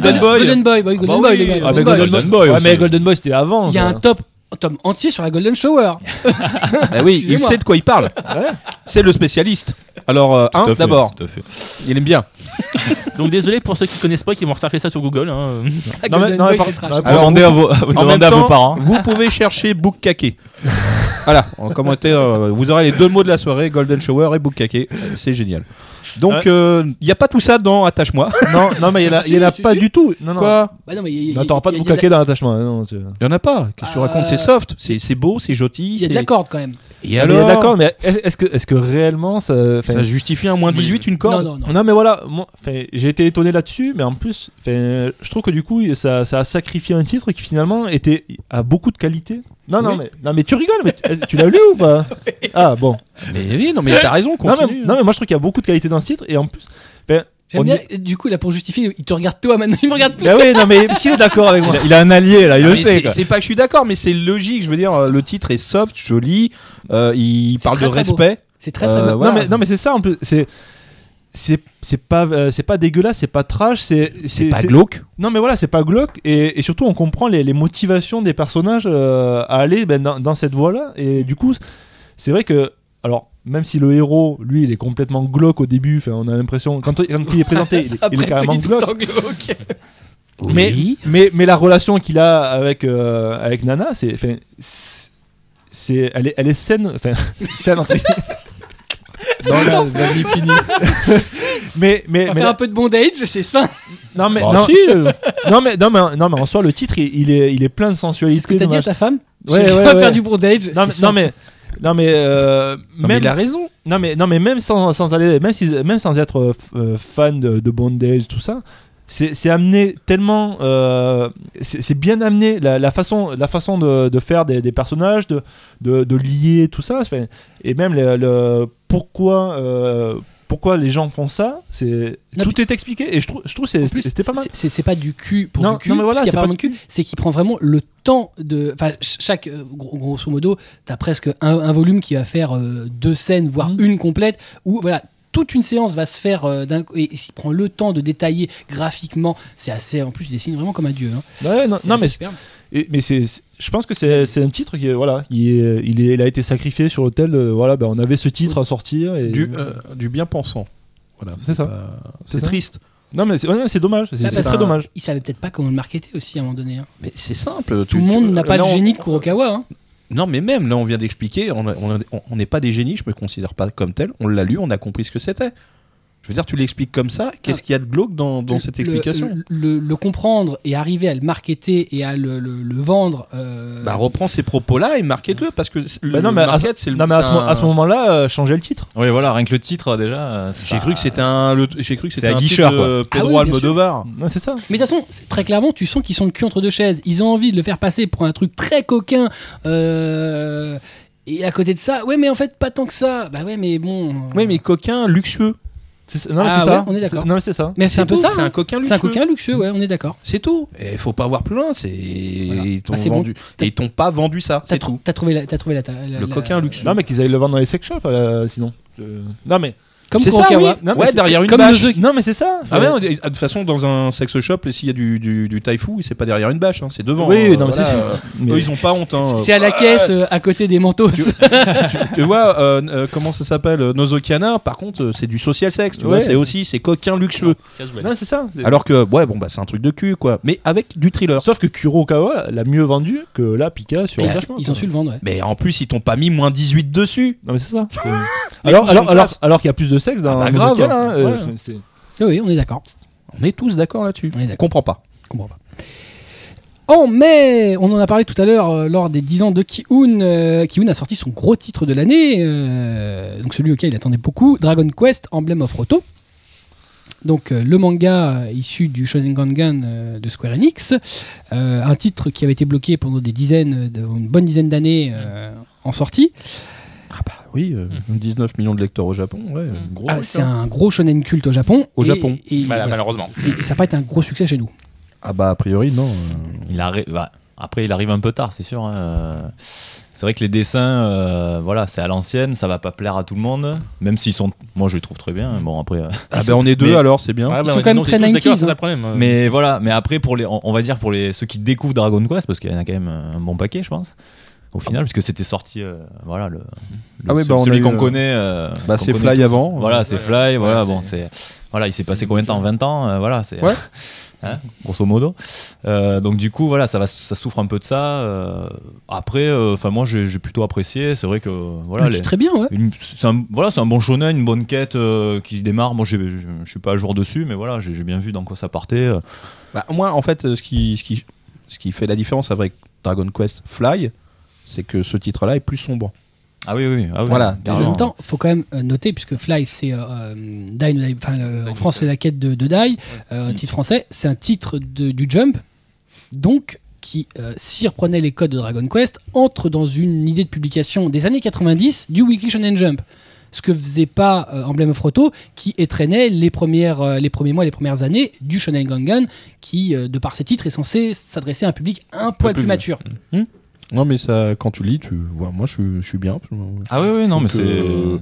S1: Golden
S5: Golden
S1: Golden Boy.
S5: Boy.
S1: bah oui, Golden
S5: bah
S1: Boy,
S5: oui,
S1: les gars.
S5: ah,
S2: Ah, mais
S1: Golden Boy.
S2: Golden
S3: Golden
S2: Boy.
S3: Boy
S2: Ouais,
S3: aussi.
S2: mais Golden Boy, c'était avant.
S1: Il y a
S2: ça.
S1: un top, tome entier sur la Golden Shower.
S5: Ah oui, il
S1: Excusez-moi.
S5: sait de quoi il parle. C'est le spécialiste. Alors, euh, hein, d'abord,
S3: Tout à fait.
S5: il aime bien.
S4: Donc, désolé pour ceux qui connaissent pas, qui vont retaper ça sur Google. hein.
S1: La
S2: Non, mais-
S1: Golden
S2: non, mais par-
S1: Boy,
S2: bah,
S1: c'est trash.
S2: ouais,
S5: Alors,
S3: demandez à vos, vous
S5: En
S3: demandez
S5: même
S3: à vos
S5: temps,
S3: parents.
S5: Vous pouvez chercher Book Kaké. voilà, en commentaire, euh, vous aurez les deux mots de la soirée, Golden Shower et Book Kaké. Euh, C'est génial. Donc, euh, il n'y a pas tout ça dans Attache-moi.
S2: Non, non, mais il y en a, il y en a
S1: Si, si,
S2: pas
S1: si.
S2: du tout. Non, non.
S5: Quoi
S1: Bah non, mais il y a-
S2: Non, t'auras pas
S1: il
S2: de
S1: y a-
S2: vous claquer dans l'attachement. hein, non, tu-
S5: Il n'y en a pas. Qu'est-ce que tu
S1: Euh,
S5: racontes C'est soft, c'est c'est beau, c'est joli.
S1: Il y a de
S5: c'est-
S1: la corde quand même.
S5: Et
S2: Ah, mais
S5: alors
S2: D'accord, mais est- est-ce que, est que réellement ça. enfin,
S5: Ça justifie un moins 18, une
S1: Non,
S5: corde
S1: non, non.
S2: Non mais voilà, moi, enfin, j'ai été étonné là-dessus, mais en plus, enfin, je trouve que du coup, ça, ça a sacrifié un titre qui finalement était à beaucoup de qualité. Non, non,
S5: Oui.
S2: mais, non mais tu rigoles, mais tu, tu l'as lu ou pas Ah bon.
S5: Mais oui, non, mais t'as raison,
S2: Non
S5: continue.
S1: hein.
S2: mais, non mais moi je trouve qu'il y a beaucoup de qualité dans ce titre et en plus, enfin,
S1: J'aime
S2: On
S1: bien, du coup, là, pour justifier, il te regarde toi maintenant, il me regarde plus.
S2: Bah oui, non mais parce qu'il est d'accord avec moi.
S3: Il a, il a un allié là, il
S7: Ah,
S3: le
S7: mais
S3: sait.
S7: c'est-
S3: quoi.
S7: C'est pas que je suis d'accord, mais c'est logique. Je veux dire, euh, le titre est soft, joli. euh, il
S1: C'est
S7: parle
S1: très,
S7: de
S1: très beau.
S7: respect.
S1: C'est très très
S7: Euh,
S1: beau.
S7: ouais. voilà.
S2: Non mais non mais c'est ça en plus. C'est c'est c'est pas euh, c'est pas dégueulasse, c'est pas trash, c'est
S7: C'est pas glauque.
S2: Non mais voilà, c'est pas glauque et, et surtout on comprend les, les motivations des personnages euh, à aller ben, dans, dans cette voie-là et du coup c'est vrai que alors même si le héros lui il est complètement glauque au début, enfin, on a l'impression quand, quand il est présenté il, est- il
S1: Après
S2: est carrément
S1: tout, il est
S2: glauque.
S1: tout le temps glauque.
S2: Mais, mais, mais la relation qu'il a avec, euh, avec Nana, c'est. enfin, c'est- c'est elle, est, elle est saine. Enfin, saine entre guillemets.
S7: Non, là, vas-y, fini.
S2: Mais, mais,
S1: On va
S2: mais
S1: faire un peu de bondage, c'est ça.
S2: non, mais,
S7: Bah,
S2: non,
S7: si, euh,
S2: non, mais, non, mais, non, mais en soi, le titre, il il est, il est plein de
S1: C'est
S2: sensualité.
S1: ce que t'as dit à
S2: dommage.
S1: ta femme.
S2: Ouais,
S1: je
S2: ouais,
S1: vais
S2: ouais.
S1: faire du bondage.
S2: non, mais,
S1: c'est
S2: non,
S1: ça.
S2: mais. Non, mais, euh,
S7: non, mais
S2: même,
S7: il a raison.
S2: non, mais, non, mais même sans, sans aller, même, si, même sans être euh, f- euh, fan de, de bondage, tout ça, c'est c'est amené tellement, euh, c'est c'est bien amené la, la façon, la façon de, de faire des, des personnages, de, de, de lier tout ça, Enfin, et même le, le- pourquoi, euh, pourquoi les gens font ça, c'est
S1: Non,
S2: tout est expliqué et je trouve, je trouve c'est-
S1: En plus,
S2: c'était pas mal.
S1: c'est- C'est c'est pas du cul pour
S2: Non,
S1: du cul,
S2: non, mais voilà,
S1: parce qu'il y a
S2: c'est
S1: pas
S2: pas
S1: vraiment de cul, c'est qu'il prend vraiment le temps de. Enfin, ch- chaque, euh, gros- grosso modo, t'as presque un, un volume qui va faire euh, deux scènes, voire
S2: Mhm.
S1: une complète, où voilà. Toute une séance va se faire euh, d'un coup, et et s'il prend le temps de détailler graphiquement, c'est assez. En plus, il dessine vraiment comme un dieu. hein.
S2: Ouais, non,
S1: C'est
S2: non,
S1: assez
S2: mais
S1: superbe.
S2: Et- mais c'est, c'est- je pense que c'est, c'est un titre qui, est- voilà, il, est- il, est- il a été sacrifié sur l'autel. euh, voilà, ben, on avait ce titre à sortir. Et,
S5: Du, euh, du bien pensant. Voilà,
S2: C'est ça.
S5: pas-
S2: C'est
S5: C'est
S2: ça.
S5: triste.
S2: Non, mais c'est, ouais, c'est dommage. C'est,
S1: Là,
S2: c'est
S1: parce
S2: très
S5: que-
S2: dommage.
S1: il savait peut-être pas comment le marketer aussi à un moment donné. hein.
S5: Mais c'est simple.
S1: Tout le monde n'a pas
S5: de
S1: le génie de Kurokawa. hein.
S5: Non, mais même, là, on vient d'expliquer, on a- on a- on n'est pas des génies, je me considère pas comme tel. On l'a lu, on a compris ce que c'était. Je veux dire, tu l'expliques comme ça, qu'est-ce qu'il y a de glauque dans, dans
S1: Le-
S5: cette
S1: Ah. le-
S5: explication
S1: le, le- le comprendre et arriver à le marketer et à le, le- le vendre. euh,
S5: Bah, reprends ces propos-là et marquez-le, parce que c'est- le,
S2: Bah non,
S5: le
S2: mais à-
S5: market, c'est le.
S2: Non, mais à
S5: c'est
S2: ce, mo-
S5: un-
S2: à ce moment-là, euh, changer le titre.
S3: Oui, voilà, rien que le titre déjà. euh, ça-
S5: J'ai cru que c'était un, le- j'ai cru que c'était
S3: C'est
S5: un
S3: à
S5: titre
S3: Guichard,
S5: de
S3: quoi.
S1: Bah. Ah oui,
S5: Pedro
S1: bien sûr.
S5: Almodovar.
S2: Non, c'est ça.
S1: Mais de toute façon, c'est- très clairement, tu sens qu'ils sont le cul entre deux chaises. Ils ont envie de le faire passer pour un truc très coquin. euh, Et à côté de ça, ouais, mais en fait, pas tant que ça. Bah ouais, mais bon.
S5: Oui, mais coquin, luxueux.
S2: C'est, ça- non, mais
S1: Ah
S2: c'est ça.
S1: ouais, on est d'accord.
S2: C'est- Non, mais c'est ça.
S1: Mais c'est un peu
S5: tout,
S1: ça.
S5: C'est
S1: hein.
S5: un coquin
S1: C'est un
S5: luxueux.
S1: coquin luxueux, ouais, on est d'accord.
S5: C'est tout. Et faut pas voir plus loin. C'est ils t'ont
S1: Ah, c'est bon.
S5: vendu. Et ils t'ont pas vendu
S1: T'as
S5: ça.
S1: Euh,
S5: C'est
S1: trou-
S5: tout.
S1: t'as trouvé la. T'as trouvé la, ta- la-
S5: Le
S1: la-
S5: coquin luxueux.
S2: Non, mais qu'ils aillent le vendre dans les sex shops, euh, sinon. Euh, Non, mais.
S1: Comme
S5: C'est ça, oui.
S1: Kurokawa.
S2: Non, mais
S5: Ah, Ouais,
S2: c'est-
S5: derrière une
S1: comme
S5: bâche.
S1: le jeu-
S2: Non, mais c'est ça.
S5: Ah ouais, non, de de toute façon, dans un sex shop, s'il y a du, du, du taifu, c'est pas derrière une bâche, hein, c'est devant.
S2: Oui,
S5: hein,
S2: non, mais
S5: voilà,
S2: c'est sûr.
S5: euh,
S2: Mais-
S5: Eux, ils ont pas honte. Hein.
S1: C'est à la caisse, euh, à côté des manteaux.
S5: Tu vois, euh, euh, comment ça s'appelle euh, Nozokiana, par contre, euh, c'est du social sex, tu vois,
S2: Ouais.
S5: c'est aussi, c'est coquin luxueux.
S4: C'est casual.
S2: Non, c'est ça. C'est-
S5: Alors que, ouais, bon, bah, c'est un truc de cul, quoi. Mais avec du thriller.
S2: Sauf que Kurokawa l'a mieux vendu que là, Pika sur
S1: Ils,
S2: Flashpoint,
S1: ils ont su le vendre, ouais.
S5: Mais en plus, ils t'ont pas mis moins 18 dessus.
S2: Non, mais c'est ça. C'est-
S5: Les
S2: alors,
S5: coups
S2: alors,
S5: sont
S2: alors,
S5: places.
S2: alors qu'il y a plus de sexe dans
S5: Ah bah
S2: dans
S5: grave.
S2: lequel, hein, euh,
S5: Ouais.
S2: c'est- c'est-
S1: Oui, oui, on est d'accord.
S5: On est tous d'accord là-dessus.
S1: On est
S5: On
S1: d'accord.
S5: comprend pas.
S1: Je comprends pas. En mai, on en a parlé tout à l'heure euh, lors des 10 ans de Kiun. euh, Kiun a sorti son gros titre de l'année, euh, donc celui auquel il attendait beaucoup, Dragon Quest Emblem of Roto. Donc euh, le manga euh, issu du Shonen Gangan euh, de Square Enix, Euh, un titre qui avait été bloqué pendant des dizaines, de- une bonne dizaine d'années euh, en sortie.
S5: Oui, 19 millions de lecteurs au Japon, ouais, gros.
S1: Ah, c'est un gros shonen culte au Japon.
S5: Au
S1: Et-
S5: Japon.
S1: et- et voilà.
S4: Voilà, Bah, Malheureusement.
S1: Et ça n'a pas été un gros succès chez nous.
S5: Ah bah, a priori, non. euh,
S3: Il arri- bah, après, il arrive un peu tard, c'est sûr. hein. Euh, C'est vrai que les dessins, euh, voilà, c'est à l'ancienne, ça va pas plaire à tout le monde. Même s'ils sont, moi, je les trouve très bien. Bon après, euh,
S5: Ah bah, on est deux
S3: mais-
S5: alors, c'est bien.
S4: Ouais,
S1: sont
S4: bah,
S1: quand même
S4: non,
S1: très
S4: c'est tous
S1: 90s,
S4: d'accord, C'est
S1: hein.
S4: ça le problème. euh.
S3: mais voilà, mais après pour les, on, on va dire pour les ceux qui découvrent Dragon Quest, parce qu'il y en a quand même euh, un bon paquet, je pense. Au final, puisque c'était sorti, euh, voilà, le, le-
S5: Ah oui,
S3: ce-
S5: bah, on a
S3: celui
S5: eu,
S3: qu'on
S5: euh,
S3: connaît. euh,
S5: bah,
S3: qu'on
S5: c'est
S3: connaît
S5: Fly
S3: tous.
S5: avant. euh,
S3: Voilà, c'est
S4: Ouais,
S3: Fly. Voilà,
S5: ouais,
S3: bon, c'est voilà, il s'est passé combien de temps 20 ans, euh, voilà, c'est
S5: Ouais.
S3: Hein, grosso modo. Euh, donc du coup, voilà, ça va, ça souffre un peu de ça. euh, après, euh, enfin moi, j'ai j'ai plutôt apprécié. C'est vrai que voilà,
S1: C'est
S3: les-
S1: très bien, ouais.
S3: une- c'est un, voilà, c'est un bon shonen, une bonne quête euh, qui démarre. Moi, j'ai- je je suis pas à jour dessus, mais voilà, j'ai j'ai bien vu dans quoi ça partait. euh.
S5: Bah, moi, en fait, euh, ce qui, ce, qui, ce qui fait la différence avec Dragon Quest Fly, c'est que ce titre-là est plus sombre.
S3: Ah oui, oui, ah oui,
S5: Voilà,
S1: Mais en
S3: carrément.
S1: même temps, faut quand même euh, noter, puisque Fly, c'est euh, euh, Die, no Die- enfin, le- en France, c'est la quête de, de Die, euh, un
S3: Mm.
S1: titre français, c'est un titre de- du Jump, donc qui, euh, s'y reprenait les codes de Dragon Quest, entre dans une idée de publication des années 90 du Weekly Shonen Jump. ce que faisait pas euh, Emblem of Roto, qui étraînait les, premières, euh, les premiers mois, les premières années du Shonen Gangan, qui, euh, de par ses titres, est censé s'adresser à un public un poil plus
S4: plus
S1: mature.
S5: Non, mais ça, quand tu lis, tu vois, moi je suis, je suis bien.
S3: Ah oui, oui, non, mais c'est.
S5: euh,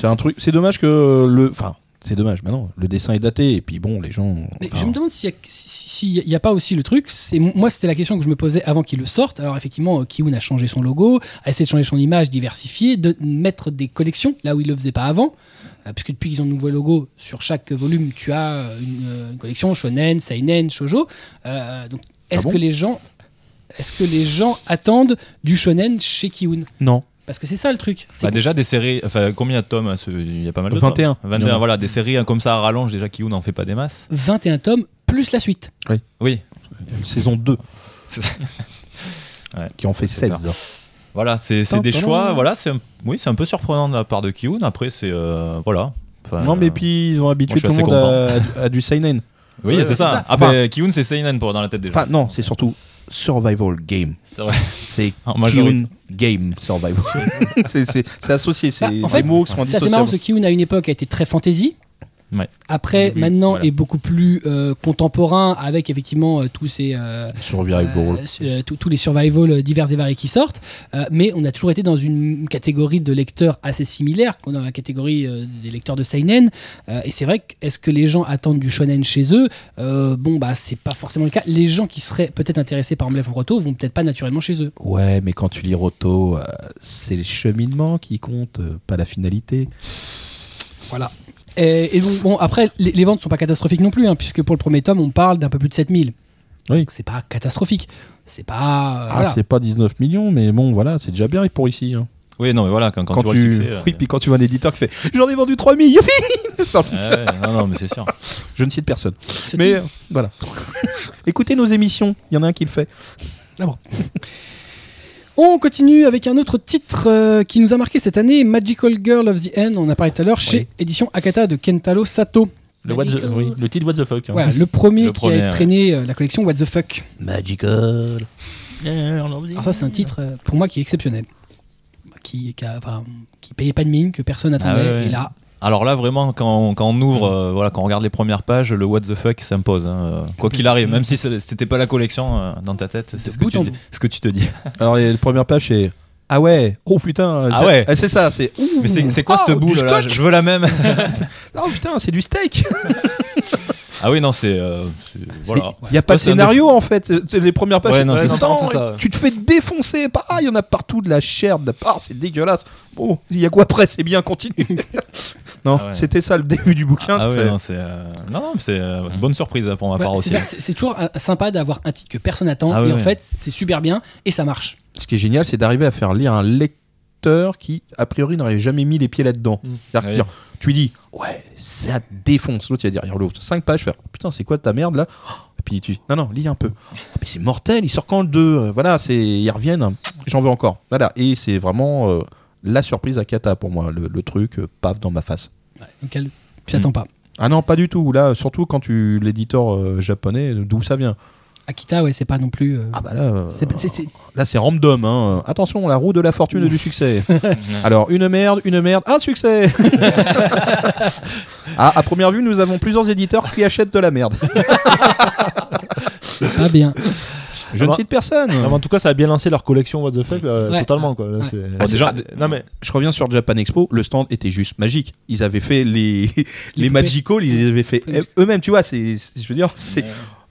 S5: C'est un truc. C'est dommage que le. Enfin, c'est dommage. Maintenant, le dessin est daté. Et puis bon, les gens.
S1: Mais
S5: enfin,
S1: je me demande s'il n'y a, si- si- s'il y a pas aussi le truc. C'est moi, c'était la question que je me posais avant qu'il le sorte. Alors effectivement, euh, Kiun a changé son logo, a essayé de changer son image, diversifier, de mettre des collections là où il le faisait pas avant. Euh, Puisque depuis qu'ils ont de nouveaux logos sur chaque volume, tu as euh, une, euh, une collection shonen, seinen, shojo. Euh, donc est-ce
S5: Ah bon
S1: que les gens, est-ce que les gens attendent du shonen chez Kiun
S5: Non.
S1: Parce que c'est ça le truc. C'est
S3: Bah, déjà des séries, enfin combien il y a de tomes hein, ce- Il y a pas mal de
S5: 21.
S3: tomes. 21.
S5: Il y en a.
S3: voilà, des séries hein, comme ça à rallonge, déjà qui n'en fait pas des masses.
S1: 21 tomes plus la suite.
S3: Oui,
S5: Saison 2.
S3: C'est ça. Ouais.
S5: Qui en fait
S3: C'est
S5: 16.
S3: voilà, c'est c'est
S5: Tintin.
S3: des choix, voilà, c'est un, oui, c'est un peu surprenant de la part de Kiyun, après c'est euh, voilà. Enfin,
S5: Non,
S3: euh,
S5: mais puis ils ont habitué
S3: moi, je
S5: tout le
S3: suis
S5: monde à, à- à du seinen.
S3: oui,
S5: Ouais,
S3: c'est ça.
S5: ouais, c'est ça.
S3: Après Kiyun c'est seinen pour dans la tête des gens.
S5: Enfin, non, c'est surtout survival game.
S3: C'est vrai.
S5: C'est
S3: En majorité.
S5: Kyun game survival. c'est c'est- c'est associé. C'est
S1: Bah, en
S5: des
S1: fait,
S5: mots qui sont
S1: C'est assez marrant
S5: indissociables.
S1: parce que Kiyun à une époque a été très fantasy.
S3: Ouais.
S1: Après,
S4: Oui,
S1: maintenant,
S4: voilà.
S1: est beaucoup plus euh, contemporain avec effectivement euh, tous ces euh,
S5: Survival.
S1: euh, su- euh, tous- tous les survival euh, divers et variés qui sortent. Euh, mais on a toujours été dans une catégorie de lecteurs assez similaire qu'on a dans la catégorie euh, des lecteurs de seinen. Euh, et c'est vrai que est-ce que les gens attendent du shonen chez eux Euh, Bon, bah c'est pas forcément le cas. Les gens qui seraient peut-être intéressés par Emblem of Roto vont peut-être pas naturellement chez eux.
S5: Ouais, mais quand tu lis Roto, euh, c'est le cheminement qui compte, euh, pas la finalité.
S1: Voilà. Et, et donc, bon, après, les, les ventes sont pas catastrophiques non plus, hein, puisque pour le premier tome, on parle d'un peu plus de 7000.
S5: Oui.
S1: Donc, c'est pas catastrophique. C'est pas. euh,
S5: Ah,
S1: voilà.
S5: c'est pas 19 millions, mais bon, voilà, c'est déjà bien pour ici. hein.
S3: Oui, non, mais voilà, quand, quand tu vois le succès. euh,
S5: oui, puis quand tu vois un éditeur qui fait J'en ai vendu 3 000, youpi Enfin,
S3: ouais, ouais, non, non, mais c'est sûr.
S5: Je ne cite personne.
S1: Ce
S5: Mais euh, voilà. Écoutez nos émissions, il y en a un qui le fait.
S1: On continue avec un autre titre euh, qui nous a marqué cette année, Magical Girl of the End. On en a parlé tout à l'heure chez Édition Akata de Kentaro Sato.
S4: Le, what the-
S1: Magical-
S4: oui, le titre What the fuck. hein.
S1: Voilà, le premier
S3: Le
S1: qui
S3: premier,
S1: a
S3: ouais.
S1: traîné euh, la collection What the Fuck.
S5: Magical.
S4: Euh, on en dit-
S1: Alors ça, c'est un titre euh, pour moi qui est exceptionnel, qui, qui, a- enfin, qui payait pas de mine, que personne attendait.
S3: Ah ouais, ouais.
S1: Et là,
S3: Alors là, vraiment, quand on, quand on
S5: Mm.
S3: ouvre, euh, voilà, quand on regarde les premières pages, le what the fuck s'impose. hein, euh, quoi qu'il arrive, même si c'est- c'était pas la collection euh, dans ta tête,
S1: De
S3: c'est ce, que
S1: bout en
S3: tu dis-
S1: bout.
S3: ce que tu te dis.
S5: Alors, les- la première page, c'est Ah ouais, oh putain.
S3: Ah
S5: c'est-
S3: ouais.
S5: C'est ça, c'est Ouh.
S3: Mais c'est c'est quoi
S5: Oh,
S3: cette
S5: du
S3: boule là
S5: scotch
S3: Je veux la même.
S5: Oh putain, c'est du steak
S3: Ah oui, non, c'est. euh, c'est- voilà.
S5: Il n'y a pas de
S3: Ouais, c'est un
S5: scénario en fait. C'est- c'est Les premières pages,
S3: Ouais,
S5: c'est
S3: non,
S5: tout
S3: c'est
S5: le
S4: ça.
S5: temps,
S4: C'est ça,
S5: et
S4: ouais.
S5: tu te fais défoncer. Bah, ah, il y en a partout de la chair, de la part, c'est dégueulasse. Bon, il y a quoi après C'est bien, continue. non,
S3: Ah ouais.
S5: c'était ça le début du bouquin.
S3: Ah
S5: tu
S3: ouais,
S5: fais,
S3: non, c'est. euh, Non, non, mais c'est euh, bonne surprise hein, pour ma part
S1: Ouais,
S3: aussi.
S1: c'est ça, c'est- c'est toujours euh, sympa d'avoir un titre que personne n'attend
S3: Ah
S1: et
S3: ouais,
S1: en
S3: ouais.
S1: fait c'est super bien et ça marche.
S5: Ce qui est génial, c'est d'arriver à faire lire un lecteur qui, a priori, n'aurait jamais mis les pieds là-dedans. C'est-à-dire
S3: Oui.
S5: dire, tu lui dis, ouais, ça défonce. L'autre, il va dire, il relève 5 pages, faire, putain, c'est quoi ta merde là Et puis tu dis, non, non, lis un peu. Ah, Mais c'est mortel, il sort quand le 2 Euh, Voilà, c'est, ils reviennent, hein, j'en veux encore. Voilà, et c'est vraiment euh, la surprise à Kata pour moi, le, le truc, euh, paf, dans ma face.
S1: Donc elle, tu
S3: Mm.
S1: n'attends pas.
S5: Ah non, pas du tout. Là, surtout quand tu l'éditeur euh, japonais, d'où ça vient
S1: Akita, ouais, c'est pas non plus. euh,
S5: Ah bah là, euh,
S1: c'est- c'est- c'est-
S5: Là, c'est random. Hein. Euh, Attention, la roue de la fortune et du succès. Alors, une merde, une merde, un succès ah, À première vue, nous avons plusieurs éditeurs qui achètent de la merde.
S1: c'est pas bien.
S2: Ah
S5: Je ne
S2: bah-
S5: cite personne.
S2: Non, mais en tout cas, ça a bien lancé leur collection What the fuck, là,
S1: Ouais. Oh,
S2: totalement quoi. Là,
S1: Ouais.
S2: c'est-
S3: Bon, déjà,
S2: non mais
S5: Je reviens sur Japan Expo. Le stand était juste magique. Ils avaient fait les,
S1: Les
S5: les,
S1: poupées.
S5: Magical, ils les avaient fait
S1: Poupées.
S5: eux-mêmes. Tu vois, c'est, c'est- je veux dire, c'est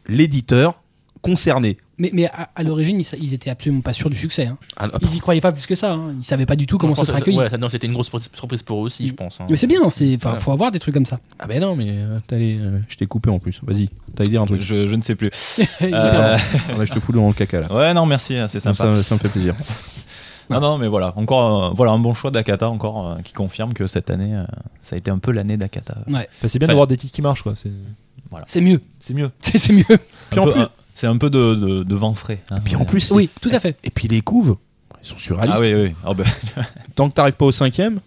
S5: l'éditeur concerné.
S1: Mais, mais à, à l'origine, ils, sa- ils étaient absolument pas sûrs du succès. hein.
S5: Ah,
S1: Ils y croyaient pas plus que ça. hein. Ils savaient pas du tout comment
S4: Je
S1: ça
S4: pense
S1: serait
S4: que-
S1: accueilli.
S4: ouais, ça- non, c'était une grosse sur- surprise pour eux aussi, je pense. hein.
S1: Mais c'est bien, c'est, enfin, faut avoir des trucs comme ça.
S5: ah ben non, mais euh, t'allais, euh, je t'ai coupé en plus. Vas-y, t'allais dire un truc.
S3: Je, je ne sais plus.
S1: Il est
S3: Euh,
S1: perdant.
S5: Ah ouais, je te fous dans le caca là.
S3: ouais, non, merci, hein, c'est sympa.
S5: Ça, ça me fait plaisir.
S3: Non, non, mais voilà, encore euh, voilà, un bon choix d'Akata, encore, euh, qui confirme que cette année, euh, ça a été un peu l'année d'Akata.
S2: enfin, c'est bien
S3: Enfin-
S2: d'avoir des titres qui marchent quoi. C'est
S1: C'est mieux.
S2: c'est mieux.
S1: C'est c'est mieux.
S3: Un
S5: en
S3: peu,
S5: plus-
S3: un- C'est un peu de, de, de vent frais. hein.
S5: Puis en plus,
S1: Oui, tout à fait.
S5: Et puis les couves, ils sont sur
S3: Ah oui, oui. Ah bah,
S5: Tant que t'arrives pas au cinquième,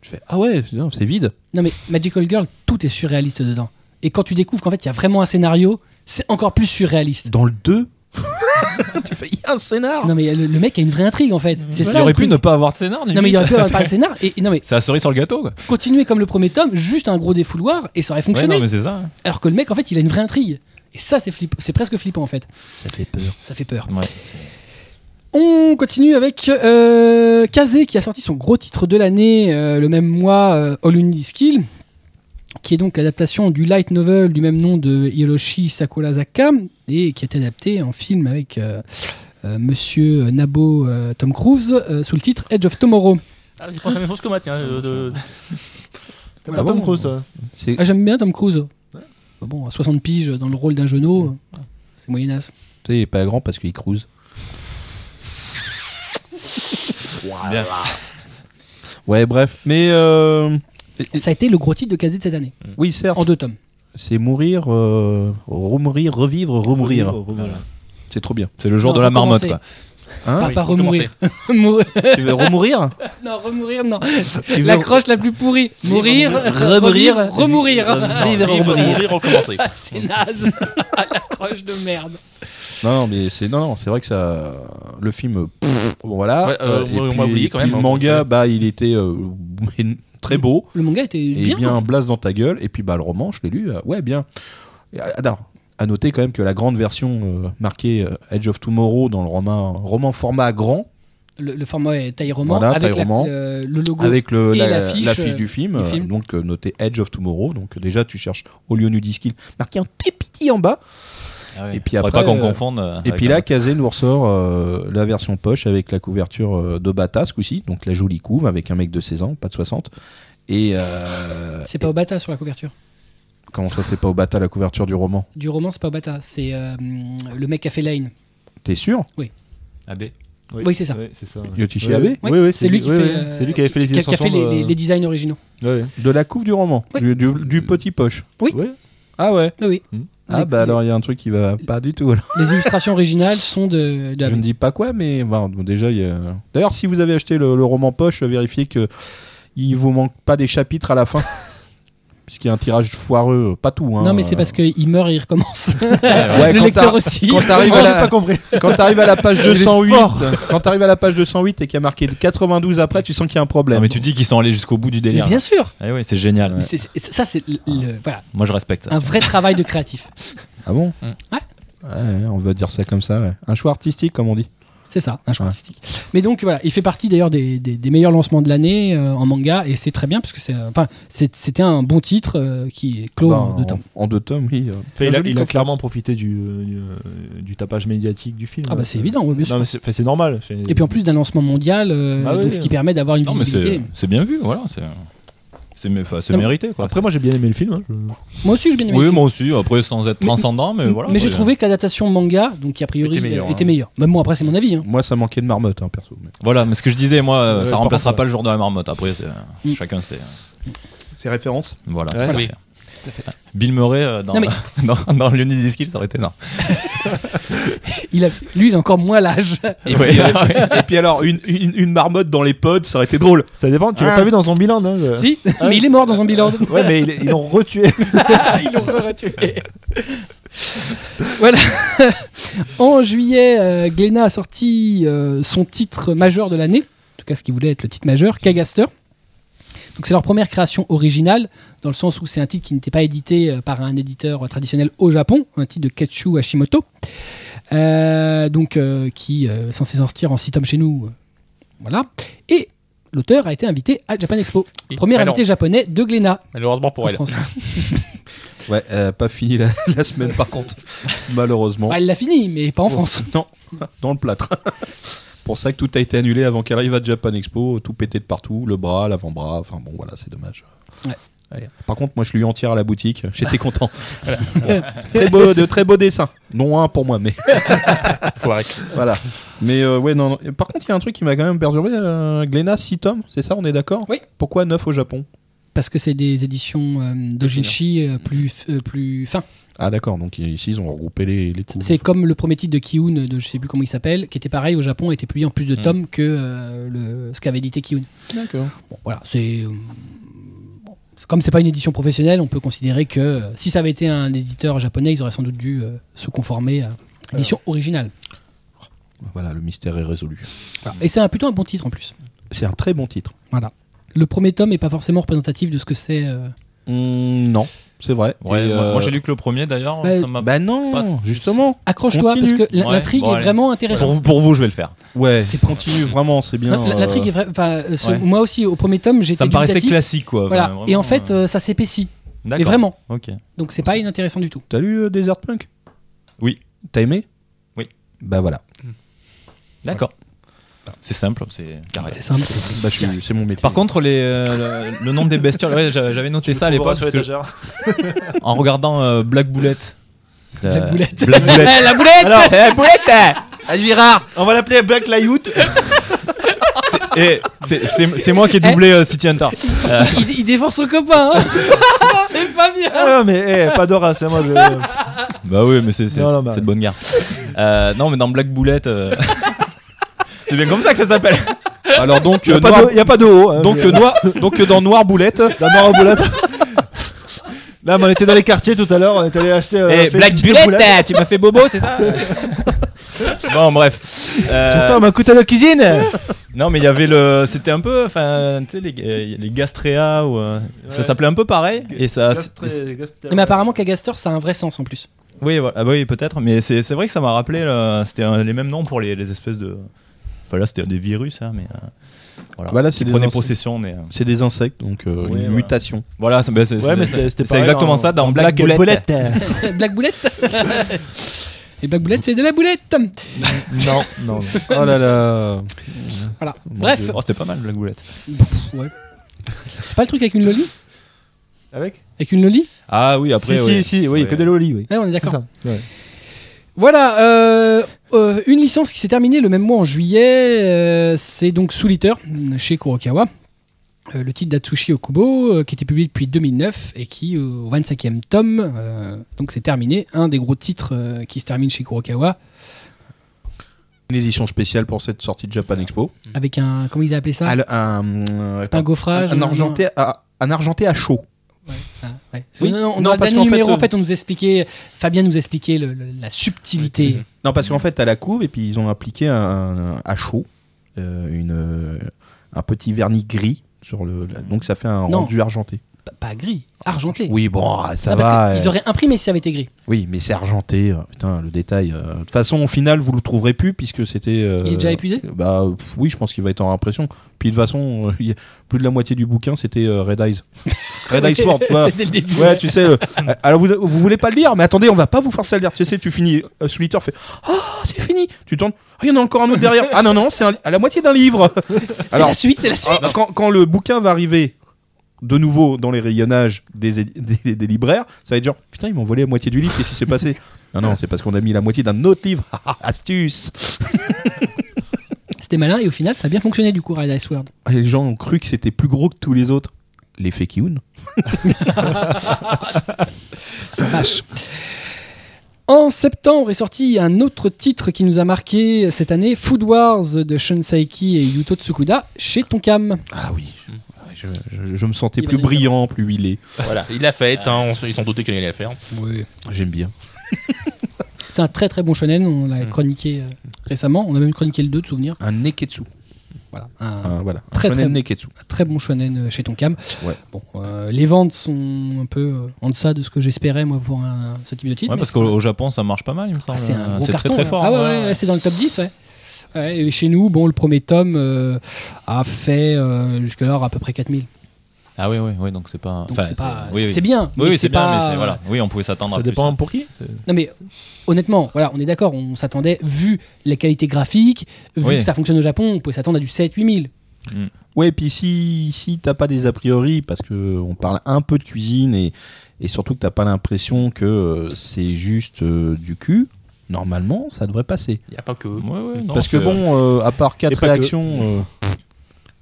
S5: tu fais Ah ouais, non, c'est vide.
S1: Non mais Magical Girl, tout est surréaliste dedans. Et quand tu découvres qu'en fait, il y a vraiment un scénario, c'est encore plus surréaliste.
S5: Dans le 2,
S6: tu fais, il y a un scénar
S1: Non, mais le, le mec a une vraie intrigue en fait. C'est
S3: Ah. Mm. Il
S1: ça.
S3: aurait
S1: le
S3: pu
S1: truc.
S3: ne pas avoir de scénar.
S1: Non, mais il
S3: limite.
S1: aurait pu avoir pas de scénar. Et, et non, mais
S3: C'est la cerise sur le gâteau. quoi.
S1: continuer comme le premier tome, juste un gros défouloir et ça aurait
S3: Ouais,
S1: fonctionné.
S3: non, mais c'est ça.
S1: Alors que le mec en fait il a une vraie intrigue. Et ça c'est flippant, c'est presque flippant en fait.
S5: Ça fait peur.
S1: Ça fait peur.
S3: Ouais.
S1: On continue avec euh, Kazé qui a sorti son gros titre de l'année euh, le même mois, euh, All You Need Is Kill, qui est donc l'adaptation du light novel du même nom de Hiroshi Sakurazaka et qui a été adapté en film avec euh, euh, Monsieur Nabo euh, Tom Cruise euh, sous le titre Edge of Tomorrow.
S4: Ah, je pense à la même chose que moi, tiens. euh, de-
S2: T'aimes pas Tom Cruise, toi
S1: Ah, J'aime bien Tom Cruise. Bah Bon, à 60 piges dans le rôle d'un genou, euh, c'est moyenasse.
S5: Tu sais, il est pas grand parce qu'il cruise.
S3: Bien.
S5: Ouais, bref. Mais euh,
S1: Ça a été le gros titre de Kazé de cette année,
S5: oui, certes,
S1: en deux tomes.
S5: c'est mourir, euh, remourir, revivre, remourir.
S2: Oh, oh, oh, oh.
S5: C'est trop bien.
S3: C'est le jour
S1: Non,
S3: de la
S1: faut
S3: marmotte.
S1: commencer.
S3: Quoi.
S5: Ah
S1: pas
S4: oui,
S1: pas
S4: faut
S1: remourir. Mourir-
S5: tu veux remourir
S1: non, remourir, non.
S5: Tu veux
S1: L'accroche la plus pourrie. Mourir,
S5: Remourir.
S1: revivre, remourir.
S4: Non,
S5: Vivre,
S4: vivre,
S5: mourir.
S4: mourir, recommencer.
S1: Ah, c'est naze. L'accroche de merde.
S5: Non, non, mais c'est non, non, c'est vrai que ça, le film, pff, bon, voilà.
S4: Ouais, euh,
S5: Et
S4: on m'a
S5: puis-
S4: oublié quand
S5: puis
S4: même,
S5: Le
S4: hein.
S5: manga, bah, il était euh, très beau
S1: Le manga était
S5: et
S1: bien.
S5: Eh bien, blase dans ta gueule. Et puis bah le roman, je l'ai lu, euh, ouais, bien. Et, ah, non, à noter quand même que la grande version euh, marquée euh, Edge of Tomorrow dans le roman, roman format grand
S1: Le, le format est taille roman
S5: Voilà,
S1: avec la-
S5: taille roman.
S1: le, le logo.
S5: avec le,
S1: Et
S5: la,
S1: l'affiche,
S5: l'affiche
S1: euh,
S5: du film,
S1: du
S5: euh,
S1: film.
S5: donc euh, noté Edge of Tomorrow. Donc euh, déjà tu cherches au lieu du skill marqué un tépiti en bas.
S3: Ah
S5: Et puis
S3: Faudrait
S5: après,
S3: pas qu'on
S5: euh,
S3: confonde. euh,
S5: Et
S3: avec
S5: puis
S3: la-
S5: là, Kazé nous ressort euh, la version poche avec la couverture euh, de Bata ce coup-ci, donc la jolie couve avec un mec de 16 ans, pas de 60. Et euh,
S1: C'est pas Obata sur la couverture.
S5: comment ça, c'est pas au Bata la couverture du roman
S1: Du roman, c'est pas Obata. C'est euh, le mec qui a fait Line.
S5: T'es sûr
S3: AB.
S1: Oui, c'est ça.
S2: Oui, c'est ça.
S5: Yotichi
S2: Oui,
S5: Abe
S2: oui, oui,
S1: C'est lui qui
S2: oui,
S1: fait.
S2: oui,
S1: euh,
S2: C'est lui qui avait fait les
S1: qui a- qui a
S2: illustrations.
S1: fait les, les-
S2: de-
S1: les designs originaux.
S2: Ouais, ouais.
S5: De la couve du roman
S1: Oui.
S5: du, du- du petit poche
S1: Oui.
S2: Ouais.
S5: Ah Euh, ouais
S1: Oui, oui.
S2: Hmm.
S5: Ah
S1: Les-
S5: bah alors il y a un truc qui va pas du tout. alors.
S1: Les illustrations originales sont de. de
S5: Je ne dis pas quoi, mais bah, bon, bon, déjà il y a... D'ailleurs, si vous avez acheté le, le roman poche, vérifiez que il vous manque pas des chapitres à la fin. Puisqu'il y a un tirage foireux, pas tout. hein.
S1: non, mais c'est parce qu'il meurt et il recommence.
S5: Ouais,
S1: le
S5: quand
S1: lecteur
S5: t'as-
S1: aussi.
S5: quand t'arrives à
S2: j'ai
S5: la-
S2: pas compris.
S5: Quand t'arrives à la page
S2: est
S5: 208,
S2: fort.
S5: quand t'arrives à la page 208 et qu'il y a marqué 92 après, tu sens qu'il y a un problème.
S3: Non, mais tu dis qu'ils sont allés jusqu'au bout du
S1: Mais
S3: délire.
S1: bien sûr.
S3: Eh ouais, c'est génial.
S1: Mais c'est- c'est- ça, c'est le- le- voilà,
S3: Moi, je respecte ça.
S1: un vrai travail de créatif.
S5: Ah bon
S4: Mm.
S1: Ouais.
S5: Ouais, on va dire ça comme ça. ouais. Un choix artistique, comme on dit.
S1: C'est ça, un choix
S5: Ouais.
S1: artistique. Mais donc voilà, il fait partie d'ailleurs des, des- des meilleurs lancements de l'année euh, en manga et c'est très bien parce que c'est, euh, enfin, c'est- c'était un bon titre euh, qui est clos
S5: Bah,
S1: en deux temps.
S5: En, en deux tomes, oui. euh.
S2: Enfin, il a,
S5: Joli
S2: il a
S5: concept.
S2: clairement profité du, euh, du, euh, du tapage médiatique du film.
S1: Ah bah c'est évident, ouais, bien sûr.
S2: Non, mais c'est, enfin, c'est normal. c'est-
S1: Et puis en plus d'un lancement mondial, euh,
S2: Ah
S1: donc,
S2: oui.
S1: ce qui permet d'avoir une
S3: Non, mais
S1: visibilité.
S3: c'est c'est bien vu, voilà. c'est- C'est mé- enfin, c'est
S1: Non.
S3: mérité, quoi.
S2: Après, moi j'ai bien aimé le film. hein, je-
S1: Moi aussi, j'ai bien aimé.
S3: oui,
S1: le
S3: moi aussi. Après, sans être transcendant, mais,
S1: film.
S3: voilà.
S1: mais j'ai
S3: ouais.
S1: trouvé que l'adaptation manga, donc qui a priori
S6: Était meilleure,
S1: était meilleure.
S6: hein.
S1: Même moi, après, c'est mon avis. hein.
S5: Moi, ça manquait de marmotte, hein, perso. mais-
S3: Voilà, mais ce que je disais, moi, euh,
S2: Ouais,
S3: ça
S2: par
S3: remplacera
S2: contre,
S3: pas le jour de la marmotte. Après, c'est-
S1: Mm.
S3: chacun sait.
S5: Ces références
S3: Voilà.
S2: Ouais.
S3: tout à
S4: Oui.
S3: fait. Bill Murray euh, dans,
S1: Non,
S3: dans, dans Leonie Disquill, ça aurait été non.
S1: Il a, lui, il a encore moins l'âge.
S5: Et,
S3: Ouais.
S5: puis, euh, et puis alors, une, une- une marmotte dans les pods, ça aurait été drôle.
S2: Ça dépend, tu l'as pas vu dans Zombieland. Hein, je-
S1: Ah. si, mais il est mort dans Zombieland.
S2: Ouais, mais ils, ils l'ont retué.
S1: Ils l'ont retué. voilà. en juillet, euh, Glénat a sorti euh, son titre majeur de l'année, en tout cas ce qui voulait être le titre majeur, Kagaster. Donc c'est leur première création originale, dans le sens où c'est un titre qui n'était pas édité euh, par un éditeur euh, traditionnel au Japon, un titre de Kachu Hashimoto, Euh, donc euh, qui euh, est censé sortir en 6 tomes chez nous. euh, Voilà. Et l'auteur a été invité à Japan Expo.
S4: Et-
S1: Premier
S4: alors,
S1: invité japonais de Glénat
S4: Malheureusement pour
S1: en
S4: elle.
S1: France.
S5: Ouais, euh, pas fini la, la semaine, par contre. Malheureusement.
S1: Bah, elle l'a fini, mais pas en France.
S5: Non, dans le plâtre. Pour ça que tout a été annulé avant qu'elle arrive à Japan Expo, tout pété de partout, le bras, l'avant-bras, enfin bon voilà, c'est dommage.
S1: Ouais.
S5: Ouais. Par contre, moi je l'ai eu entière à la boutique, j'étais content. Bon. Très beau, de très beaux dessins. Non un pour moi, mais
S4: Faut arrêter.
S5: voilà. Mais euh, ouais, non, non. Et Par contre, il y a un truc qui m'a quand même perturbé. euh, Glénat, 6 tomes, c'est ça, on est d'accord
S1: Oui.
S5: Pourquoi 9 au Japon
S1: Parce que c'est des éditions euh, d'Ojinshi euh,
S3: Mhm.
S1: plus, euh, plus fin.
S5: Ah d'accord, donc ici ils ont regroupé les, les coups.
S1: C'est comme le premier titre de Kiun, de je sais plus comment il s'appelle, qui était pareil au Japon, était publié en plus de
S3: Mhm.
S4: Mm.
S1: tomes que euh, le, ce qu'avait édité Kiun.
S5: D'accord.
S1: Bon, voilà, c'est. euh, bon, c'est- Comme c'est pas une édition professionnelle, on peut considérer que euh, si ça avait été un éditeur japonais, ils auraient sans doute dû euh, se conformer à l'édition originale.
S5: Voilà, le mystère est résolu.
S3: Ah.
S1: Voilà. Et c'est un, plutôt un bon titre en plus.
S5: C'est un très bon titre.
S1: Le premier tome est pas forcément représentatif de ce que c'est. euh,
S5: Hmm, non, c'est vrai.
S3: Ouais,
S5: Et,
S3: moi,
S5: euh,
S3: moi, j'ai lu que le premier d'ailleurs.
S1: bah,
S3: ça m'a-
S5: Bah non,
S3: pas-
S5: justement.
S1: Accroche-toi parce
S5: Continue.
S1: que la-
S3: Ouais,
S1: l'intrigue
S3: bon,
S1: est
S3: allez.
S1: vraiment intéressante.
S3: Pour, vous- pour vous, je vais le faire.
S5: Ouais,
S1: C'est-
S5: continue vraiment, c'est bien. euh,
S1: Non, la- L'intrigue est vraiment.
S3: euh, ouais.
S1: Moi aussi, au premier tome, j'étais.
S3: Ça me paraissait
S1: dubitatif.
S3: classique quoi.
S1: Voilà.
S3: Enfin,
S1: et en
S3: vraiment,
S1: fait,
S3: euh,
S1: euh, ça s'épaissit. Mais
S3: d'accord.
S1: vraiment.
S3: Ok.
S1: Donc c'est pas inintéressant du tout.
S5: T'as lu euh, Desert Punk
S3: Oui.
S5: T'as aimé
S3: Oui.
S5: Bah voilà.
S3: D'accord. Ah. C'est simple, c'est carré.
S1: C'est simple.
S5: Bah, je suis- c'est mon métier.
S3: Par contre, les, euh, le, le nombre des bestioles, ouais, j'a- j'avais noté ça à l'époque parce que en regardant euh, Black Bullet.
S1: La
S3: euh,
S1: boulette.
S3: Black Bullet.
S1: Eh, la boulette
S3: Alors, Eh, hein.
S5: Girard
S2: On va l'appeler Black Layout.
S3: et Eh, c'est- c'est c'est moi qui ai doublé euh, City Hunter. Euh,
S1: il, il défend son copain. hein. c'est pas bien.
S2: ah non, mais eh, pas Dora, c'est moi. je-
S3: Bah oui, mais c'est c'est-
S2: Non, non, bah-
S3: c'est de bonne guerre. Euh, non, mais dans Black Bullet. euh, C'est bien comme ça que ça s'appelle.
S5: Alors donc,
S2: Il n'y
S5: euh,
S2: a, pas
S5: Noir-
S2: de- il y a pas de haut. hein,
S5: donc,
S2: mais-
S5: euh, Noir- donc euh, dans Noir Boulette,
S2: La mort en boulette. Là, mais on était dans les quartiers tout à l'heure, on est allé acheter. euh,
S3: Eh,
S2: fait-
S3: Black
S2: une
S3: Bullet,
S2: boulette.
S3: euh, tu m'as fait bobo, c'est ça Bon, bref. Euh,
S2: Je sors ma couteau de cuisine.
S3: non, mais il y avait le. C'était un peu. Enfin, tu sais, les, euh, les Gastrea, ou, euh, ça
S2: Ouais.
S3: s'appelait un peu pareil. Et ça. Ah, c'est-
S1: Mais apparemment, Cagastor, ça a un vrai sens en plus.
S3: Oui, voilà. Ah bah oui peut-être. Mais c'est c'est vrai que ça m'a rappelé. là, C'était euh, les mêmes noms pour les, les espèces de. Enfin, là, c'était des virus, hein, mais. euh, voilà.
S5: Bah là, c'est
S3: qui
S5: des
S3: prenaient
S5: insectes.
S3: possession. des-
S5: c'est des insectes, donc euh,
S3: Ouais,
S5: une
S3: voilà.
S5: mutation.
S3: Voilà, c'est bah, c'est-
S2: Ouais, mais
S3: c'est-
S2: c'était- c'était
S3: c'est
S2: pareil
S3: exactement
S2: dans-
S3: ça dans,
S2: Black
S3: Black, Bullet.
S2: boulette.
S1: Black boulette. Et Black boulette, c'est de la boulette.
S5: Non, non, non. Oh là là.
S1: Voilà.
S5: Mon
S1: Bref,
S5: Dieu.
S3: Oh, c'était pas mal, Black Bullet.
S1: c'est pas le truc avec une loli
S2: Avec
S1: Avec une loli
S3: Ah oui, après.
S2: Si,
S3: oui.
S2: si, si, oui,
S3: Ouais.
S2: que de l'oli, oui.
S1: Ouais, on est
S2: C'est
S1: d'accord.
S2: ça. ouais.
S1: Voilà, euh, euh, une licence qui s'est terminée le même mois en juillet, euh, c'est donc Souliter chez Kurokawa. Euh, le titre d'Atsushi Okubo, euh, qui était publié depuis 2009 et qui, euh, au 25e tome, euh, donc c'est terminé, un des gros titres euh, qui se termine chez Kurokawa,
S5: Une édition spéciale pour cette sortie de Japan Expo.
S1: avec un, comment ils appelaient ça
S5: Hmm. Ah, le- un, euh,
S1: C'est un gaufrage
S5: un argenté, à- un argenté à chaud.
S1: Ah, ouais.
S5: Oui.
S1: Non, non, on-
S5: Non,
S1: dans le
S5: parce
S1: dernier
S5: qu'en fait,
S1: numéro,
S5: euh,
S1: en fait, on nous expliquait, Fabien nous expliquait le- le- la subtilité.
S5: Non, parce qu'en fait, t'as la couve et puis ils ont appliqué un, un- à chaud euh, une, euh, un petit vernis gris sur le. la- donc ça fait un
S1: Non.
S5: rendu argenté.
S1: Pas, pas gris, argenté.
S5: Oui, bon, ah, ça
S1: Ah, parce
S5: va.
S1: qu'ils
S5: euh,
S1: auraient imprimé si ça avait été gris.
S5: Oui, mais c'est argenté. euh, Putain, le détail. euh. De toute façon, au final, vous le trouverez plus puisque c'était. euh,
S1: Il est déjà épuisé
S5: Bah pff, oui, je pense qu'il va être en impression. Puis de toute façon, euh, il y a- plus de la moitié du bouquin, c'était euh, Red Eyes. Red Eyes Sword, tu vois.
S1: C'était le début.
S5: Bah, Ouais, tu sais. euh, alors vous, vous voulez pas le lire, mais attendez, on va pas vous forcer à le lire. Tu sais, tu finis. Euh, Solitaire fait. Ah, c'est fini. Tu tournes. Ah, il y en a encore un autre derrière. Ah non non, c'est un- à la moitié d'un livre.
S1: C'est la suite, c'est la suite.
S5: Ah, quand, quand le bouquin va arriver de nouveau dans les rayonnages des, édi- des, des libraires, ça va être genre putain, ils m'ont volé la moitié du livre, qu'est-ce qui s'est passé Non, non, c'est parce qu'on a mis la moitié d'un autre livre. Ah, ah, Astuce
S1: C'était malin et au final, ça a bien fonctionné du coup, Red Ice World.
S5: Ah, Les gens ont cru que c'était plus gros que tous les autres. L'effet Kiyun.
S1: Ça vache. En septembre est sorti un autre titre qui nous a marqué cette année, Food Wars de Shun Saiki et Yuto Tsukuda chez Tonkam.
S5: Ah oui. Je, je- je me sentais
S1: Mm. Il
S5: plus
S1: va dire.
S5: brillant, plus huilé.
S4: Voilà, il l'a fait, hein, on s- ils sont doutés qu'il allait la faire.
S5: J'aime bien.
S1: C'est un très très bon shonen, on l'a chroniqué euh, récemment, on a même chroniqué le 2 de souvenir.
S5: Un Neketsu.
S1: Voilà, un
S3: Hein,
S5: Un- voilà. Un
S1: Très,
S5: shonen
S1: très-
S5: Neketsu.
S1: très bon shonen euh, chez Tonkam.
S5: Ouais.
S1: Bon, euh, les ventes sont un peu euh, en deçà de ce que j'espérais moi pour un- ce type de titre.
S3: Ouais,
S1: mais-
S3: parce qu'au au Japon, ça marche pas mal, il me
S1: Ah,
S3: semble. Euh,
S1: c'est un gros
S3: c'est
S1: carton.
S3: très très
S1: là.
S3: fort. hein.
S1: Ah ouais,
S3: ouais.
S1: ouais, ouais, c'est dans le top 10, ouais. Ouais, et chez nous, bon, le premier tome euh, a fait euh, jusqu'alors à peu près 4000.
S3: Ah oui, oui, oui, donc c'est pas.
S1: Donc
S3: enfin,
S1: c'est pas-
S3: oui, oui.
S1: c'est bien.
S3: Oui,
S1: mais
S3: oui, c'est bien,
S1: pas-
S3: mais c'est- voilà. Oui, on pouvait s'attendre à
S2: Ça
S3: plus.
S2: dépend pour qui. c'est-
S1: Non mais honnêtement, voilà, on est d'accord, on s'attendait, vu la qualité graphique, vu
S3: Oui.
S1: que ça fonctionne au Japon, on pouvait s'attendre à du 7-8000.
S5: Ouais, et puis si, si t'as pas des a priori, parce que on parle un peu de cuisine et, et surtout que t'as pas l'impression que euh, c'est juste euh, du cul, normalement ça devrait passer.
S4: Il n'y a pas que.
S3: Ouais, ouais, non,
S5: parce que
S3: c'est-
S5: bon, euh, à part
S2: Et
S5: quatre
S2: pas que.
S5: réactions, euh,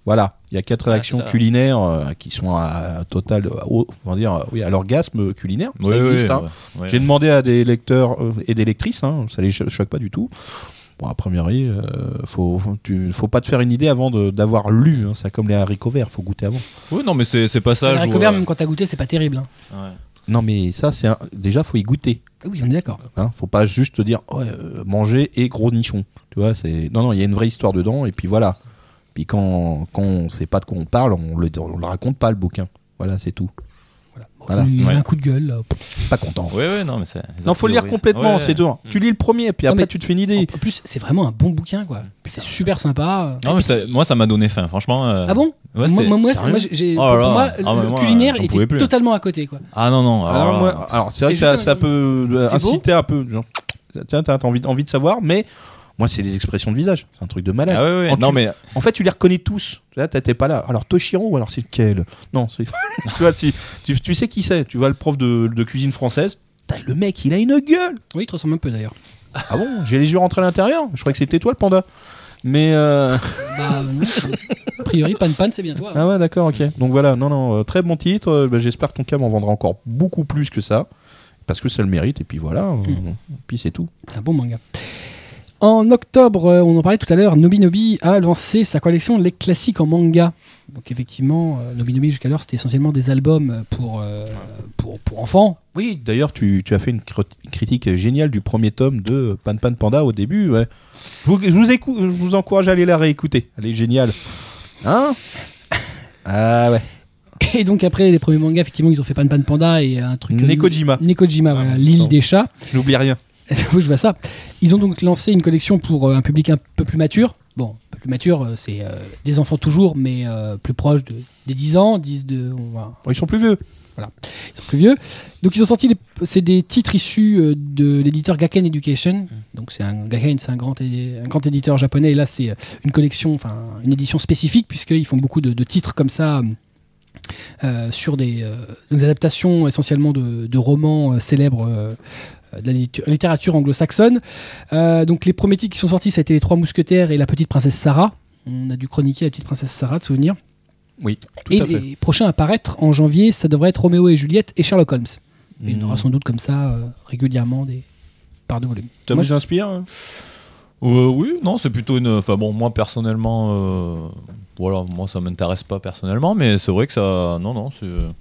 S5: voilà, il y a quatre réactions
S4: ça.
S5: culinaires euh, qui sont à, à total, à haut- comment dire, euh, oui, à l'orgasme culinaire. Ça
S3: Oui, oui,
S5: existe, hein.
S3: ouais, ouais.
S5: J'ai demandé à des lecteurs euh, et des lectrices, hein, ça les cho- choque pas du tout. Bon, a priori, euh, faut, faut- tu, faut pas te faire une idée avant de- d'avoir lu. hein, ça comme les haricots verts, faut goûter avant.
S3: Oui, non, mais c'est c'est pas ça.
S1: Le
S3: je
S1: recouvert,
S3: vois-
S1: même quand t'as goûté, c'est pas terrible. hein.
S3: Ouais.
S5: Non, mais ça, c'est un- déjà, faut y goûter.
S1: Ah Oui, on est d'accord.
S5: Hein, faut pas juste te dire ouais, euh, manger et gros nichon. Tu vois, c'est non non, il y a une vraie histoire dedans et puis voilà. Puis quand quand on sait pas de quoi on parle, on le on le raconte pas le bouquin. Voilà, c'est tout. Voilà.
S1: Il a
S3: Ouais.
S1: un coup de gueule. là.
S5: Pas content.
S3: Ouais, ouais, non, mais c'est. les
S5: Non,
S3: a
S5: faut le lire
S3: priori, ça-
S5: complètement,
S3: Ouais, Mmh.
S5: c'est tout. Tu lis le premier, puis
S1: Non,
S5: après
S1: mais-
S5: tu te fais une idée.
S1: En plus, c'est vraiment un bon bouquin, quoi. C'est super sympa.
S3: Non, mais ça- moi, ça m'a donné faim, franchement. euh,
S1: Ah bon
S3: ouais,
S1: Moi,
S3: Ah. c'était-
S1: moi, moi,
S3: sérieux
S1: moi, j'ai-
S3: Oh
S1: pour
S3: là là.
S1: moi,
S3: Ah,
S1: le
S3: bah, moi,
S1: culinaire
S3: j'en
S1: était
S3: pouvais plus.
S1: totalement à côté, quoi.
S3: Ah non, non.
S5: Alors,
S3: alors,
S5: moi, alors c'est
S1: C'était
S5: vrai que ça,
S1: juste un-
S5: ça peut euh,
S1: C'est
S5: inciter un peu. Genre, tiens, t'as t'as envie, envie de savoir, mais moi, c'est les expressions de visage. C'est un truc de malade.
S3: Ah ouais, ouais,
S5: En
S3: non,
S5: tu-
S3: mais
S5: En fait, tu les reconnais tous. Là, t'étais pas là. Alors, Toshiro, alors c'est lequel Non, c'est. tu vois, tu, tu, tu sais qui c'est. Tu vois le prof de, de cuisine française. Putain, Le mec, il a une gueule.
S1: Oui, il te ressemble un peu d'ailleurs.
S5: Ah bon J'ai les yeux rentrés à l'intérieur. Je crois que c'était toi le panda. Mais euh,
S1: Bah, non, je- a priori, Pan Pan, c'est bien toi. hein.
S5: ah ouais, d'accord, ok. Donc voilà, non, non, euh, très bon titre. Euh, bah, J'espère que ton cam en vendra encore beaucoup plus que ça, parce que ça le mérite. Et puis voilà, euh,
S1: Hmm.
S5: puis c'est tout.
S1: C'est un bon manga. En octobre, euh, on en parlait tout à l'heure, Nobinobi a lancé sa collection Les classiques en manga. Donc effectivement, euh, Nobinobi jusqu'à l'heure, c'était essentiellement des albums euh, pour, euh, pour, pour enfants.
S5: Oui, d'ailleurs, tu, tu as fait une cro- critique géniale du premier tome de Pan Pan Panda au début. ouais. Je, vous, je vous écou- je vous encourage à aller la réécouter. Elle est géniale. Hein Ah ouais.
S1: Et donc après les premiers mangas, effectivement, ils ont fait Pan Pan Panda et un truc... euh,
S5: Nekojima.
S1: Nekojima, voilà,
S5: bon,
S1: l'île
S5: non.
S1: des chats.
S5: Je n'oublie rien.
S1: Oui, je vois ça. Ils ont donc lancé une collection pour euh, un public un peu plus mature. Bon, un peu plus mature, euh, c'est euh, des enfants toujours, mais euh, plus proche de, des 10 ans, 10 de... on va-
S5: Oh, ils sont plus vieux.
S1: ils sont plus vieux. Donc ils ont sorti, les- c'est des titres issus euh, de l'éditeur Gaken
S5: Mm.
S1: Education. Donc c'est un Gaken, c'est un grand, é- un grand éditeur japonais. Et là c'est euh, une collection, enfin une édition spécifique puisqu'ils font beaucoup de, de titres comme ça. euh, sur des, euh, des adaptations essentiellement de, de romans euh, célèbres euh, de la littu- littérature anglo-saxonne. Euh, donc les premiers titres qui sont sortis, ça a été Les Trois Mousquetaires et La Petite Princesse Sarah. On a dû chroniquer La Petite Princesse Sarah de souvenir.
S5: Oui, tout
S1: Et
S5: à fait.
S1: les prochains à paraître en janvier, ça devrait être Roméo et Juliette et Sherlock Holmes. Et
S5: Mmh.
S1: Il y en
S5: Mm.
S1: aura sans doute comme ça euh, régulièrement des par de volumes.
S5: Ça
S1: Moi,
S5: vous inspire hein
S3: Euh, oui, non, c'est plutôt une. Enfin bon, moi personnellement, euh, voilà, moi ça m'intéresse pas personnellement, mais c'est vrai que ça. Non, non, c'est une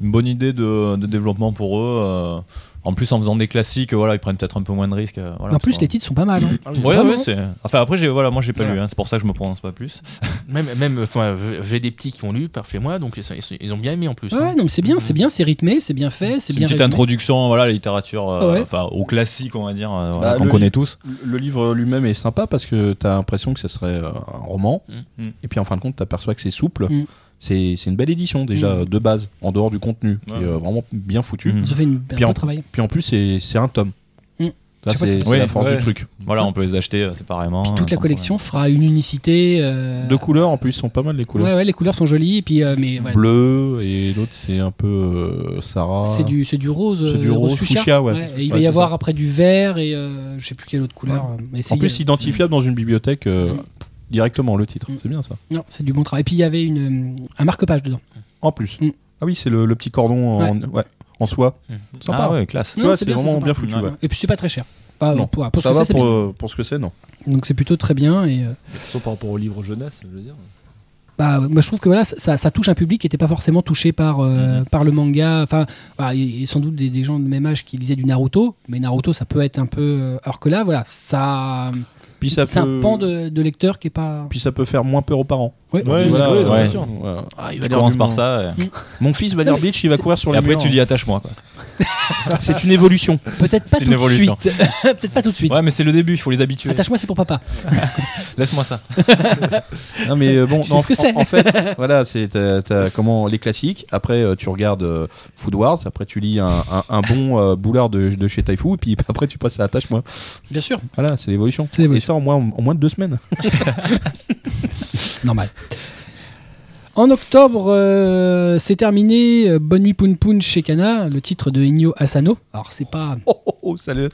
S3: bonne idée de, de développement pour eux. euh. en plus, en faisant des classiques, voilà, ils prennent peut-être un peu moins de risques. euh, voilà,
S1: en plus,
S3: parce
S1: les titres sont pas mal. hein.
S4: Ah
S3: que- Ouais,
S1: Vraiment.
S3: ouais, c'est. Enfin, après, j'ai voilà, moi j'ai pas
S4: Voilà.
S3: lu, hein, c'est pour ça que je me prononce pas plus.
S4: Même, même enfin, v- j'ai des petits qui ont lu par chez moi, donc ils, sont- ils sont- ils ont bien aimé en plus. hein.
S1: Ouais, non, mais c'est bien, c'est bien, c'est rythmé, c'est bien fait, c'est
S3: C'est une
S1: bien.
S3: petite
S1: résumé.
S3: introduction, voilà, à la littérature, euh,
S1: Ah ouais.
S3: enfin, au classique, on va dire, euh, voilà,
S5: Bah,
S3: qu'on
S5: le-
S3: connaît tous.
S5: Le livre lui-même est sympa parce que t'as l'impression que ce serait euh, un roman. Mmh.
S3: Mm.
S5: Et puis en fin de compte, t'aperçois que c'est souple.
S1: Mm.
S5: C'est c'est une belle édition déjà
S1: Mm.
S5: de base, en dehors du contenu, qui
S3: Ouais.
S5: est euh, vraiment bien foutu.
S3: Mm.
S1: Ils ont fait une, un
S5: Puis en-
S1: bon travail.
S5: Puis en plus, c'est c'est un tome.
S1: Mm. Je
S5: Ça,
S1: sais pas
S5: c'est
S1: si-
S5: c'est
S3: Oui,
S5: la force
S3: ouais.
S5: du truc.
S3: Voilà, on peut les acheter euh, séparément.
S1: Puis
S3: euh,
S1: toute la
S3: sans
S1: collection fera une unicité. euh,
S5: Deux couleurs en plus, sont pas mal les couleurs.
S1: Ouais, ouais, les couleurs sont jolies. Et puis, euh, mais ouais,
S5: Bleu et l'autre, c'est un peu euh, Sarah.
S1: c'est du, c'est du rose.
S5: C'est du
S1: euh,
S5: rose fuchsia, ouais.
S1: et il
S5: Ouais,
S1: va y
S5: c'est
S1: avoir
S5: ça.
S1: après du vert et euh, je sais plus quelle autre couleur. Mais c'est-
S5: En plus, identifiable dans une bibliothèque euh,
S1: Mm.
S5: directement, le titre.
S1: Mm.
S5: C'est bien ça.
S1: non, c'est du bon travail. Et puis il y avait une, euh, un marque-page dedans.
S5: En plus.
S1: Mm.
S5: Ah oui, c'est le, le petit cordon en, ouais, en soie.
S4: Mm.
S5: Sympa.
S3: Ah ouais, classe.
S5: Tu
S1: Non,
S5: vois,
S1: c'est
S5: c'est
S1: bien, c'est
S5: vraiment
S1: sympa.
S5: bien foutu.
S3: Ouais.
S5: ouais.
S1: Et puis c'est pas très cher. Enfin,
S5: Non,
S1: pour, pour ce
S5: ça
S1: que
S5: va
S1: c'est, c'est
S5: pour,
S1: bien.
S5: euh, pour ce que c'est, non.
S1: Donc c'est plutôt très bien. Et euh,
S2: Sauf par rapport au livre jeunesse, je veux dire.
S1: bah, moi je trouve que voilà, ça, ça- ça touche un public qui n'était pas forcément touché par, euh, par le manga. Enfin, voilà, il y a sans doute des, des gens de même âge qui lisaient du Naruto, mais Naruto ça peut être un peu. euh, Alors que là, voilà, ça.
S5: Puis ça
S1: C'est
S5: peut-
S1: un pan de, de lecteur qui est pas.
S5: Puis ça peut faire moins peur aux parents.
S1: Ouais.
S2: Ouais,
S5: Voilà,
S2: ouais,
S5: euh,
S3: ouais.
S5: bien sûr. Ouais. Ah, il va
S3: Tu
S5: lire
S3: commences
S5: du
S3: par
S5: monde.
S3: ça, et,
S5: Mon fils va lire Bleach, il va courir sur
S3: et
S5: les
S3: après
S5: murs. hein.
S3: tu dis attache-moi, quoi.
S5: C'est une évolution.
S1: Peut-être pas
S3: C'est
S1: tout
S3: une
S1: de
S3: évolution.
S1: suite. Peut-être pas tout de suite.
S3: Ouais, mais c'est le début, il faut les habituer.
S1: Attache-moi, c'est pour papa.
S3: Laisse-moi ça.
S5: Non, mais euh, bon,
S1: Je sais
S5: non,
S1: ce que
S5: en-
S1: c'est.
S5: En, fait, voilà, c'est t'as- t'as comment les classiques. Après, euh, tu regardes euh, Food Wars. Après, tu lis un, un- un bon euh, boulard de, de chez Taifu. Et puis après, tu passes à Attache moi.
S1: Bien sûr.
S5: Voilà, c'est l'évolution.
S1: C'est l'évolution.
S5: Et ça en moins, en moins de deux semaines.
S1: Normal. En octobre, euh, c'est terminé euh, Bonne nuit Poun Poun chez Kana, le titre de Igno Asano. Alors c'est pas,
S5: Oh, oh, oh, ça le.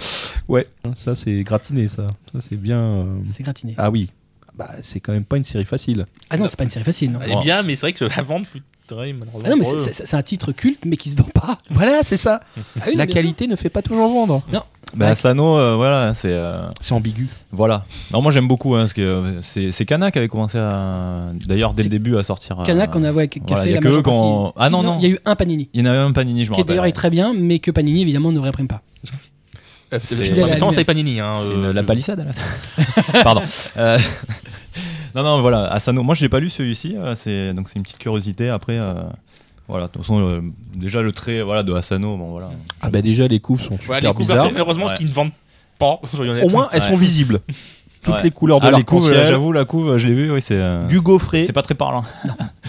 S5: Ouais, ça c'est gratiné, ça. Ça c'est bien. euh,
S1: c'est gratiné.
S5: Ah oui. Bah, c'est quand même pas une série facile.
S1: Ah non, c'est pas une série facile. non.
S4: Elle est bien, mais c'est vrai que la vente, putain, malheureusement.
S1: Ah non, mais
S4: pour
S1: c'est-
S4: eux.
S1: c'est c'est un titre culte, mais qui se vend pas.
S5: Voilà, c'est ça.
S1: Ah oui,
S5: La
S1: bien sûr.
S5: qualité ne fait pas toujours vendre.
S1: Non.
S3: Bah, Asano, euh, voilà, c'est. euh,
S5: C'est ambigu.
S3: voilà. Non, moi j'aime beaucoup, hein, parce que euh, c'est c'est Kana qui avait commencé à. D'ailleurs, dès
S1: C'est
S3: le début, à sortir. euh,
S1: Cana qu'on a ouais, qui qui a
S3: voilà,
S1: fait
S3: y a
S1: la
S3: que eux
S1: majeure
S3: qu'on-
S1: partie.
S3: Ah, non,
S1: Sinon,
S3: non.
S1: Il y a eu un Panini.
S3: Il y en avait même Panini, je me
S1: Qui
S3: rappelle.
S1: d'ailleurs est
S3: ouais.
S1: très bien, mais que Panini évidemment ne réprime pas.
S4: Euh,
S3: C'est-
S4: le-
S3: Fidèle
S1: à
S4: Pourtant,
S1: lui-même.
S4: c'est Panini. Hein,
S3: C'est
S4: euh,
S3: une- la palissade, là, ça. Pardon. Euh, non, non, voilà, Asano. Moi, je l'ai pas lu celui-ci. euh, C'est donc c'est une petite curiosité. Après, euh, voilà. De toute façon, euh, déjà le trait, voilà, de Asano. Bon, voilà.
S5: Ah bah déjà les coups sont
S4: Ouais,
S5: super
S4: les couvertures,
S5: bizarres.
S4: heureusement
S3: Ouais.
S4: qu'ils ne vendent pas. soyons honnêtes.
S5: Au moins elles
S3: Ouais.
S5: sont visibles. Toutes
S3: Ouais.
S5: les couleurs de
S3: Ah, les couves, euh,
S5: l'arc-en-ciel,
S3: j'avoue, la couve, euh, je l'ai vu. Oui, c'est. euh,
S5: du gaufret,
S3: C'est pas très parlant.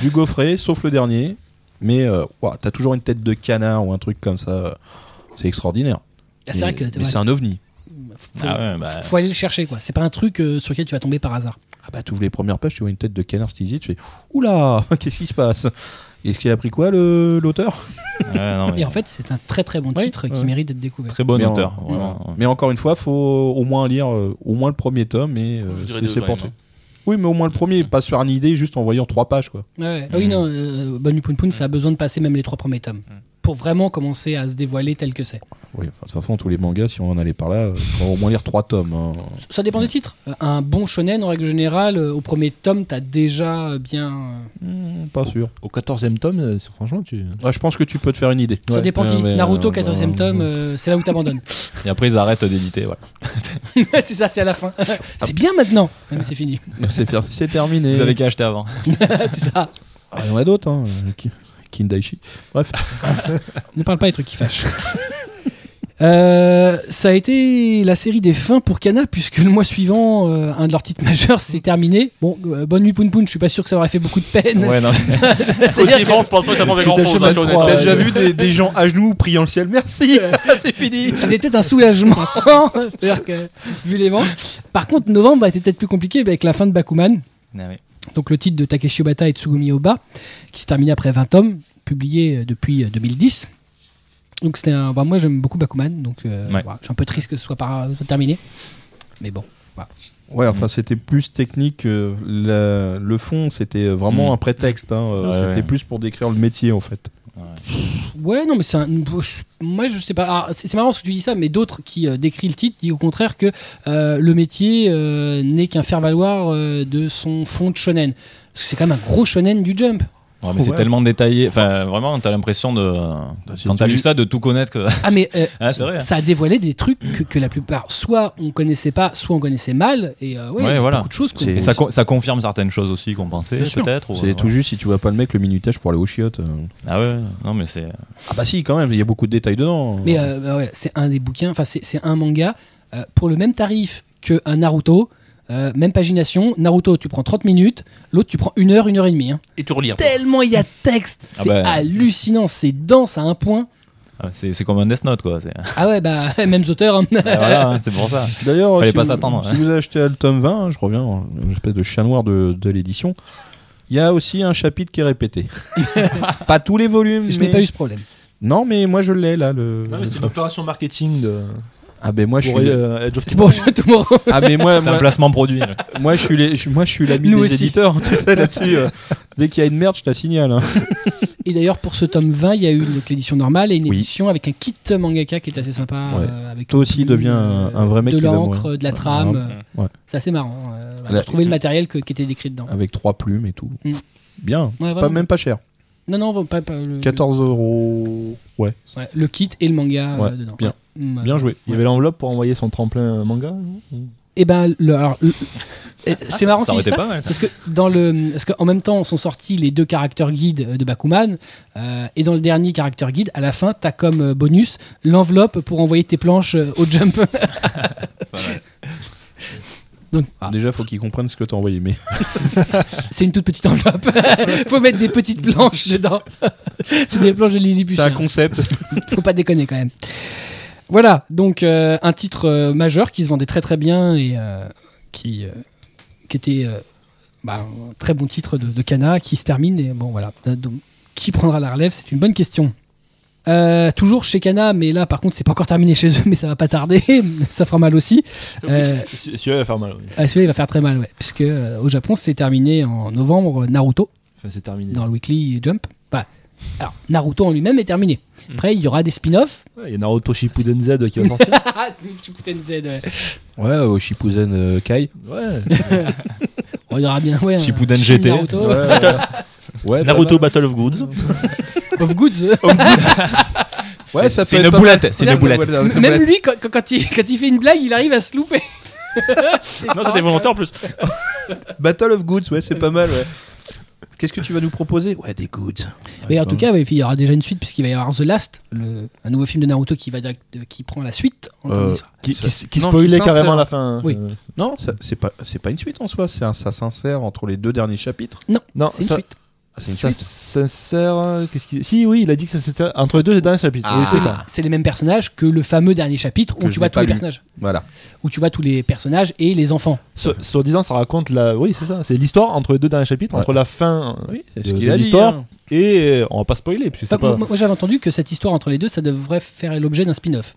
S5: du gaufret, sauf le dernier. Mais euh, ouah, t'as toujours une tête de canard ou un truc comme ça. euh, C'est extraordinaire.
S1: Ah, c'est
S5: Mais-
S1: vrai que
S5: mais
S1: ouais,
S5: c'est un ovni.
S1: faut,
S3: Ah ouais, bah,
S1: faut aller le chercher quoi. C'est pas un truc euh, sur lequel tu vas tomber par hasard.
S5: Ah bah t'ouvres les premières pages, tu vois une tête de canard stylisé, tu fais oula, qu'est-ce qui se passe Est-ce qu'il a pris quoi le- l'auteur
S3: ouais, non, mais
S1: Et en fait, c'est un très très bon
S5: Ouais,
S1: titre qui
S5: ouais.
S1: mérite d'être découvert.
S3: très bonne
S5: Mais en-
S3: auteur.
S5: Mm.
S3: vraiment, ouais.
S5: Mais encore une fois, faut au moins lire euh, au moins le premier tome et euh,
S4: Je
S5: se
S4: dirais deux,
S5: laisser
S4: quand
S5: porter.
S4: même,
S5: Oui, mais au moins le premier, pas se faire une idée juste en voyant trois pages quoi.
S1: Ouais, ouais. Ah oui,
S3: Mm.
S1: non, euh, Bonne Poon Poon, ça a besoin de passer même les trois premiers tomes pour vraiment commencer à se dévoiler tel que c'est.
S5: Oui, enfin, de toute façon tous les mangas, si on en allait par là, euh, faut au moins lire trois tomes. hein.
S1: Ça dépend
S3: Mm.
S1: des titres. Euh, Un bon shonen, en règle générale, euh, au premier tome, t'as déjà euh, bien.
S5: Hmm, pas sûr.
S2: Au 14ème tome, euh, c'est- franchement, tu.
S5: Ah, je pense que tu peux te faire une idée.
S1: Ça
S5: Ouais.
S1: dépend qui.
S5: Euh, mais,
S1: Naruto,
S5: euh,
S1: 14 e
S5: bah,
S1: tome, euh, c'est là où t'abandonnes.
S3: Et après, ils arrêtent d'éditer. Voilà.
S1: c'est ça, c'est à la fin. c'est bien maintenant. Non, mais c'est fini.
S5: C'est fer- c'est terminé.
S3: Vous avez qu'à acheter avant.
S1: c'est ça.
S5: Ah, il y en a d'autres, hein. euh, Ki- Kindaichi. Bref.
S1: Ne parle pas des trucs qui fâchent. Euh, ça a été la série des fins pour Kana, puisque le mois suivant, euh, un de leurs titres majeurs s'est terminé. Bon, euh, bonne nuit, Poun Poun, je suis pas sûr que ça aurait fait beaucoup de peine.
S3: Ouais, non, mais-
S4: Côté
S1: C'est-à-dire que-
S4: vente, pour le coup, ça vendait
S2: Je suis
S4: grand chose.
S2: taché
S4: Hein, soyons
S2: Macron,
S5: T'as
S4: honnêtes.
S2: ouais.
S5: déjà vu des, des gens à genoux priant le ciel Merci C'est fini
S1: C'était peut-être un soulagement, c'est-à-dire que vu les ventes. Par contre, novembre a été peut-être plus compliqué avec la fin de Bakuman,
S3: Ah oui.
S1: donc le titre de Takeshi Obata et Tsugumi Oba, qui se terminait après 20 tomes, publié euh, depuis euh, 2010. Donc c'était un. bah, moi j'aime beaucoup Bakuman, donc euh,
S3: Ouais.
S1: voilà, je suis un peu triste que ce soit pas soit terminé. Mais bon.
S5: Ouais, enfin, c'était plus technique. euh, la- le fond, c'était vraiment
S3: Mm.
S5: un prétexte. hein, euh,
S3: Ouais,
S5: c'était
S3: ouais.
S5: plus pour décrire le métier, en fait.
S1: Ouais, non, mais c'est un. je- Moi, je sais pas. Ah, c'est c'est marrant ce que tu dis ça, mais d'autres qui euh, décrit le titre disent au contraire que euh, le métier euh, n'est qu'un faire-valoir euh, de son fond de shonen. Parce que c'est quand même un gros shonen du jump.
S3: Ouais, mais c'est
S5: Ouais.
S3: tellement détaillé. Enfin, vraiment, t'as l'impression de. Quand t'as lu ça, de tout connaître. que-
S1: Ah, mais euh,
S3: Ah, c'est vrai. hein.
S1: ça a dévoilé des trucs que, que la plupart, soit on connaissait pas, soit on connaissait mal. Et euh, ouais,
S3: Ouais,
S1: il y a
S3: voilà.
S1: beaucoup de choses. qu'on-
S5: C'est-
S3: Et ça, co- ça confirme certaines choses aussi qu'on pensait,
S1: Bien sûr.
S3: peut-être. ou-
S5: C'est tout juste si tu vois pas le mec, le minutage pour aller au chiottes. euh.
S3: Ah ouais, non mais c'est.
S5: Ah, bah si, quand même, il y a beaucoup de détails dedans.
S1: Mais euh, bah ouais, c'est un des bouquins, enfin, c'est c'est un manga euh, pour le même tarif que un Naruto. euh, même pagination, Naruto tu prends 30 minutes, l'autre tu prends une heure, une heure et demie. hein.
S4: Et tu relire.
S1: tellement il y a de texte.
S3: Ah
S1: C'est
S3: bah.
S1: hallucinant, c'est dense à un point.
S3: ah, C'est c'est comme un Death Note quoi. C'est
S1: Ah ouais, bah, mêmes auteurs. hein.
S3: Ah, voilà, hein, c'est pour ça.
S5: D'ailleurs,
S3: Fallait
S5: si,
S3: pas
S5: vous-
S3: s'attendre,
S5: si
S3: hein.
S5: vous achetez le tome 20, hein, je reviens, hein, une espèce de chat noir de, de l'édition, il y a aussi un chapitre qui est répété. pas tous les volumes.
S1: Je
S5: mais-
S1: n'ai pas eu ce problème.
S5: Non, mais moi je l'ai là. Le...
S2: Ah, c'est une opération marketing de.
S5: Ah, ben moi je
S2: Pour
S5: suis.
S2: euh, Edge of
S1: C'est bon, je tomorrow.
S5: Ah, mais moi,
S3: C'est un
S5: moi,
S3: placement produit.
S5: moi, je suis les, je- moi je suis l'ami
S1: Nous
S5: des
S1: aussi.
S5: éditeurs, hein, tu sais là-dessus. euh, dès qu'il y a une merde, je te la signale. hein.
S1: Et d'ailleurs, pour ce tome 20, il y a eu donc l'édition normale et une
S5: Oui.
S1: édition avec un kit mangaka qui est assez sympa.
S5: Ouais.
S1: euh, avec
S5: Toi
S1: une
S5: aussi,
S1: plume,
S5: deviens un-
S1: euh,
S5: un vrai mec
S1: De
S5: qui va
S1: l'encre,
S5: mourir.
S1: de la
S5: Ouais,
S1: trame.
S4: ouais.
S1: euh,
S5: Ouais.
S1: c'est assez marrant. euh,
S5: La-
S1: pour trouver le matériel que- qui était décrit dedans.
S5: Avec trois plumes et tout.
S1: Mm.
S5: Bien.
S1: Ouais,
S5: Ah. Pas,
S1: vraiment.
S5: même pas cher.
S1: Non, non, pas, pas le,
S5: 14 euros. Ouais,
S1: le- ouais, le kit et le manga euh,
S5: Ouais,
S1: dedans.
S5: bien.
S1: Mm, ouais.
S5: bien joué.
S2: Il y avait l'enveloppe pour envoyer son tremplin euh, manga.
S1: Et ben, le- alors, le- et c'est marrant qu'il
S3: ça aurait
S1: dise
S3: été
S1: ça.
S3: pas mal. Ça.
S1: Parce que dans le, parce qu'en même temps sont sortis les deux caractères guides euh, de Bakuman, euh, et dans le dernier caractère guide, à la fin, t'as comme euh, bonus l'enveloppe pour envoyer tes planches euh, au jump. Donc, ah,
S5: Déjà, faut qu'ils comprennent ce que t'as envoyé. Mais
S1: c'est une toute petite enveloppe. Faut mettre des petites planches dedans. c'est des planches de Lily
S5: c'est un concept.
S1: Faut pas déconner quand même. Voilà, donc euh, un titre euh, majeur qui se vendait très très bien et euh, qui, euh, qui était euh, bah, un très bon titre de, de Cana qui se termine. Et bon voilà, Euh, donc, qui prendra la relève C'est une bonne question. Euh, toujours chez Cana, mais là par contre c'est pas encore terminé chez eux, mais ça va pas tarder, ça fera mal aussi. Euh,
S2: Celui-là va faire mal. oui.
S1: Ah, Celui-là il va faire très mal, ouais, puisque euh, au Japon c'est terminé en novembre Naruto
S2: Enfin, c'est terminé.
S1: dans le Weekly Jump. Enfin, Alors, Naruto en lui-même est terminé. Après, il y aura des spin-offs.
S2: Ouais, Il y a Naruto Shippuden Z qui va sortir.
S1: Ah, putain de Z, ouais.
S5: Ouais, au Shippuden euh, Kai.
S2: Ouais.
S1: On regardera bien, ouais. un
S3: Shippuden
S1: Shin
S3: GT.
S1: Naruto. Oh.
S5: Ouais, bah,
S4: Naruto Battle of Goods.
S1: Of Goods.
S5: Ouais, ça
S3: C'est une boule à tête, c'est une boule à tête.
S1: Même lui, quand, quand- quand il, quand il fait une blague, il arrive à se louper.
S4: non, c'était volontaire en plus.
S5: Battle of Goods, ouais, c'est pas mal, ouais. Qu'est-ce que tu vas nous proposer Ouais, des goods.
S1: Mais en tout cas, ouais, il y aura déjà une suite, puisqu'il va y avoir The Last, le- un nouveau film de Naruto qui, va direct- euh, qui prend la suite. en
S5: Euh,
S1: termes d'histoire.
S2: Qui, qui, qui
S5: Non,
S2: spoilait
S5: qui s'insère.
S2: carrément à la fin. hein.
S1: Oui.
S2: Euh,
S5: Non, ça- c'est pas, c'est pas une suite en soi, c'est un, ça s'insère entre les deux derniers chapitres.
S2: Non,
S1: C'est une
S2: ça,
S1: suite.
S5: Ah, c'est une
S2: ça
S5: suite
S2: s'insère. euh, Qu'est-ce qu'il- Si, oui, il a dit que ça s'insère entre les deux et derniers chapitres.
S5: Ah.
S2: Oui, c'est ça.
S1: Ah, C'est les mêmes personnages que le fameux dernier chapitre
S5: Que
S1: où
S5: je
S1: tu vois
S5: n'ai
S1: tous
S5: pas
S1: les
S5: lu.
S1: personnages.
S5: Voilà.
S1: Où tu vois tous les personnages et les enfants.
S2: Sur- Soi-disant, ça raconte la. Oui, c'est ça. C'est l'histoire entre les deux derniers chapitres,
S5: Ouais.
S2: entre la fin
S5: Oui,
S2: de, de l'histoire
S5: hein.
S2: et euh, on va pas spoiler puisque c'est
S1: Enfin,
S2: pas.
S1: Moi, moi, j'avais entendu que cette histoire entre les deux, ça devrait faire l'objet d'un spin-off.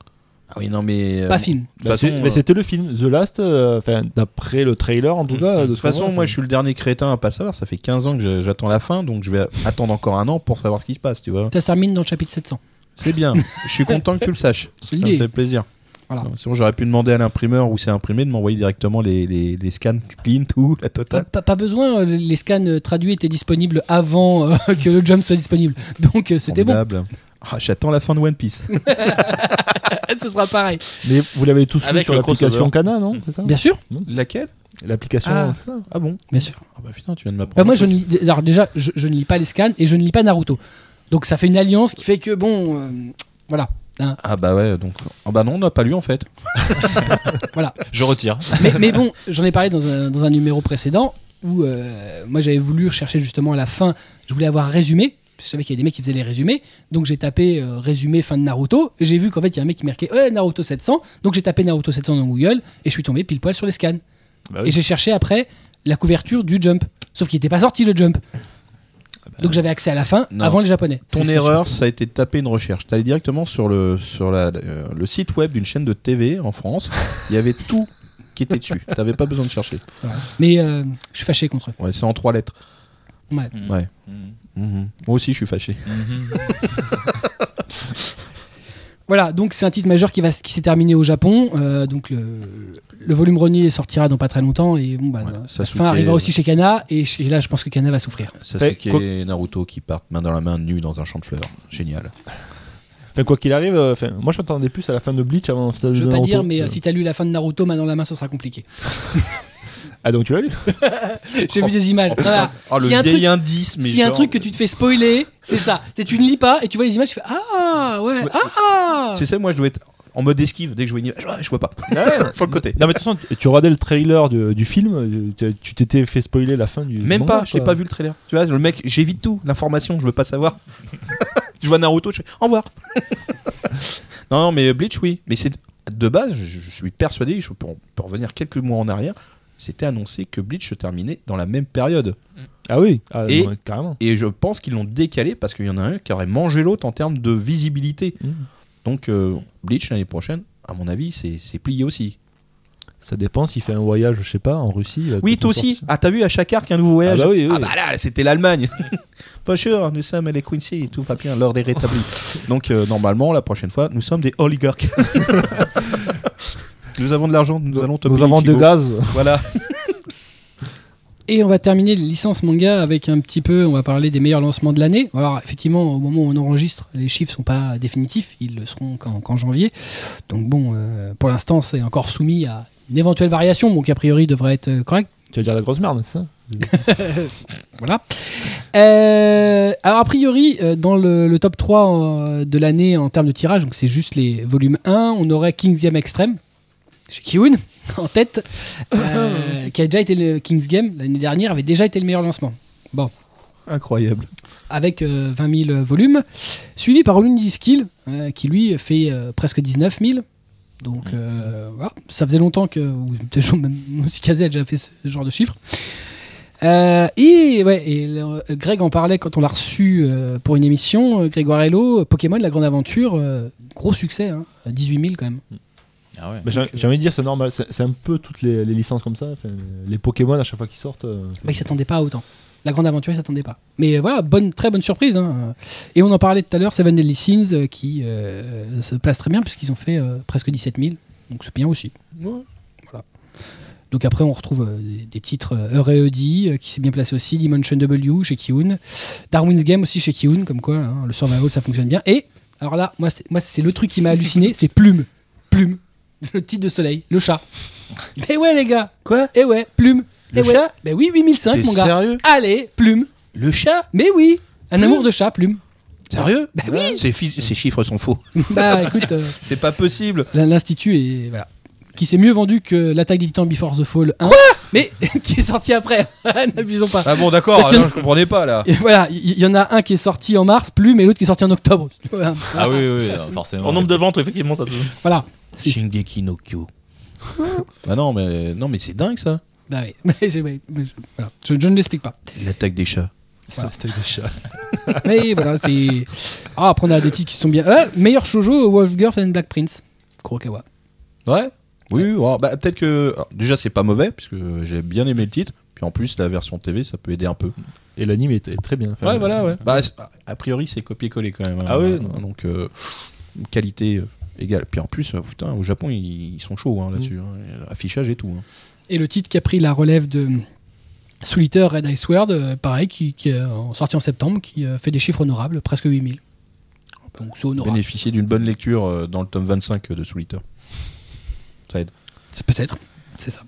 S5: Ah oui, non, mais. euh,
S1: Pas film.
S5: De toute
S2: Bah, c'est-
S5: façon, euh,
S2: mais c'était le film The Last, euh, enfin d'après le trailer en tout cas.
S5: De toute façon, moi, je suis le dernier crétin à pas savoir. Ça fait 15 ans que je- j'attends la fin, donc je vais attendre encore un an pour savoir ce qui se passe, tu vois.
S1: Ça se termine dans le chapitre 700.
S5: C'est bien. Je suis content que tu le saches. Ça
S1: le
S5: me
S1: dis.
S5: fait plaisir.
S1: Voilà.
S5: Non, Sinon, j'aurais pu demander à l'imprimeur où c'est imprimé de m'envoyer directement les, les, les scans clean, tout, la
S1: Pas,
S5: totale.
S1: pas- pas besoin, euh, les scans euh, traduits étaient disponibles avant euh, que le jump soit disponible. Donc euh, c'était bon,
S5: Formidable. Ah, J'attends la fin de One Piece.
S1: ce sera pareil.
S2: Mais vous l'avez tous vu
S4: Avec
S2: sur
S4: le
S2: l'application
S4: crossover.
S2: Kana, non C'est ça
S1: Bien sûr,
S5: Laquelle
S2: L'application.
S5: Ah.
S2: c'est ça
S5: Ah bon
S1: bien sûr.
S5: Ah bah putain, tu viens de m'apprendre.
S1: Bah, moi,
S5: un
S1: je
S5: truc.
S1: ne, lis- alors déjà, je, je ne lis pas les scans et je ne lis pas Naruto. Donc ça fait une alliance qui fait que bon, euh, voilà.
S5: Ah bah ouais, donc. Ah bah non, on n'a pas lu en fait.
S3: Je retire.
S1: Mais, mais bon, j'en ai parlé dans un, dans un numéro précédent où euh, moi j'avais voulu chercher justement à la fin, je voulais avoir un résumé. Je savais qu'il y avait des mecs qui faisaient les résumés, donc j'ai tapé euh, résumé fin de Naruto. et J'ai vu qu'en fait il y a un mec qui marquait ouais, Naruto 700, donc j'ai tapé Naruto 700 dans Google et je suis tombé pile poil sur les scans.
S2: Bah oui.
S1: Et j'ai cherché après la couverture du Jump, sauf qu'il n'était pas sorti le Jump.
S2: Ah bah
S1: Donc j'avais accès à la fin
S5: Non.
S1: avant les japonais.
S5: Ton
S1: C'est- c'est
S5: erreur,
S1: sûr.
S5: ça a été de taper une recherche. T'allais directement sur le sur la, euh, le site web d'une chaîne de TV en France. Il y avait tout qui était dessus. T'avais pas besoin de chercher.
S1: C'est vrai. Mais euh, je suis fâché contre eux.
S5: Ouais, c'est en trois lettres.
S1: Ouais.
S5: Ouais. Mhm. Moi aussi, je suis fâché.
S3: Mm-hmm.
S1: Voilà, donc c'est un titre majeur qui, va s- qui s'est terminé au Japon. euh, donc le, le volume Renier sortira dans pas très longtemps et bon bah
S5: ça
S1: la
S5: se
S1: fin
S5: fait-
S1: arrivera aussi chez Kana et chez- là je pense que Kana va souffrir.
S5: Sasuke
S2: quoi-
S5: et Naruto qui partent main dans la main nus dans un champ de fleurs. Génial.
S2: Enfin, quoi qu'il arrive, euh, enfin, moi je m'attendais plus à la fin de Bleach avant celle
S1: Je
S2: de
S1: veux pas
S2: Naruto.
S1: dire, mais euh, si t'as lu la fin de Naruto main dans la main, ce sera compliqué.
S2: Ah donc tu l'as lu
S1: J'ai vu des images. Voilà.
S5: Ah, le
S1: Si un
S5: vieil
S1: truc-
S5: indice, mais
S1: S'il y a un
S5: genre-
S1: truc que tu te fais spoiler, c'est ça. C'est tu ne lis pas et tu vois les images, tu fais ah ouais ah.
S5: Tu sais, moi, je dois être en mode esquive dès que je vois une image. Ah, Je vois pas. sur le côté.
S2: Non mais de toute façon, tu- tu regardais le trailer de- du film, euh, tu- tu t'étais fait spoiler la fin du.
S5: Même
S2: manga,
S5: pas, je n'ai
S2: quoi.
S5: pas vu le trailer. Tu vois, le mec, j'évite tout, l'information, je veux pas savoir. je vois Naruto, je fais au revoir. non, non, mais Bleach, oui. Mais c'est de base, je, je suis persuadé, je peux, on peut revenir quelques mois en arrière, c'était annoncé que Bleach se terminait dans la même période.
S2: Ah oui, ah,
S5: Et-
S2: non, mais carrément.
S5: Et je pense qu'ils l'ont décalé parce qu'il y en a un qui aurait mangé l'autre en termes de visibilité.
S2: Mm.
S5: Donc, euh, Bleach l'année prochaine, à mon avis, c'est c'est plié aussi.
S2: Ça dépend s'il fait un voyage, je sais pas, en Russie. il va
S5: Oui,
S2: peut-être
S5: toi
S2: nous
S5: aussi.
S2: sortir.
S5: Ah, t'as vu à chaque arc un nouveau voyage
S2: Ah bah oui, oui.
S5: Ah bah là, c'était l'Allemagne. Pas sûr, nous sommes les Quincy, tout va bien, l'ordre est rétabli. Donc euh, normalement, la prochaine fois, nous sommes des oligarques. nous avons de l'argent, nous allons te
S2: Nous
S5: payer,
S2: avons de
S5: Thibaut.
S2: gaz.
S5: Voilà.
S1: Et on va terminer les licences manga avec un petit peu, on va parler des meilleurs lancements de l'année. Alors effectivement, au moment où on enregistre, les chiffres sont pas définitifs, ils le seront qu'en qu'en janvier. Donc bon, euh, pour l'instant, c'est encore soumis à une éventuelle variation, donc a priori devrait être euh, correct.
S2: Tu vas dire la grosse merde, c'est ça
S1: Voilà. Euh, alors, a priori, euh, dans le, le top 3 euh, de l'année en termes de tirage, donc c'est juste les volumes 1, on aurait King's Game Extreme, chez Kiun, en tête, euh, qui a déjà été le King's Game l'année dernière, avait déjà été le meilleur lancement,
S5: Incroyable.
S1: avec euh, 20 000 volumes, suivi par Lundi Skill, euh, qui lui fait euh, presque 19 000. Donc, euh, voilà. ça faisait longtemps que. Ou peut-être même aussi Kazé a déjà fait ce genre de chiffres. Euh, et ouais, et le- euh, Greg en parlait quand on l'a reçu euh, pour une émission. euh, Grégoire Hello, euh, Pokémon, la grande aventure, euh, gros succès, hein, 18 000 quand même.
S3: Ah ouais.
S2: Bah, J'ai j'ai envie de dire, c'est normal. C'est c'est un peu toutes les, les licences comme ça. Enfin, les Pokémon, à chaque fois qu'ils sortent. euh,
S1: Bah, ils s'attendaient pas à autant. la grande aventure, ils s'attendaient pas. Mais euh, voilà, bonne, très bonne surprise. hein. Et on en parlait tout à l'heure, Seven Deadly Sins euh, qui euh, se place très bien puisqu'ils ont fait euh, presque 17 000, donc c'est bien aussi. Voilà. Donc après, on retrouve euh, des, des titres euh, Heure et Eudie, euh, qui s'est bien placé aussi, Dimension W chez Kiun, Darwin's Game aussi chez Kiun, comme quoi hein, le survival ça fonctionne bien. Et alors là, moi c'est, moi, c'est le truc qui m'a halluciné, c'est Plume. Plume. Le titre de soleil, le chat. Eh ouais les gars
S5: Quoi
S1: Eh ouais, Plume.
S5: Le
S1: eh ouais.
S5: chat
S1: Ben oui, 8005 mon gars.
S5: sérieux
S1: Allez, Plume.
S5: Le chat
S1: Mais oui, un
S5: Plume.
S1: amour de chat, Plume.
S5: Sérieux
S1: Bah oui.
S5: ces, fi- ces chiffres sont faux.
S1: Bah écoute, euh,
S5: C'est pas possible.
S1: l'in- l'institut est voilà. Qui s'est mieux vendu que l'attaque des titans Before the Fall 1, mais qui est sorti après. N'abusons pas.
S5: Ah bon, d'accord,
S1: Peut-être
S5: non, je comprenais pas là.
S1: Et voilà, il y, y en a un qui est sorti en mars, Plume, et l'autre qui est sorti en octobre. Voilà.
S3: Ah oui, oui, oui, forcément.
S4: En nombre de ventes, effectivement, ça se.
S1: Voilà. C'est-
S5: Shingeki no Kyo. ah non, mais, non, mais c'est dingue ça.
S1: Bah oui. Mais c'est- mais- mais je, voilà. Je- je ne l'explique pas.
S5: L'attaque des chats.
S1: Mais voilà, c'est. Ah, après, on a des titres qui sont bien. Euh, meilleur shoujo, Wolfgirl and Black Prince. Kurokawa.
S5: Ouais Oui, alors, bah, peut-être que. alors, déjà, c'est pas mauvais, puisque j'ai bien aimé le titre. Puis en plus, la version TV, ça peut aider un peu.
S2: Et l'anime était très bien. Enfin,
S5: ouais, voilà, ouais. Bah, c'est- a priori, c'est copier-coller quand même. hein.
S2: Ah oui, non.
S5: Donc, euh, pff, qualité euh, égale. Puis en plus, euh, putain, au Japon, ils, ils sont chauds hein, là-dessus. hein. Affichage et tout. hein.
S1: Et le titre qui a pris la relève de hum, Soul Eater Red Ice Sword, euh, pareil, qui, qui est en- sorti en septembre, qui euh, fait des chiffres honorables, presque 8000. Donc c'est honorable.
S5: Bénéficier d'une bonne lecture euh, dans le tome 25 de Soul Eater.
S1: C'est Peut-être, c'est ça.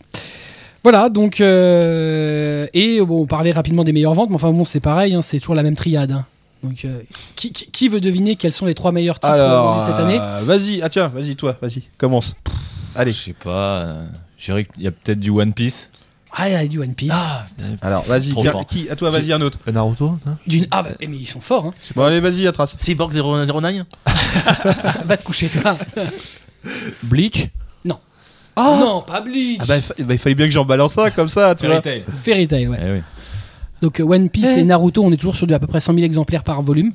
S1: Voilà, donc. euh, et bon, on parlait rapidement des meilleures ventes, mais enfin bon, c'est pareil, hein, c'est toujours la même triade. hein. Donc, euh, qui, qui- qui veut deviner quels sont les trois meilleurs titres vendus cette année
S5: euh, vas-y, ah tiens, vas-y, toi, vas-y, commence.
S3: Je
S5: Allez.
S3: sais pas. euh, Je dirais qu'il y a peut-être du One Piece.
S1: Ah, il y a du One Piece.
S5: Alors, vas-y,
S3: trop
S5: tiens,
S3: fort.
S5: qui À toi, vas-y, un autre.
S2: Un Naruto hein
S1: D'une... Ah, bah, mais ils sont forts, hein.
S5: Bon, allez, vas-y, à trace.
S4: Cyborg 009
S1: Va te coucher, toi.
S5: Bleach
S1: Oh non, pas Bleach
S5: Ah bah, fa- bah, il fallait bien que j'en balance un comme ça, tu vois.
S3: Eh
S1: Fairy Tail, ouais.
S3: oui.
S1: Donc, euh, One Piece et Naruto, on est toujours sur du à peu près 100 000 exemplaires par volume.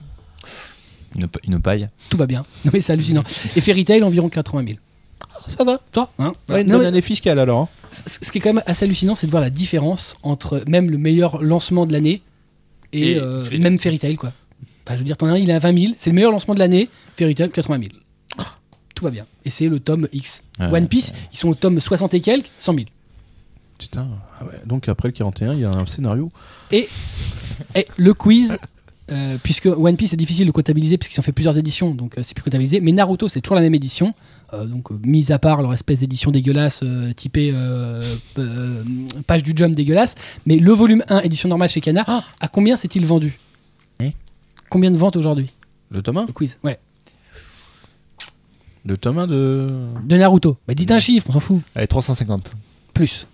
S3: Une, pa- une paille.
S1: Tout va bien. Non, mais c'est hallucinant. Et Fairy Tail, environ 80 000.
S5: Ça va.
S1: Toi, hein
S5: Ouais, une
S1: Non,
S5: bonne
S1: mais-
S5: année fiscale alors. hein.
S1: C- Ce qui est quand même assez hallucinant, c'est de voir la différence entre même le meilleur lancement de l'année et,
S4: Et
S1: euh,
S4: Fairy Tail.
S1: même Fairy Tail, quoi. Enfin, je veux dire, t'en as un, il est à 20 000, c'est le meilleur lancement de l'année, Fairy Tail, 80 000. Tout va bien. Et c'est le tome X.
S3: Ouais.
S1: One Piece, ils sont au tome 60 et quelques, 100 000.
S5: Putain, ah ouais, donc après le 41, il y a un scénario.
S1: Et Eh, le quiz, euh, puisque One Piece est difficile de comptabiliser, puisqu'ils ont fait plusieurs éditions, donc euh, c'est plus comptabilisé. Mais Naruto, c'est toujours la même édition. Euh, donc, euh, mis à part leur espèce d'édition dégueulasse, euh, typée euh, euh, page du jump dégueulasse. Mais le volume 1, édition normale chez Kana, à combien s'est-il vendu
S5: Eh
S1: Combien de ventes aujourd'hui
S5: Le tome 1
S1: Le quiz, ouais.
S5: Le tome 1 de.
S1: De Naruto. Bah, dites un chiffre, on s'en fout.
S2: Allez, 350.
S1: Plus.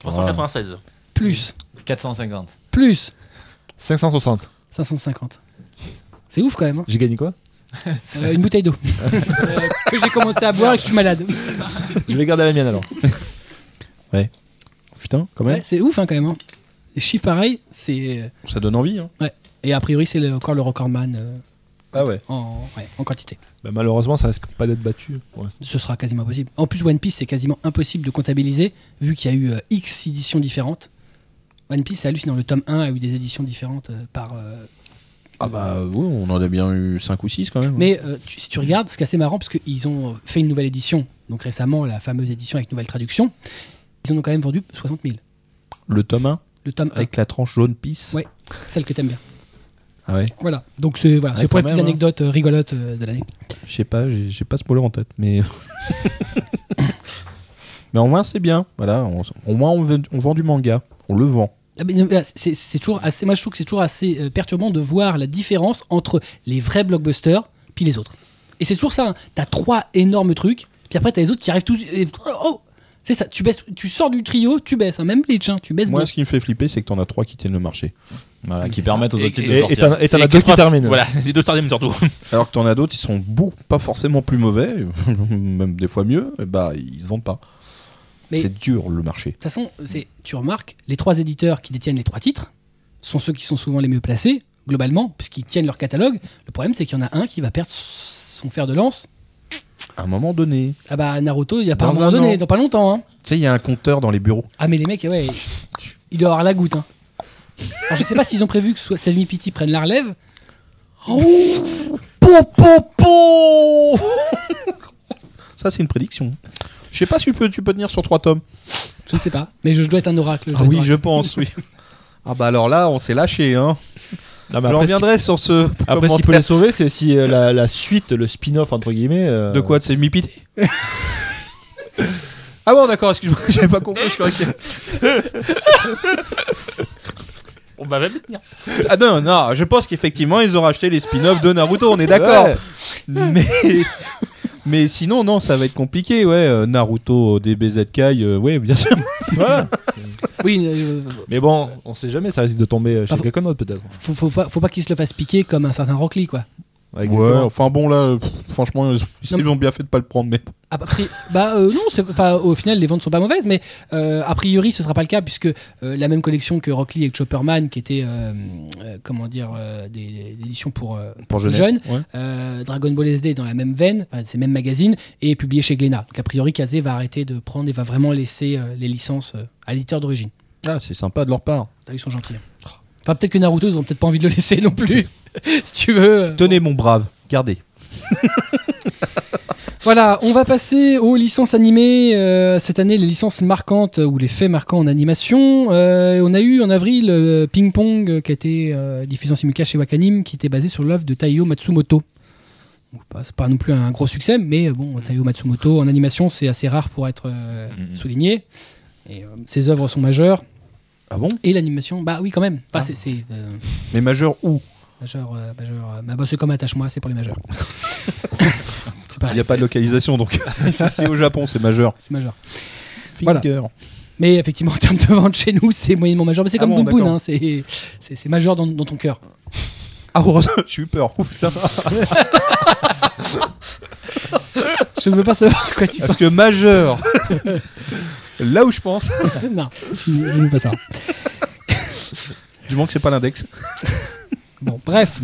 S4: 396.
S1: Plus.
S3: 450.
S1: Plus.
S2: 560.
S1: 550. C'est ouf quand même. hein.
S2: J'ai gagné quoi
S1: Euh, une bouteille d'eau. Euh, que j'ai commencé à boire et que je suis malade.
S2: Je vais garder la mienne alors.
S5: Putain, quand même,
S1: Ouais, c'est ouf hein, quand même. hein. Les chiffres pareils, c'est.
S5: ça donne envie. Hein.
S1: Et a priori, c'est le- encore le recordman euh,
S5: Ah ouais.
S1: en, ouais, en quantité.
S2: Bah, malheureusement, ça risque pas d'être battu. pour l'instant.
S1: Ce sera quasiment impossible. En plus, One Piece, c'est quasiment impossible de comptabiliser, vu qu'il y a eu euh, X éditions différentes. One Piece, c'est hallucinant. Le tome 1 a eu des éditions différentes euh, par. euh,
S5: Ah bah oui, on en a bien eu 5 ou 6 quand même.
S1: Mais euh, tu- si tu regardes, ce qui est assez marrant, parce qu'ils ont euh, fait une nouvelle édition, donc récemment, la fameuse édition avec nouvelle traduction, ils en ont quand même vendu 60 000.
S5: Le tome 1
S1: Le tome 1,
S5: avec la tranche jaune pisse.
S1: Ouais. celle que t'aimes bien.
S5: Ah ouais.
S1: Voilà. Donc, c'est voilà,
S5: Ouais,
S1: c'est pour les
S5: quand
S1: petites
S5: même, hein.
S1: anecdotes euh, rigolotes euh, de l'année.
S5: Je sais pas, j'ai j'ai pas ce mot-là en tête, mais. mais au moins c'est bien. Voilà, on- au moins on, vend- on vend du manga. On le vend.
S1: Ah ben, euh, c'est c'est toujours assez, moi je trouve que c'est toujours assez euh, perturbant de voir la différence entre les vrais blockbusters puis les autres. Et c'est toujours ça, hein. t'as trois énormes trucs, puis après t'as les autres qui arrivent tous. et- oh c'est ça, tu baisses, tu sors du trio, tu baisses, hein, même Bleach, hein, tu baisses.
S5: Moi,
S1: bien.
S5: ce qui me fait flipper, c'est que t'en as 3 qui tiennent le marché.
S3: Voilà,
S1: Mais
S3: qui
S1: c'est
S3: permettent aux
S4: ça.
S3: autres titres
S4: Et-
S3: de
S2: Et et t'en
S3: sortir.
S2: et t'en as
S4: Et
S2: deux
S4: que trois-
S2: qui terminent.
S4: Voilà, les deux troisièmes surtout.
S5: Alors que t'en as d'autres, ils sont beaucoup, pas forcément plus mauvais, même des fois mieux, et bah ils se vendent pas.
S1: Mais-
S5: C'est dur le marché.
S1: De toute façon, c'est- tu remarques, les trois éditeurs qui détiennent les trois titres sont ceux qui sont souvent les mieux placés, globalement, puisqu'ils tiennent leur catalogue. Le problème, c'est qu'il y en a un qui va perdre son fer de lance.
S5: À un moment donné,
S1: Ah bah, Naruto, il y a pas
S5: Dans
S1: un moment
S5: un
S1: donné,
S5: an.
S1: dans pas longtemps. hein.
S5: tu sais, il y a un compteur dans les bureaux.
S1: Ah, mais les mecs, ouais, il doit avoir la goutte. hein. Alors, je sais pas s'ils ont prévu que soit Selmy Pity prenne la relève. Oh Po, po, po
S5: Ça, c'est une prédiction. Je sais pas si tu peux, tu peux tenir sur trois tomes.
S1: Je ne sais pas, mais je, je dois être un oracle. je dois être un oracle.
S5: pense, Ah oui. Ah bah alors là, on s'est lâché, hein.
S2: Non, mais Bah, après, ce
S5: Je
S2: qui-
S5: reviendrai sur ce
S2: après, ce qui peut
S5: commentaire.
S2: les sauver, c'est si euh, la, la suite, le spin-off, entre guillemets. euh,
S5: De quoi De Semi Pity Ah bon, d'accord, excuse-moi, j'avais pas compris. je croyais que-
S4: On va même le tenir.
S5: Ah non, non, je pense qu'effectivement, ils ont racheté les spin-offs de Naruto, on est d'accord.
S2: Ouais.
S5: Mais... Mais sinon, non, ça va être compliqué, ouais. euh, Naruto, DBZ Kai, euh, ouais, bien sûr.
S2: Voilà.
S1: Oui, euh,
S2: Mais bon, on sait jamais, ça risque de tomber euh, chez
S1: Ah, faut-
S2: quelqu'un d'autre peut-être.
S1: faut, faut pas, faut pas qu'il se le fasse piquer comme un certain Rock Lee, quoi.
S2: Ouais, exactement.
S5: enfin bon, là, euh, pff, franchement, ils-
S1: Non,
S5: ils ont bien fait de pas le prendre, mais
S1: A pri- bah euh, non, c'est- enfin, au final les ventes sont pas mauvaises, mais euh, a priori ce sera pas le cas puisque euh, la même collection que Rock Lee et Chopperman, qui était euh, euh, comment dire euh, des, des éditions pour euh,
S5: pour
S1: jeunesse.
S5: jeunesse. ouais.
S1: euh, Dragon Ball SD est dans la même veine, enfin, c'est le même magazine et est publié chez Glénat. Donc a priori Kazé va arrêter de prendre et va vraiment laisser euh, les licences euh, à l'éditeur d'origine.
S5: Ah, c'est sympa de leur part.
S1: Ah, Ils sont gentils. hein. Enfin peut-être que Naruto ils ont peut-être pas envie de le laisser non plus, si tu veux.
S5: Tenez, mon brave, gardez.
S1: Voilà, on va passer aux licences animées. euh, cette année, les licences marquantes euh, ou les faits marquants en animation. Euh, on a eu en avril euh, Ping Pong euh, qui a été euh, diffusé en simulcast chez Wakanim, qui était basé sur l'œuvre de Taiyo Matsumoto. Bon, pas- C'est pas non plus un gros succès, mais euh,
S5: Mm.
S1: bon, Taiyo Matsumoto en animation, c'est assez rare pour être euh,
S3: Mhm.
S1: souligné. Et, euh, ses œuvres sont majeures.
S5: Ah bon
S1: Et l'animation, bah oui, quand même.
S5: Ah.
S1: Enfin, c'est- c'est euh,
S5: Mais majeur où
S1: majeur. euh, majeur euh, bah, bah, c'est comme Attache-moi, c'est pour les majeurs. c'est
S5: Il
S1: pareil,
S5: n'y a pas de localisation, donc si au Japon, c'est majeur.
S1: c'est majeur.
S5: Finger.
S1: Mais effectivement, en termes de vente chez nous, c'est moyennement majeur. Mais c'est
S5: Ah
S1: comme
S5: bon,
S1: Boom Boom,
S5: d'accord.
S1: hein, c'est c'est- c'est majeur dans, dans ton cœur.
S5: Ah, heureusement, j'ai eu peur. Ouh, putain.
S1: Je ne veux pas savoir quoi tu
S5: Parce que majeur, là où je pense,
S1: penses. non, je ne je ne veux pas ça.
S5: du moins que c'est pas l'index.
S1: Bon, bref.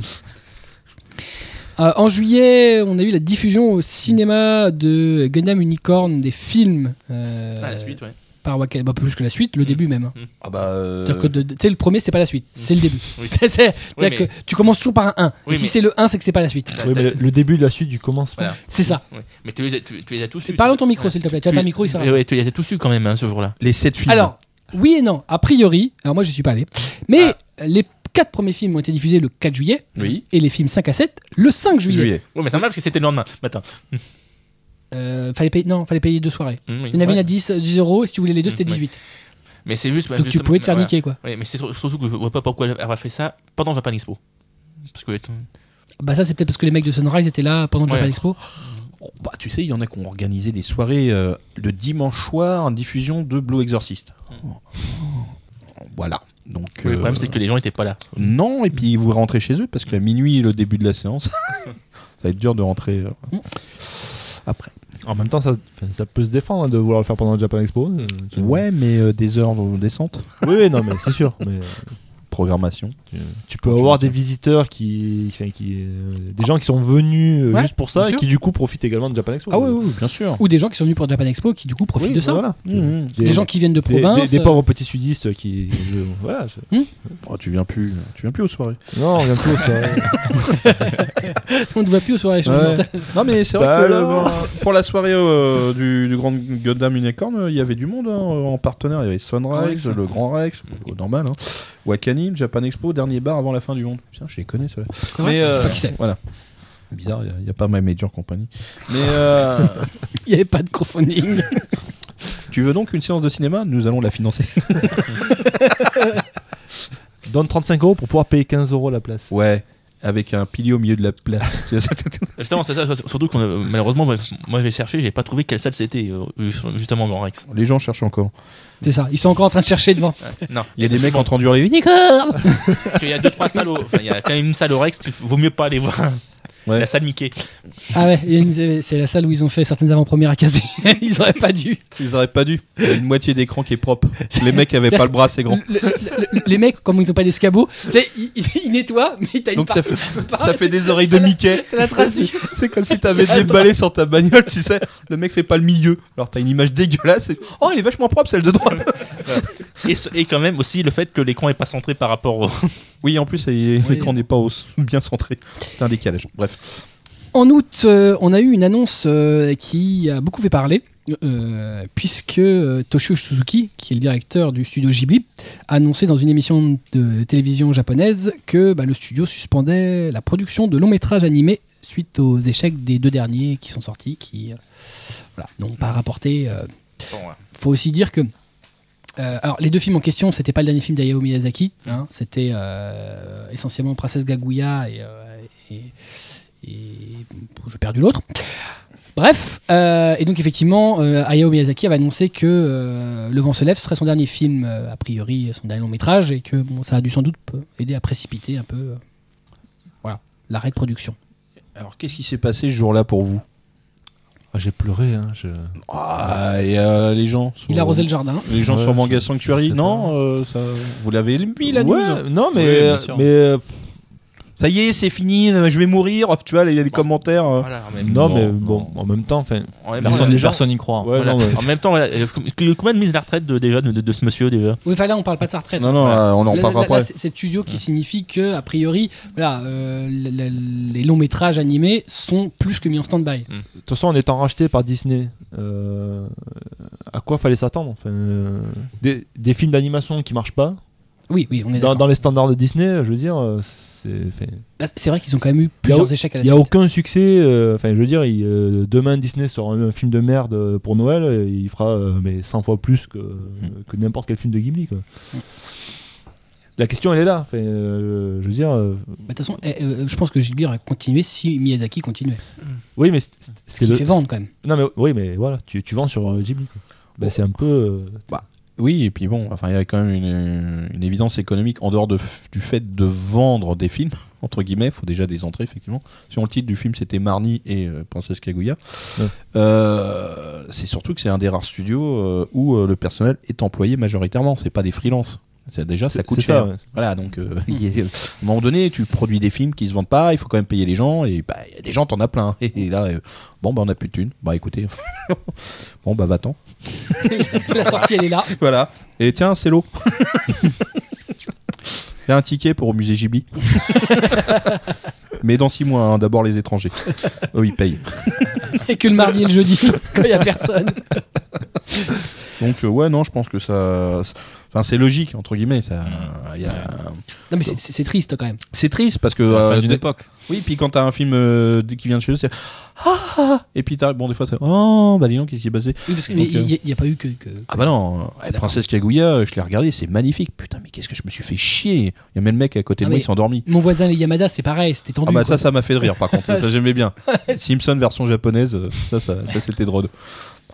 S1: Euh, en juillet, on a eu la diffusion au cinéma de Gundam Unicorn des films. euh,
S4: Ah, la suite, ouais.
S1: Par Waka- bah, plus que la suite, le
S4: Mm.
S1: début même. hein.
S5: Ah bah. euh,
S1: C'est-à-dire que de- de- tu sais, le premier, c'est pas la suite, c'est le début.
S4: Oui.
S1: C'est- c'est-
S4: Oui,
S1: c'est-à-dire
S4: mais-
S1: que tu commences toujours par un 1.
S4: Oui,
S1: et si
S4: mais-
S1: c'est le 1, c'est que c'est pas la suite.
S2: Oui, mais le, le début de la suite du commencement.
S4: Voilà.
S1: C'est ça.
S4: Ouais. Mais tu les as, tu, tu les as tous eus.
S1: Parle dans
S4: ça.
S1: ton micro, s'il te plaît. Tu as
S4: Tu-
S1: ton micro, il sert à
S4: Ouais,
S1: ça.
S4: ouais, tu les as tous eus quand même hein, ce jour-là.
S5: Les 7 films.
S1: Alors, oui et non. A priori, alors moi je suis pas allé, mais les quatre premiers films ont été diffusés le 4 juillet
S5: Oui.
S1: et les films 5 à 7 le 5 juillet.
S5: Juillet.
S4: Oui, mais t'en as parce que c'était le lendemain matin.
S1: Euh, fallait payer, non, fallait payer deux soirées.
S4: Mm, oui.
S1: Il y en avait
S4: Ouais.
S1: une à 10, euh, 10 euros et si tu voulais les deux, c'était
S4: Mm, ouais.
S1: 18.
S4: Mais c'est juste. bah,
S1: Donc tu
S4: justement,
S1: pouvais te faire
S4: voilà.
S1: niquer quoi.
S4: Oui, mais c'est sur- surtout que je vois pas pourquoi elle a fait ça pendant Japan Expo. Parce que.
S1: Bah ça, c'est peut-être parce que les mecs de Sunrise étaient là pendant le
S4: Ouais.
S1: Japan Expo.
S5: Oh, bah, tu sais, il y en a qui ont organisé des soirées euh, le dimanche soir en diffusion de Blue Exorcist.
S1: Hmm.
S5: Voilà. Donc,
S4: Le
S5: euh, Mm.
S4: problème, c'est que les gens étaient pas là.
S5: Non, et puis vous rentrez chez eux parce qu'à minuit, le début de la séance, ça va être dur de rentrer. euh, Après.
S2: En même temps, ça, enfin, ça peut se défendre hein, de vouloir le faire pendant le Japan Expo. euh, tu-
S5: Ouais, mais euh, des heures décentes.
S2: Oui, oui, non, mais c'est sûr. Mais euh,
S5: Programmation.
S2: tu peux avoir des visiteurs qui. enfin, qui euh, des gens qui sont venus euh,
S1: Ouais,
S2: juste pour
S1: bien
S2: ça et
S1: sûr.
S2: qui du coup profitent également de Japan Expo.
S5: Ah oui, oui, bien sûr.
S1: Ou des gens qui sont venus pour le Japan Expo qui du coup profitent
S2: Oui,
S1: de ça.
S2: voilà.
S5: Mmh, mmh.
S1: Des, gens qui viennent de
S2: des- des-
S1: province.
S2: Des,
S1: euh,
S2: pauvres petits sudistes qui. je- voilà. je-
S5: Oh, tu viens plus, tu viens plus aux soirées.
S2: Non, rien de hein. tout. ça.
S1: on ne voit plus aux soirées échangistes.
S5: Non mais c'est
S2: Bah
S5: vrai que
S2: alors.
S5: euh, pour la soirée euh, du, du grand Gundam Unicorn, euh, il y avait du monde hein, en partenaire. Il y avait
S1: Grand
S5: Sunrise,
S1: Rex, hein.
S5: le Grand Rex, euh, normal. Hein. Wakanim, Japan Expo, dernier bar avant la fin du monde. Putain, je les connais ceux-là.
S1: C'est vrai
S5: Mais, euh,
S1: Je sais pas qui c'est.
S5: Voilà. Bizarre, il n'y a, pas My Major Company. Mais euh,
S1: Il n'y avait pas de crowdfunding.
S5: tu veux donc une séance de cinéma Nous allons la financer.
S2: Donne 35 euros pour pouvoir payer 15 euros la place.
S5: Ouais, avec un pilier au milieu de la place.
S4: Justement, c'est ça. Surtout qu'on a- malheureusement, moi, moi, j'ai cherché, j'ai pas trouvé quelle salle c'était, euh, justement, Grand Rex.
S5: les gens cherchent encore.
S1: c'est ça. Ils sont encore en train de chercher devant.
S4: Non.
S5: Il y a des mecs en train de hurler.
S4: Parce qu'il y a deux, trois salles. au- Enfin, il y a quand même une salle au Rex, tu- vaut mieux pas aller voir.
S5: Ouais.
S4: La salle Mickey.
S1: Ah ouais, il y a une- c'est la salle où ils ont fait certaines avant-premières à Kazé. ils auraient pas dû.
S5: Ils auraient pas dû. Il y a une moitié d'écran qui est propre. Les mecs avaient pas le bras assez grand.
S1: Le- le- le- les mecs, comme ils n'ont pas d'escabeau, c'est ils, ils- ils nettoient, mais t'as une
S5: Donc
S1: part-
S5: ça
S1: tu
S5: fait,
S1: peux pas-
S5: ça fait des oreilles de Mickey.
S1: t'as la trace du-
S5: C'est comme si t'avais
S1: C'est
S5: des balais sur ta bagnole, tu sais. Le mec fait pas le milieu. Alors t'as une image dégueulasse. et- Oh, elle est vachement propre celle de droite.
S4: Et, ce- et quand même aussi le fait que l'écran est pas centré par rapport au.
S5: Oui, en plus, il-
S1: Oui.
S5: l'écran n'est pas au- bien centré. C'est un décalage. Bref.
S1: En août, euh, on a eu une annonce euh, qui a beaucoup fait parler, euh, puisque euh, Toshio Suzuki, qui est le directeur du studio Ghibli, a annoncé dans une émission de télévision japonaise que bah, le studio suspendait la production de longs métrages animés suite aux échecs des deux derniers qui sont sortis, qui euh, voilà, n'ont pas rapporté. euh, faut aussi dire que euh, alors les deux films en question, c'était pas le dernier film d'Hayao Miyazaki, hein, c'était euh, essentiellement Princesse Gaguya et, euh, et, et- bon, j'ai perdu l'autre. Bref, euh, et donc effectivement, euh, Hayao Miyazaki avait annoncé que euh, Le vent se lève serait son dernier film, euh, a priori son dernier long métrage, et que bon, ça a dû sans doute peu- aider à précipiter un peu euh, voilà, l'arrêt de production.
S5: Alors, qu'est-ce qui s'est passé ce jour-là pour vous
S2: Ah, j'ai pleuré. Hein, je...
S5: Ah, et euh, les gens sur-
S1: Il a arrosé le jardin.
S5: Les gens
S2: Ouais,
S5: sur Manga
S2: je- je
S5: Sanctuary,
S2: sais
S5: non euh, ça- Vous l'avez mis la
S2: Ouais,
S5: news
S2: Non,
S3: Oui,
S2: mais.
S3: bien sûr.
S2: mais euh,
S5: Ça y est, c'est fini, euh, je vais mourir. hop, tu vois, les, les commentaires. euh.
S4: Voilà, en même
S2: non,
S3: Non,
S2: mais
S3: non.
S2: bon, en même temps, enfin.
S4: en même
S2: les
S3: Personne
S4: temps, voilà.
S2: gens-
S3: personne n'y croit.
S2: Ouais,
S4: Voilà.
S2: non, mais-
S4: En même temps, voilà, euh, que- combien de mise à la retraite de, déjà, de, de- de ce monsieur déjà
S1: Oui, enfin là, on parle pas de sa retraite.
S5: Non, non, euh, on en
S1: Là,
S5: reparlera
S1: là, là,
S5: après.
S1: c'est c'est le studio qui signifie que, a priori, voilà, euh, le- le- les longs métrages animés sont plus que mis en
S2: De
S1: stand-by.
S2: toute façon, en étant racheté par Disney, euh, à quoi fallait s'attendre enfin, euh, des, des films d'animation qui marchent pas,
S1: Oui, oui, on est
S2: dans,
S1: d'accord.
S2: dans les standards de Disney, je veux dire, euh, c'est. enfin,
S1: Bah, C'est vrai qu'ils ont quand même eu plusieurs échecs à la
S2: Il n'y a
S1: suite.
S2: aucun succès. euh, Enfin, je veux dire, il, euh, demain Disney sort un, un film de merde euh, pour Noël, euh, il fera euh, mais 100 fois plus que,
S1: Mm.
S2: que n'importe quel film de Ghibli. quoi. La question, elle est là. Enfin, euh, je veux dire, euh,
S1: Bah, De toute façon, eh, euh, je pense que Ghibli aurait continué si Miyazaki continuait.
S2: oui, mais c'est-
S1: Ce
S2: c'est
S1: qui
S2: le-
S1: fait vendre quand même.
S2: Non, mais oui, mais voilà, tu, tu vends sur euh, Ghibli. quoi. Bah, c'est un peu. euh,
S5: Oui, et puis bon, enfin, il y a quand même une, une évidence économique en dehors de f- du fait de vendre des films, entre guillemets, il faut déjà des entrées, effectivement. Si on le titre du film, c'était Marnie et euh, Princesse Kaguya,
S2: Ouais.
S5: Euh, c'est surtout que c'est un des rares studios euh, où euh, le personnel est employé majoritairement, c'est pas des freelances. C'est- Déjà, ça coûte
S2: c'est
S5: cher.
S2: ouais.
S5: Voilà, donc euh, il y a- à un moment donné, tu produis des films qui se vendent pas, il faut quand même payer les gens, et bah, il y a des gens, t'en as plein. Et, là, euh, bon, bah, on a plus de thunes. Bah écoutez, bon, bah va-t'en.
S1: la sortie, elle est là.
S5: Voilà. Et tiens, c'est l'eau. Fais un ticket pour au musée Ghibli. Mais dans six mois, hein, d'abord les étrangers. Oh, ils payent.
S1: Et que le mardi et le jeudi, quand il n'y a personne.
S5: Donc, euh, ouais, non, je pense que ça. c'est- Enfin, c'est logique, entre guillemets. Ça, il y a-
S1: Non, mais c'est- c'est c'est triste quand même.
S5: C'est triste parce que.
S3: C'est la
S5: euh,
S3: fin d'une époque.
S5: oui, puis quand t'as un film euh, qui vient de chez eux, c'est. Ah Et puis t'as. Bon, des fois, c'est. Oh, bah dis donc, qu'est-ce qui s'est passé
S1: Oui, parce qu'il
S5: Donc, euh,
S1: n'y a, pas eu que. que-
S5: Ah bah non, la Princesse Kaguya, euh, je l'ai regardé, c'est magnifique. Putain, mais qu'est-ce que je me suis fait chier Il y a même le mec à côté de
S1: Ah,
S5: moi,
S1: mais-
S5: il s'est endormi.
S1: Mon voisin, les Yamada, c'est pareil, c'était tendu.
S5: Ah bah
S1: quoi.
S5: ça, ça m'a fait de rire par contre, ça, ça, j'aimais bien. Simpson version japonaise, euh, ça, ça, ça, c'était drôle.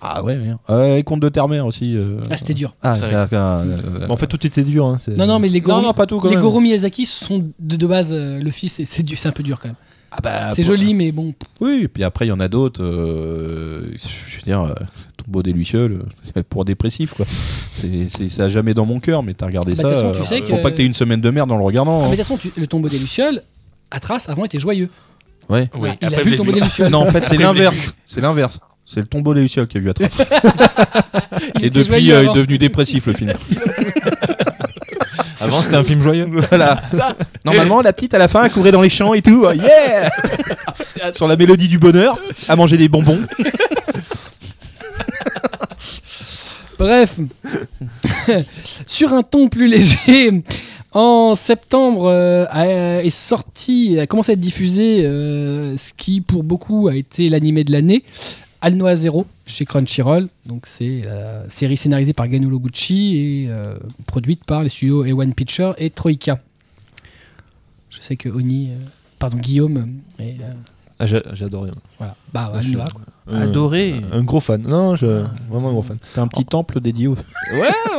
S5: Ah ouais, ouais. Euh, et Conte de Terre-Mère aussi. euh.
S1: Ah, c'était dur.
S5: Ah,
S4: c'est
S5: ah, ah, euh,
S2: Bon, en fait, tout était dur. hein, c'est-
S1: Non, non, mais les Goro,
S5: non, non, pas tout quand
S1: les
S5: même.
S1: Goro Miyazaki sont de, de base euh, le fils, et c'est du- c'est un peu dur quand même.
S5: Ah bah,
S1: c'est
S5: pour-
S1: joli, mais bon.
S5: Oui, et puis après, il y en a d'autres. euh, je veux dire, euh, Tombeau des Lucioles, euh, pour dépressif quoi. C'est, c'est, ça a jamais dans mon cœur, mais t'as regardé
S1: Bah, de
S5: ça. euh,
S1: toute façon, tu sais
S5: Faut
S1: que-
S5: pas que t'aies une semaine de merde en le regardant.
S1: Ah,
S5: hein.
S1: mais de toute façon, tu- le tombeau des Lucioles, Atras avant était joyeux.
S5: Ouais.
S4: Oui,
S1: il
S4: après,
S1: a vu le
S4: vous
S1: tombeau des
S4: l'avez Ah, vu.
S1: Lucioles.
S5: Non, en fait, c'est
S4: Après, je l'ai
S5: l'inverse. C'est l'inverse. C'est le tombeau des Lucioles qui a vu Atlas.
S1: Il
S5: Et
S1: était
S5: depuis,
S1: joyeux hein.
S5: euh, il
S1: avant.
S5: est devenu dépressif le film.
S3: Avant, c'était un film joyeux.
S5: Voilà. Normalement, la petite à la fin elle courait dans les champs et tout. Oh, Yeah Sur la mélodie du bonheur, à manger des bonbons.
S1: Bref, sur un ton plus léger, en septembre euh, a- est sorti, a commencé à être diffusé euh, ce qui pour beaucoup a été l'animé de l'année, Alnoa Zero chez Crunchyroll. Donc c'est la série scénarisée par Gano Loguchi et euh, produite par les studios A1 Picture et Troika. Je sais que Oni, euh, pardon Guillaume, est, euh,
S2: Ah, j'ai j'ai adoré. hein.
S1: voilà, bah
S2: Je suis-
S1: Alnoa. quoi.
S2: Euh, Un gros fan. Non, je...
S1: Ah.
S2: vraiment un gros fan.
S5: C'est un petit temple dédié au.
S2: Non,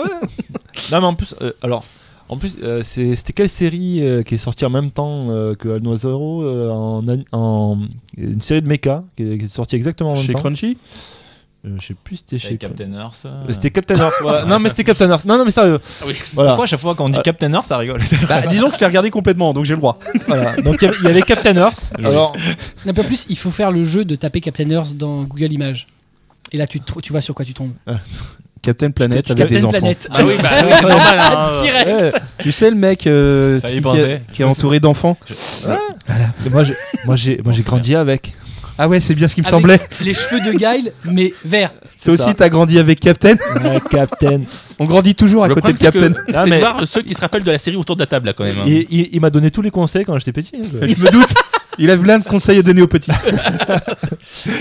S2: mais en plus, euh, alors, en plus, euh, c'est- c'était quelle série euh, qui est sortie en même temps euh, que Alnoa Zero euh, en, an- en- une série de mecha qui est, qui est sortie exactement en même
S5: Chez
S2: temps.
S5: Crunchy
S2: Euh, je sais plus, c'était chez.
S3: Captain Earth.
S2: Euh, C'était Captain Earth. voilà. Non, mais c'était Captain Earth. Non, non, mais sérieux.
S4: Ah oui.
S2: Voilà.
S3: Pourquoi à chaque fois qu'on dit
S2: Ah.
S3: Captain Earth, ça rigole
S5: bah, Disons que je l'ai regardé complètement, donc j'ai le droit.
S2: voilà. Donc il y avait- il y avait Captain Earth. Alors,
S1: Un peu plus, il faut faire le jeu de taper Captain Earth dans Google Images. Et là, tu, te- tu vois sur quoi tu tombes.
S5: Captain Planet
S2: Je
S5: avec
S2: t'ai-
S5: des
S1: Captain
S5: enfants.
S1: Planet.
S4: Ah oui, bah oui, c'est normal. hein.
S1: Direct.
S2: Ouais.
S5: Tu sais, le mec euh,
S3: Fallait y
S5: qui, qui
S3: penser.
S5: est, qui est entouré d'enfants.
S2: Et Moi, j'ai- moi, j'ai moi, j'ai grandi avec.
S5: Ah ouais, c'est bien ce qui me
S1: Avec
S5: semblait.
S1: Les cheveux de Guile, mais verts.
S5: Toi
S2: ça.
S5: aussi, t'as grandi avec Captain.
S2: Ouais, Captain.
S5: On grandit toujours à
S4: Le
S5: côté de
S4: problème, c'est
S5: Captain.
S4: que-
S2: Non,
S4: C'est de
S2: mais-
S4: voir euh, ceux qui se rappellent de la série autour de la table, là, quand même. hein.
S2: Il, il- il m'a donné tous les conseils quand j'étais petit.
S5: Je me doute. Il a plein de conseils à donner aux petits.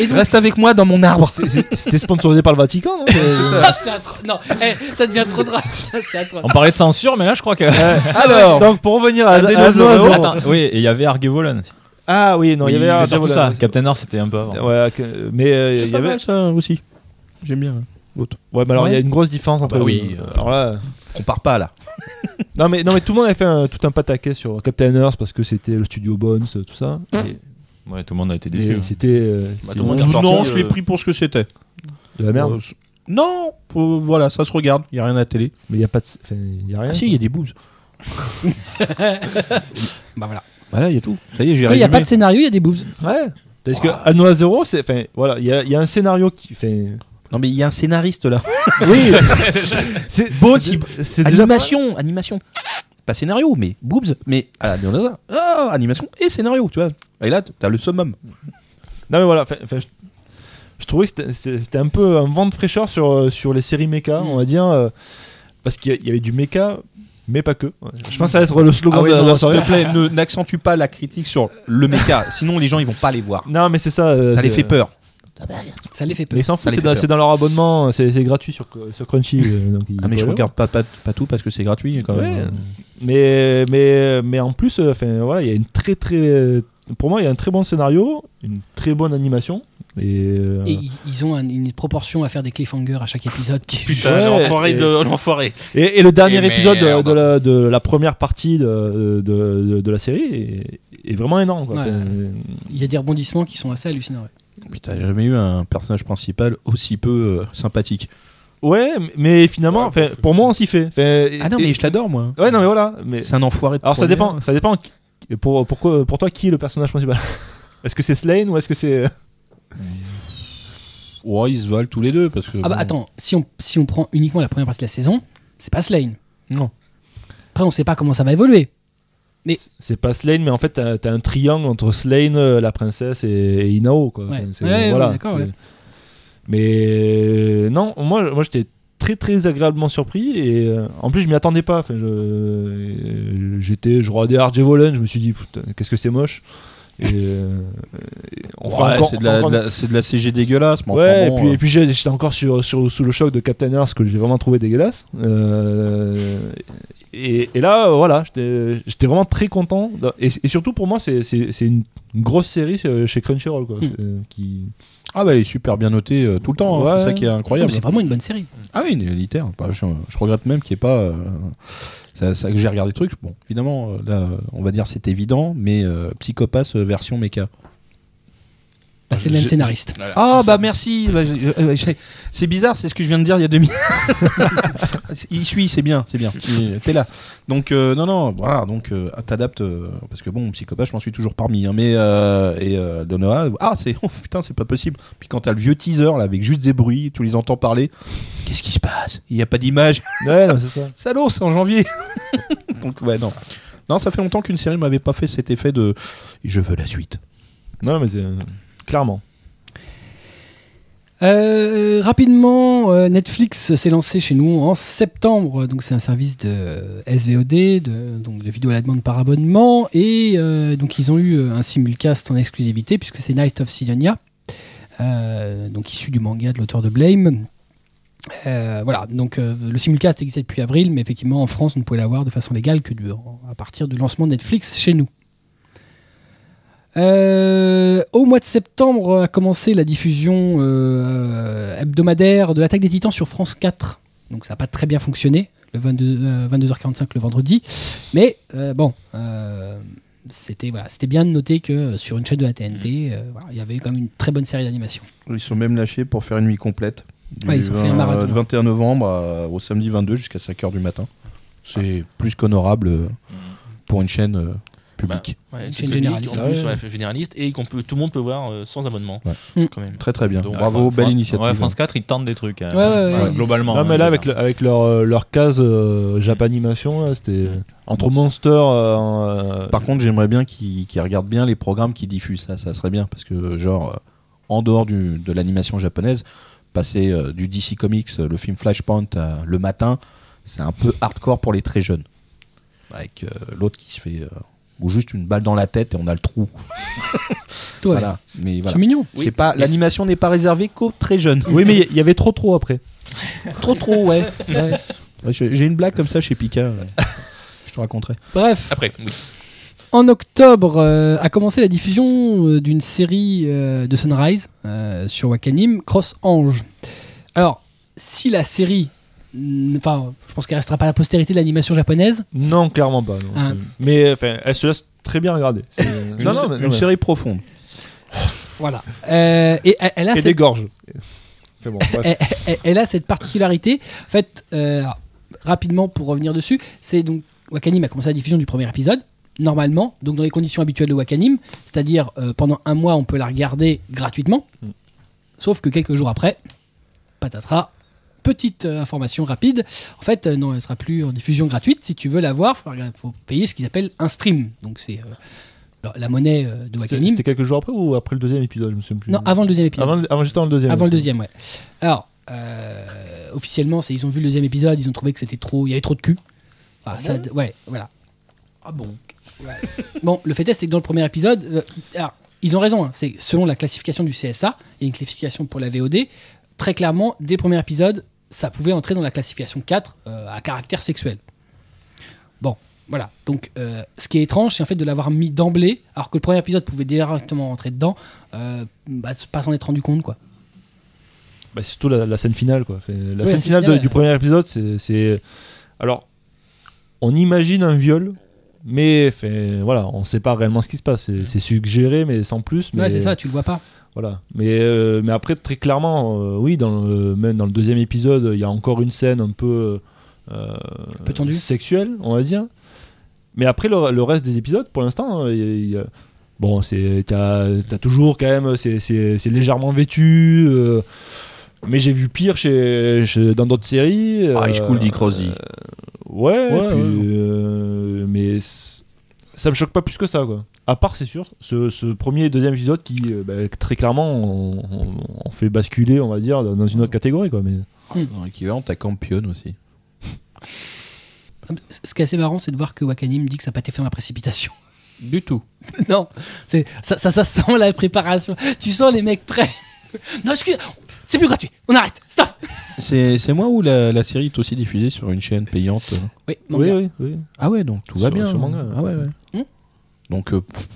S1: Et donc-
S5: Reste avec moi dans mon arbre.
S2: C'est- c'est- C'était sponsorisé par le Vatican, non Euh,
S1: Ah, c'est atro- Non, eh, ça devient trop drôle. Ça, c'est atroce.
S3: On parlait de censure, mais là, je crois que.
S5: Alors,
S2: Donc pour revenir à,
S5: Un
S2: à
S5: dinosaure.
S2: Nozo-
S3: Attends, oui, et il y avait Argevolan.
S2: Ah oui, Ah, non, il y avait un
S3: tout
S2: voilà.
S3: ça. Captain Earth, c'était un peu avant.
S2: Ouais, que- mais euh, il y avait.
S5: ça aussi. J'aime bien.
S2: Ouais, mais alors il y a une grosse différence entre.
S3: bah oui,
S2: euh, Alors là.
S5: On part pas là.
S2: Non mais non mais tout le monde avait fait un- tout un pataquès sur Captain Earth parce que c'était le studio Bones, euh, tout ça.
S3: Ouais, tout le monde a été
S2: Et
S3: déçu. hein.
S2: c'était. euh,
S4: Bah,
S2: c'est
S4: tout le monde
S2: une-
S4: est ressorti,
S5: non, je l'ai
S4: euh,
S5: pris pour ce que c'était.
S2: de la Ah, merde.
S5: Euh, c- non, pour- voilà, ça se regarde. Il y a rien à la télé.
S2: Mais il y a pas de. enfin, Il y a rien.
S5: Ah si, il y a des boobs.
S1: Bah voilà.
S5: Voilà, il y a tout. Ça y est, j'ai
S1: Quand il n'y
S5: résumé.
S1: a pas de scénario, il y a des boobs.
S2: Ouais. Parce que
S5: Ah.
S2: Anno à zéro, c'est. Enfin voilà, il y, a- il y a un scénario qui. Enfin.
S5: Non mais il y a un scénariste là.
S2: Oui. c'est beau. C'est c'est déjà.
S5: animation, animation. Pas scénario, mais boobs, mais ah, mais on a ça. Ah, animation et scénario, tu vois. Et là, t'as le summum.
S2: Non mais voilà. enfin- enfin, je... je trouvais que c'était- c'était c'était un peu un vent de fraîcheur sur euh, sur les séries méca,
S1: Mm.
S2: on va dire, euh, parce qu'il y a- il y avait du méca, mais pas que. Ouais. Je pense que ça va être le slogan de la- de la
S5: Ah s'il
S2: soirée.
S5: te plaît, ne- n'accentue pas la critique sur le méca, sinon les gens ils vont pas les voir.
S2: Non mais c'est ça. euh,
S5: Ça les
S2: c'est-
S5: fait peur.
S1: Ça les fait
S2: Mais
S1: peur.
S2: ils s'en
S5: Ça
S2: foutent,
S5: les
S2: c'est
S5: fait
S2: dans,
S5: peur.
S2: c'est dans leur abonnement, c'est c'est gratuit sur, sur Crunchy. euh, donc ils-
S5: Ah mais je
S2: voilà.
S5: regarde pas, pas, pas tout parce que c'est gratuit quand même.
S2: Ouais. Mais, mais, mais en plus, euh, 'fin, voilà, il y a une très très. euh, Pour moi, il y a un très bon scénario, une très bonne animation. Et, euh,
S1: Et ils- ils ont un- une proportion à faire des cliffhangers à chaque épisode. Qui...
S4: Putain,
S2: Ouais,
S4: l'enfoiré
S2: et-
S4: de l'enfoiré.
S2: et- et le dernier
S4: Et
S2: épisode de,
S4: merde.
S2: de la, de la première partie de, de, de- de la série est, est vraiment énorme. quoi.
S1: Ouais.
S2: 'Fin,
S1: Il y a des rebondissements qui sont assez hallucinants. ouais.
S5: Putain, j'ai jamais eu un personnage principal aussi peu euh, sympathique.
S2: Ouais, mais- mais finalement,
S4: Ouais,
S2: 'fin,
S4: c'est-
S2: pour moi, on s'y fait. 'Fin,
S5: Ah non
S2: et-
S5: mais je l'adore moi.
S2: Ouais, non, mais voilà. Mais...
S5: C'est un enfoiré. de
S2: Alors ça
S5: première.
S2: dépend, ça dépend. qui- Pour, pour, quoi- pour toi, qui est le personnage principal Est-ce que c'est Slane ou est-ce que c'est. euh,
S5: Ouais, ils se valent tous les deux parce que.
S1: Ah bah
S5: bon.
S1: attends, si on, si on prend uniquement la première partie de la saison, c'est pas Slane.
S5: Non.
S1: Après, on sait pas comment ça va évoluer. Et-
S2: C'est pas Slane, mais en fait, t'as t'as un triangle entre Slane, euh, la princesse et, et Inao. Quoi.
S1: Ouais.
S2: Enfin, c'est-
S1: Ouais, ouais,
S2: voilà,
S1: d'accord,
S2: c'est-
S1: ouais.
S2: Mais euh, non, moi, moi j'étais très très agréablement surpris et euh, en plus je m'y attendais pas. Enfin, je- euh, j'étais, je regardais RJ Volen, je me suis dit putain, qu'est-ce que c'est moche. Et, euh, et on fera
S5: Ouais,
S2: encore-
S5: c'est
S2: on
S5: de,
S2: fera
S5: la-
S2: encore-
S5: de la- c'est de la CG dégueulasse. Mais enfin,
S2: Ouais,
S5: bon,
S2: et puis,
S5: euh,
S2: et puis j'ai- j'étais encore sur, sur- sous le choc de Captain Earth que j'ai vraiment trouvé dégueulasse. Euh, et, et là, euh, voilà, j'étais j'étais vraiment très content. d'a- Et, et surtout pour moi, c'est c'est- c'est une grosse série euh, chez Crunchyroll. Quoi,
S1: Mm.
S2: euh, qui...
S5: Ah bah elle est super bien notée euh, tout le temps, hein,
S2: Ouais.
S5: c'est ça qui est
S1: Non, mais
S5: incroyable.
S1: C'est vraiment une bonne série.
S5: Ah oui, une élitaire. Bah, je, je regrette même qu'il n'y ait pas... euh, ça, ça- que j'ai regardé le truc. Bon, évidemment, euh, là, euh, on va dire c'est évident, mais euh, Psychopass euh, version méca.
S1: Bah, c'est le même
S5: J'ai-
S1: scénariste.
S4: Voilà.
S5: Ah bah merci bah, j'ai- euh, j'ai- C'est bizarre, c'est ce que je viens de dire il y a deux minutes. il suit, c'est bien, c'est bien. Il- T'es là. Donc euh, non, non, voilà, donc euh, t'adaptes, euh, parce que bon, Psychopass, je m'en suis toujours parmi. hein, mais euh, et euh, Donoa, ah c'est, oh, putain, c'est pas possible. Puis quand t'as le vieux teaser là, avec juste des bruits, tu les entends parler, qu'est-ce qui se passe Il n'y a pas d'image.
S2: Ouais, non, c'est ça.
S5: Salaud, c'est en janvier. Donc ouais, non. Non, ça fait longtemps qu'une série m'avait pas fait cet effet de je veux la suite.
S2: Non, mais c'est. euh, Clairement.
S1: Euh, rapidement, euh, Netflix s'est lancé chez nous en septembre. Donc c'est un service de euh, SVOD, de, donc de vidéo à la demande par abonnement. Et euh, donc ils ont eu euh, un simulcast en exclusivité puisque c'est Night of Sidonia, euh, donc issu du manga de l'auteur de Blame. Euh, voilà, donc euh, le simulcast existait depuis avril, mais effectivement en France on ne pouvait l'avoir de façon légale que du- à partir du lancement de Netflix chez nous. Euh, au mois de septembre a commencé la diffusion euh, hebdomadaire de l'attaque des titans sur France 4. Donc ça n'a pas très bien fonctionné, le 22, euh, 22h45 le vendredi. Mais euh, bon, euh, c'était voilà, c'était bien de noter que euh, sur une chaîne de la TNT, euh, voilà, il y avait quand même une très bonne série d'animation.
S5: Ils sont même lâchés pour faire une nuit complète. Du
S1: Ouais, Ah, ils ont fait un marathon.
S5: euh, 21 novembre à- au
S3: Mm.
S5: samedi 22 jusqu'à 5h du matin. C'est plus qu'honorable euh, pour une chaîne euh, public.
S3: Bah,
S4: Ouais,
S1: Une
S4: c'est
S1: chaîne
S4: public,
S1: généraliste.
S4: En
S2: Ah
S4: plus,
S2: ouais.
S4: ouais, généraliste et qu'on peut, tout le monde peut voir euh, sans abonnement.
S1: Mm.
S4: Quand même.
S5: Très très bien.
S4: Donc,
S5: Bravo,
S3: Fran-
S5: belle
S3: Fran-
S5: initiative.
S3: Ouais, France 4, ils tentent des trucs. hein.
S1: Ouais, ouais, ouais.
S3: Globalement.
S2: Non, mais
S3: hein,
S2: là,
S3: c'est
S2: avec,
S3: ça.
S2: le- avec leur, euh, leur case euh, Japanimation, là, c'était entre Monster. euh, en, euh,
S5: Par contre, j'aimerais bien qu'ils qu'ils regardent bien les programmes qui diffusent. Ça, ça serait bien parce que, genre, euh, en dehors du, de l'animation japonaise, passer euh, du DC Comics, euh, le film Flashpoint, à le matin, c'est un peu hardcore pour les très jeunes. Avec euh, l'autre qui se fait. euh, ou juste une balle dans la tête et on a le trou.
S1: Toi,
S5: Voilà. Mais
S1: c'est
S5: voilà.
S1: mignon.
S5: C'est pas l'animation n'est pas réservée qu'aux très jeunes.
S2: oui, mais il y- y avait trop trop après.
S5: trop trop ouais. Ouais. Ouais, je- J'ai une blague comme ça chez Pika. ouais. Je te raconterai.
S1: Bref,
S4: Après, oui.
S1: en octobre euh, a commencé la diffusion euh, d'une série euh, de Sunrise euh, sur Wakanim, Cross Ange. Alors, si la série. n- Enfin, je pense qu'elle restera pas à la postérité de l'animation japonaise.
S2: Non, clairement pas. non.
S1: Ah.
S2: Mais enfin, elle se laisse très bien regarder. C'est-
S5: Une, sé- une série profonde.
S1: Voilà. Euh, et elle- elle a
S2: Et
S1: cette
S2: des gorges. C'est bon, bref.
S1: elle, elle- elle a cette particularité. En fait, euh, alors, rapidement pour revenir dessus, c'est donc Wakanim a commencé la diffusion du premier épisode. Normalement, donc dans les conditions habituelles de Wakanim, c'est-à-dire euh, pendant un mois, on peut la regarder gratuitement.
S2: Mm.
S1: Sauf que quelques jours après, patatras. Petite euh, information rapide. En fait, euh, non, elle sera plus en diffusion gratuite. Si tu veux la voir, faut, regarder- faut payer ce qu'ils appellent un stream. Donc c'est euh, la monnaie euh, de
S2: C'était
S1: Wakanim.
S2: c'était quelques jours après ou après le deuxième épisode Je me souviens plus.
S1: Non, avant le deuxième épisode.
S2: Avant, le- avant- juste avant le deuxième.
S1: Avant le deuxième, ouais. Alors, euh, officiellement, c'est- ils ont vu le deuxième épisode, ils ont trouvé que c'était trop, il y avait trop de cul. Enfin, ça, ouais, voilà.
S5: Ah bon.
S1: Bon, le fait est, c'est que dans le premier épisode, euh, alors, ils ont raison. hein, c'est selon la classification du CSA et une classification pour la VOD. Très clairement, dès le premier épisode, ça pouvait entrer dans la classification 4 euh, à caractère sexuel. Bon, voilà. Donc, euh, ce qui est étrange, c'est en fait de l'avoir mis d'emblée, alors que le premier épisode pouvait directement rentrer dedans, euh, bah, pas s'en être rendu compte, quoi.
S2: Bah, c'est surtout la, la scène finale, quoi. Fait- la
S1: la
S2: scène
S1: scène
S2: finale, de-
S1: finale,
S2: du
S1: euh.
S2: premier épisode, c'est- c'est. Alors, on imagine un viol, mais fait, voilà, on sait pas réellement ce qui se passe. C'est c'est suggéré, mais sans plus. Mais,
S1: Ouais, c'est ça, tu le vois pas.
S2: Voilà. Mais, euh, mais après, très clairement, euh, oui, dans le, même dans le deuxième épisode, il y a encore une scène un peu, euh,
S1: peu tendue.
S2: sexuelle, on va dire. Mais après, le, le reste des épisodes, pour l'instant, hein, il y a- il y a- bon, c'est t'as as toujours quand même, c'est- c'est c'est légèrement vêtu. euh, mais j'ai vu pire chez, chez- dans d'autres séries.
S5: Ah,
S2: euh,
S5: High School Dick Rosie.
S2: Ouais,
S5: Ouais,
S2: puis,
S5: ouais.
S2: euh, mais c- ça me choque pas plus que ça, quoi. À part, c'est sûr, ce, ce premier et deuxième épisode qui, euh, bah, très clairement, on, on- on fait basculer, on va dire, dans dans une autre catégorie, quoi. Mais
S5: Dans l'équivalent, t'as Campion aussi.
S1: Ah, Ce qui est assez marrant, c'est de voir que Wakanim dit que ça n'a pas été fait dans la précipitation.
S5: Du tout.
S1: non, c'est ça, ça, ça sent la préparation. Tu sens les mecs prêts. non, excuse, c'est plus gratuit. On arrête. Stop.
S5: C'est c'est moi où la, la série est aussi diffusée sur une chaîne payante. euh.
S1: Oui,
S2: oui,
S1: manga.
S2: oui, oui.
S5: Ah ouais, donc tout va
S2: Sur-
S5: bien.
S2: sur manga,
S5: Ah ouais, ouais.
S1: Hmm.
S5: donc, euh, pff,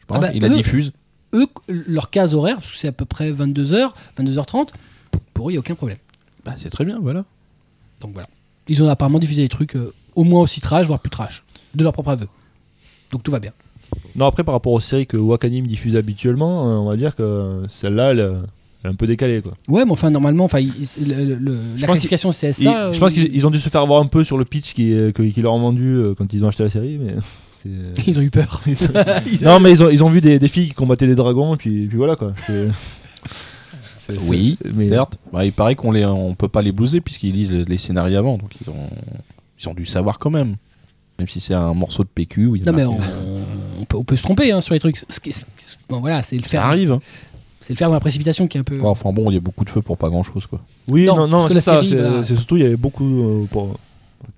S5: je pense,
S1: Ah bah,
S5: il la
S1: eux-
S5: diffuse.
S1: Eux, leur case horaire, parce que c'est à peu près 22h, 22h30, pour eux, il n'y a aucun problème.
S5: Bah, c'est très bien, voilà.
S1: Donc voilà. Ils ont apparemment diffusé des trucs euh, au moins aussi trash, voire plus trash, de leur propre aveu. Donc tout va bien.
S2: Non, après, par rapport aux séries que Wakanim diffuse habituellement, euh, on va dire que celle-là, elle, euh, elle est un peu décalée, quoi.
S1: Ouais, mais enfin, normalement, enfin, ils- ils- le- le- le- la
S2: pense
S1: classification CSA.
S2: Et je pense
S1: euh,
S2: qu'ils ils ont dû se faire voir un peu sur le pitch qui, euh, que- qu'ils leur ont vendu euh, quand ils ont acheté la série, mais c'est-
S1: euh, ils ont eu peur. Ils-
S2: Non, mais ils ont, ils ont vu des, des filles qui combattaient des dragons, et puis, puis voilà, quoi. C'est- c'est- c'est-
S5: Oui,
S2: mais-
S5: certes. Bah, il paraît qu'on les, on peut pas les blouser puisqu'ils lisent les, les scénarios avant, donc ils ont, ils ont dû savoir quand même. Même si c'est un morceau de PQ. où il y a
S1: Non mais on,
S5: marqué- euh,
S1: on peut, on peut se tromper hein, sur les trucs. Ce qui- ce- ce- bon, voilà, c'est le
S5: Ça
S1: faire.
S5: arrive. hein.
S1: C'est le faire dans la précipitation qui est un peu.
S5: Ouais, enfin bon, il y a beaucoup de feu pour pas grand chose, quoi.
S2: Oui,
S1: Non,
S2: non, non,
S1: parce que
S2: c'est
S1: la
S2: ça.
S1: série,
S2: c'est
S1: voilà.
S2: c'est surtout, il y avait beaucoup. euh, pour-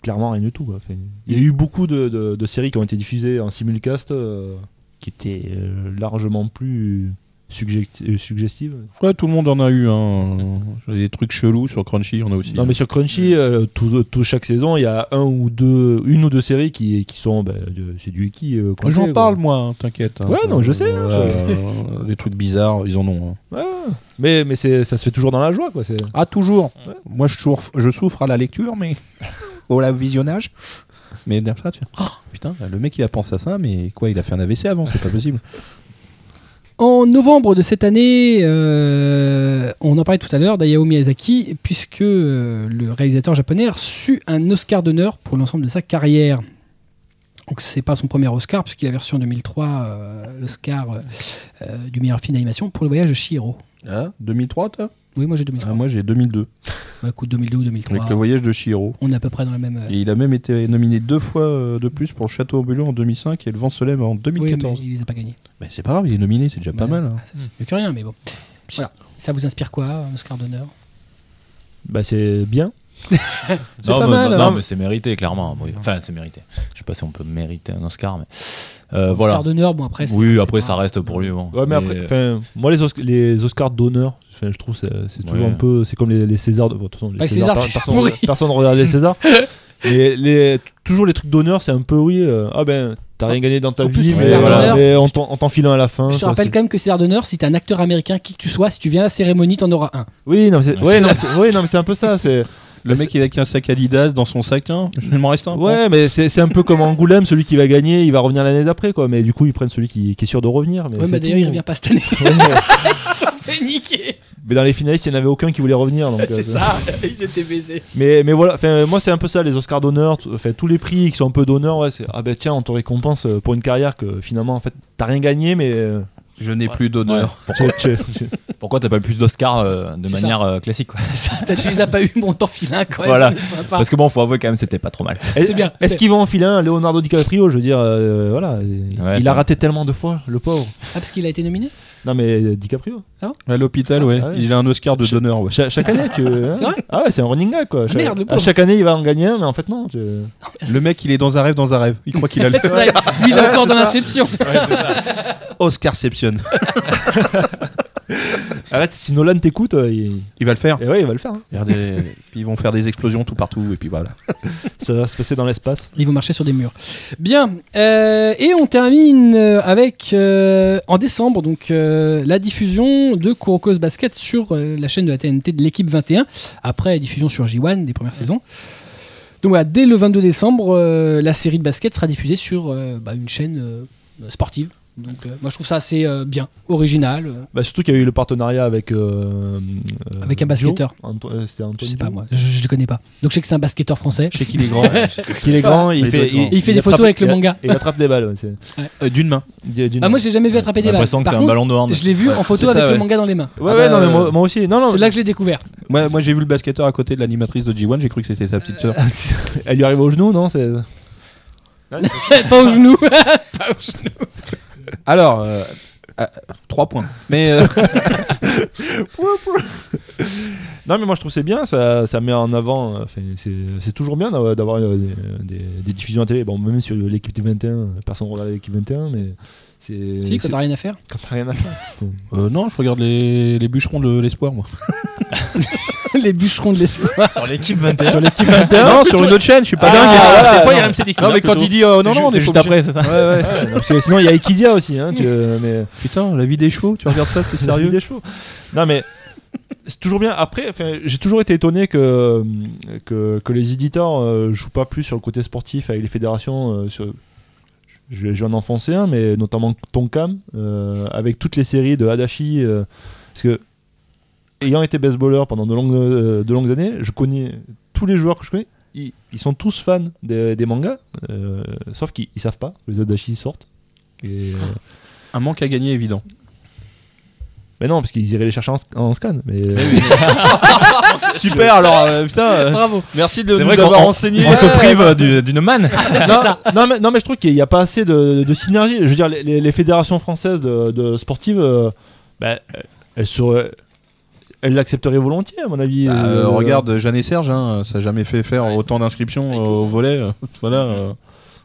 S2: clairement, rien du tout. quoi. Fait, Il y a eu beaucoup de, de- de séries qui ont été diffusées en simulcast euh, qui étaient euh, largement plus suggesti- euh, suggestives.
S5: Ouais, tout le monde en a eu. Hein. Des trucs chelous sur Crunchy, on a aussi. hein.
S2: Non, mais sur Crunchy, euh, tout, tout- chaque saison, il y a un ou deux, une ou deux séries qui, qui sont. bah, de- c'est du euh, qui
S5: J'en parle, moi, hein, t'inquiète. hein.
S2: Ouais, non, je sais, hein,
S5: voilà, euh, des trucs bizarres, ils en ont. hein.
S2: Mais, mais c'est- ça se fait toujours dans la joie. Quoi, c'est-
S5: Ah, toujours Moi, je souffre, je souffre à la lecture, mais. au la visionnage. Mais derrière ça, tu fais, Oh, putain, le mec, il a pensé à ça, mais quoi, il a fait un AVC avant, c'est pas possible.
S1: En novembre de cette année, euh, on en parlait tout à l'heure d'Ayao Miyazaki, puisque euh, le réalisateur japonais a reçu un Oscar d'honneur pour l'ensemble de sa carrière. Donc c'est pas son premier Oscar puisqu'il avait reçu en 2003 euh, l'Oscar euh, euh, du meilleur film d'animation pour le voyage de Chihiro.
S5: Ah, 2003, toi
S1: Oui, moi j'ai
S5: Ah,
S1: 2003.
S5: Moi, j'ai 2002.
S1: Bah, écoute, 2002 ou
S5: Avec
S1: 2003.
S5: le voyage de Chihiro.
S1: On est à peu près dans la même. euh,
S5: Et il a même été nominé deux fois euh, de plus pour Château ambulant en 2005 et Le vent se lève en
S1: oui,
S5: 2014.
S1: mais il les a pas gagnés.
S5: Mais c'est pas grave, il est nominé, c'est déjà pas
S1: Bah,
S5: mal. hein.
S1: ah, ça, c'est mieux que rien, mais bon. Voilà. Ça vous inspire quoi, un Oscar d'honneur
S2: Bah, c'est bien.
S1: C'est pas
S3: mais,
S1: mal,
S3: non,
S1: hein.
S3: mais c'est mérité, clairement. Oui. Enfin, c'est mérité. Je sais pas si on peut mériter un Oscar, mais. euh,
S1: Oscar
S3: voilà.
S1: d'honneur, bon après. c'est-
S3: Oui,
S1: c'est
S3: après,
S1: pas-
S3: ça reste pour lui. bon.
S2: Ouais, mais, après, enfin, moi, les, Osc- les Oscars d'honneur, enfin, je trouve c'est c'est toujours
S3: Ouais.
S2: un peu. C'est comme les, les Césars. De, bon, de toute façon, les
S1: Ouais,
S2: Césars,
S1: César,
S2: par-
S1: c'est
S2: personne,
S1: pourri.
S2: personne ne regarde les Césars. Et les, toujours les trucs d'honneur, c'est un peu oui. euh, ah ben, t'as rien gagné dans ta
S1: En plus,
S2: vie,
S1: les
S2: mais,
S1: Césars
S2: voilà,
S1: d'honneur-
S2: mais on t'en- on t'enfile un à la fin.
S1: Je te
S2: quoi,
S1: rappelle
S2: c'est-
S1: quand même que César d'honneur, si t'es un acteur américain, qui que tu sois, si tu viens à la cérémonie, t'en auras un.
S2: Oui, non, mais c'est
S3: Ouais,
S2: ouais,
S3: c'est
S2: non, mais c'est- ouais, non, mais c'est un peu ça. C'est
S5: Le
S2: Mais
S5: mec, il a qu'un sac Adidas dans son sac, tiens, je il m'en reste un. prends.
S2: ouais, mais c'est c'est un peu comme Angoulême, celui qui va gagner, il va revenir l'année d'après, quoi. Mais du coup, ils prennent celui qui, qui est sûr de revenir. Mais
S1: Ouais,
S2: c'est
S1: bah, d'ailleurs,
S2: tout.
S1: il revient pas cette année.
S2: Ouais, mais-
S1: ça fait niquer.
S2: mais dans les finalistes, il n'y en avait aucun qui voulait revenir. donc, euh,
S1: C'est ça. Ils étaient baisés.
S2: Mais, mais voilà, enfin, moi c'est un peu ça, les Oscars d'honneur, t- enfin, tous les prix qui sont un peu d'honneur, ouais, c'est ah ben tiens, on te récompense euh, pour une carrière que finalement en fait t'as rien gagné, mais euh,
S5: Je n'ai
S4: Ouais.
S5: plus d'honneur.
S2: tu- tu- tu-
S3: Pourquoi t'as pas plus d'Oscar euh, de
S1: C'est
S3: manière euh, classique quoi.
S1: T'as tu les as pas eu, mon temps file un quand même.
S3: Voilà.
S1: c'est sympa.
S3: Parce que bon, faut avouer quand même, c'était pas trop mal.
S1: C'est bien.
S2: est-ce qu'ils vont enfiler un Leonardo DiCaprio Je veux dire, euh, voilà, il-
S3: Ouais,
S2: il
S3: ça-
S2: a raté tellement de fois, le pauvre.
S1: Ah, parce qu'il a été nominé
S2: Non mais euh, DiCaprio,
S5: À l'hôpital, ouais.
S2: Ah ouais.
S5: Il a un Oscar de donneur, ouais.
S2: Cha- chaque année, tu hein
S1: C'est vrai
S2: Ah ouais, c'est un running gag quoi. Cha-
S1: merde, le
S2: à
S1: pauvre.
S2: chaque année, il va en gagner un, mais en fait non. tu-
S5: Le mec, il est dans un rêve, dans un rêve. Il croit qu'il a le
S1: C'est ça, Lui, il est encore dans l'inception.
S5: Oscarception.
S2: Arrête, si Nolan t'écoute, euh, il...
S5: Il va le faire.
S2: eh ouais, il va le faire. hein.
S5: Faire des- Puis ils vont faire des explosions tout partout, et puis voilà.
S2: Ça va se passer dans l'espace.
S1: Ils vont marcher sur des murs. Bien. euh, et on termine euh, avec, euh, en décembre, donc euh, la diffusion de Kuroko's Basket sur euh, la chaîne de la TNT de l'équipe 21, après la diffusion sur J1 des premières saisons. Donc voilà, dès le 22 décembre, euh, la série de basket sera diffusée sur euh, bah, une chaîne euh, sportive. Donc euh, moi je trouve ça assez euh, bien, original, euh,
S2: Bah, surtout qu'il y a eu le partenariat avec euh, euh,
S1: avec un
S2: Joe.
S1: basketteur.
S2: Anto- euh, C'était
S1: Je
S2: Anthony
S1: sais pas
S2: Joe.
S1: moi, je, je le connais pas. Donc je sais que c'est un basketteur français.
S5: Je sais qu'il est grand.
S2: qu'il est grand, il,
S5: Il doit
S2: fait,
S5: être grand.
S1: Et il fait des
S2: attrape-
S1: photos avec le
S2: il a-
S1: manga.
S2: Il attrape des balles. ouais, c'est-
S5: Euh, D'une main.
S2: du- du-
S1: Ah, moi j'ai jamais vu attraper
S3: J'ai
S1: des balles.
S3: l'impression que
S1: Par
S3: c'est un
S1: contre,
S3: ballon d'or.
S1: Je l'ai vu en photo
S5: c'est ça,
S1: avec le
S5: ouais.
S1: manga dans les mains.
S2: Ouais,
S5: Ah
S2: ouais,
S5: bah,
S2: non, mais
S5: euh,
S2: moi, moi aussi. Non, non.
S1: C'est là que j'ai découvert.
S5: Moi, moi j'ai vu le basketteur à côté de l'animatrice de G1, j'ai cru que c'était sa petite sœur.
S2: Elle lui arrive au genou, non c'est-
S1: pas au genou.
S5: Alors, euh, euh, trois points. Mais euh,
S2: Non, mais moi je trouve que c'est bien. Ça, ça met en avant. euh, enfin, c'est c'est toujours bien d'avoir d'avoir, euh, des, des- des diffusions à télé. Bon, même sur l'équipe 21, personne ne regarde l'équipe 21, mais c'est.
S1: si, quand
S2: Euh, c'est-
S1: t'as rien à faire.
S2: quand t'as rien à faire.
S5: euh, non, je regarde les, les bûcherons de l'espoir, moi.
S1: les bûcherons de l'espoir.
S3: Sur l'équipe 21.
S2: sur l'équipe 21.
S5: Ah non, sur une autre chaîne, je suis pas dingue.
S4: Ah, c'est
S5: Ah, non.
S4: pas RMC des
S5: Non, mais quand il dit euh, non,
S3: C'est
S5: non,
S3: ju-
S5: on
S3: c'est
S5: est
S3: juste
S5: pas obligé.
S3: après, c'est ça.
S5: Ouais, ouais.
S2: Ouais, parce que sinon, il y a Equidia aussi. Hein, tu- mais...
S5: Putain, la vie des chevaux, tu regardes ça, t'es
S2: sérieux
S5: sérieux
S2: Non mais c'est toujours bien. Après, enfin, j'ai toujours été étonné que, que, que les éditeurs euh, jouent pas plus sur le côté sportif avec les fédérations. euh, sur... Je, je vais en enfoncer un, mais notamment Tonkam, euh, avec toutes les séries de Hadashi. euh, parce que, ayant été baseballer pendant de longues, euh, de longues années, je connais tous les joueurs que je connais. Ils, ils sont tous fans des, des mangas, euh, sauf qu'ils ils savent pas que les Hadashi sortent. Et, euh,
S5: Un manque à gagner évident.
S2: mais non, parce qu'ils iraient les chercher en, sc- en scan. Mais,
S5: Super, alors euh, putain, euh,
S1: Bravo.
S5: merci de
S3: C'est
S5: nous
S3: vrai qu'on-
S5: avoir renseigné.
S3: On se prive euh, du- d'une manne.
S2: non, non, mais, non, mais je trouve qu'il n'y a pas assez de, de synergie. Je veux dire, les, les- les fédérations françaises de, de sportives, euh, bah, elles seraient- elles l'accepteraient volontiers, à mon avis.
S5: Bah, euh,
S2: Euh,
S5: regarde, Jeanne et Serge, hein, ça a jamais fait faire autant d'inscriptions euh, au volet. euh, voilà. euh.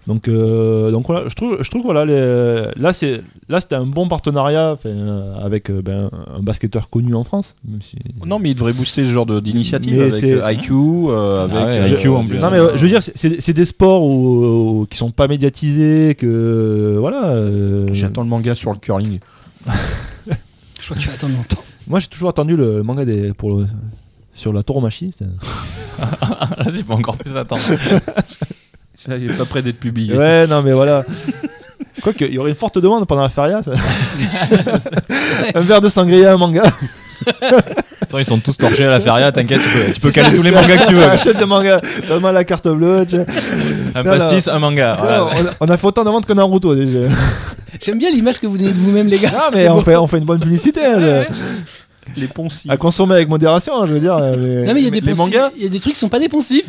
S2: Donc, euh, donc voilà, je trouve, je trouve que voilà, les- là, c'est, là, c'était un bon partenariat enfin, euh, avec euh, ben, un basketteur connu en France. même si-
S5: Non, mais il devrait booster ce genre de- d'initiative
S2: Mais
S5: avec
S2: c'est-
S5: euh, IQ, euh, avec
S3: Ah ouais,
S5: euh,
S3: IQ en plus.
S2: Non, mais euh, je veux dire, c'est- c'est c'est des sports où, où- qui sont pas médiatisés, que euh, voilà. euh,
S5: J'attends le manga sur le curling.
S1: Je crois que tu vas attendre longtemps.
S2: moi, j'ai toujours attendu le manga des, pour le- sur la tauromachie. c'était-
S3: Là, tu peux encore plus attendre.
S5: Ça, il est pas prêt d'être publié.
S2: Ouais, non, mais voilà. Quoique, il y aurait une forte demande pendant la feria. ça. un verre de sangria, un manga.
S3: Attends, Ils sont tous torchés à la feria, t'inquiète, tu peux, tu peux caler tous les mangas que tu veux.
S2: Achète des mangas, t'as mal à la carte bleue. tu vois.
S3: Un
S2: Ah, Voilà.
S3: pastis, un manga. voilà.
S2: On, a, on a fait autant de ventes que Naruto déjà.
S1: J'aime bien l'image que vous donnez de vous-même, les gars.
S2: Ah,
S1: C'est
S2: mais
S1: beau.
S2: on fait, on fait une bonne publicité. hein, le-
S5: Les poncis.
S2: à consommer avec modération, hein, je veux dire. euh, mais-
S1: Non, mais il y a des
S5: les
S1: ponci-
S5: mangas
S1: Il y a des trucs qui sont pas dépensifs.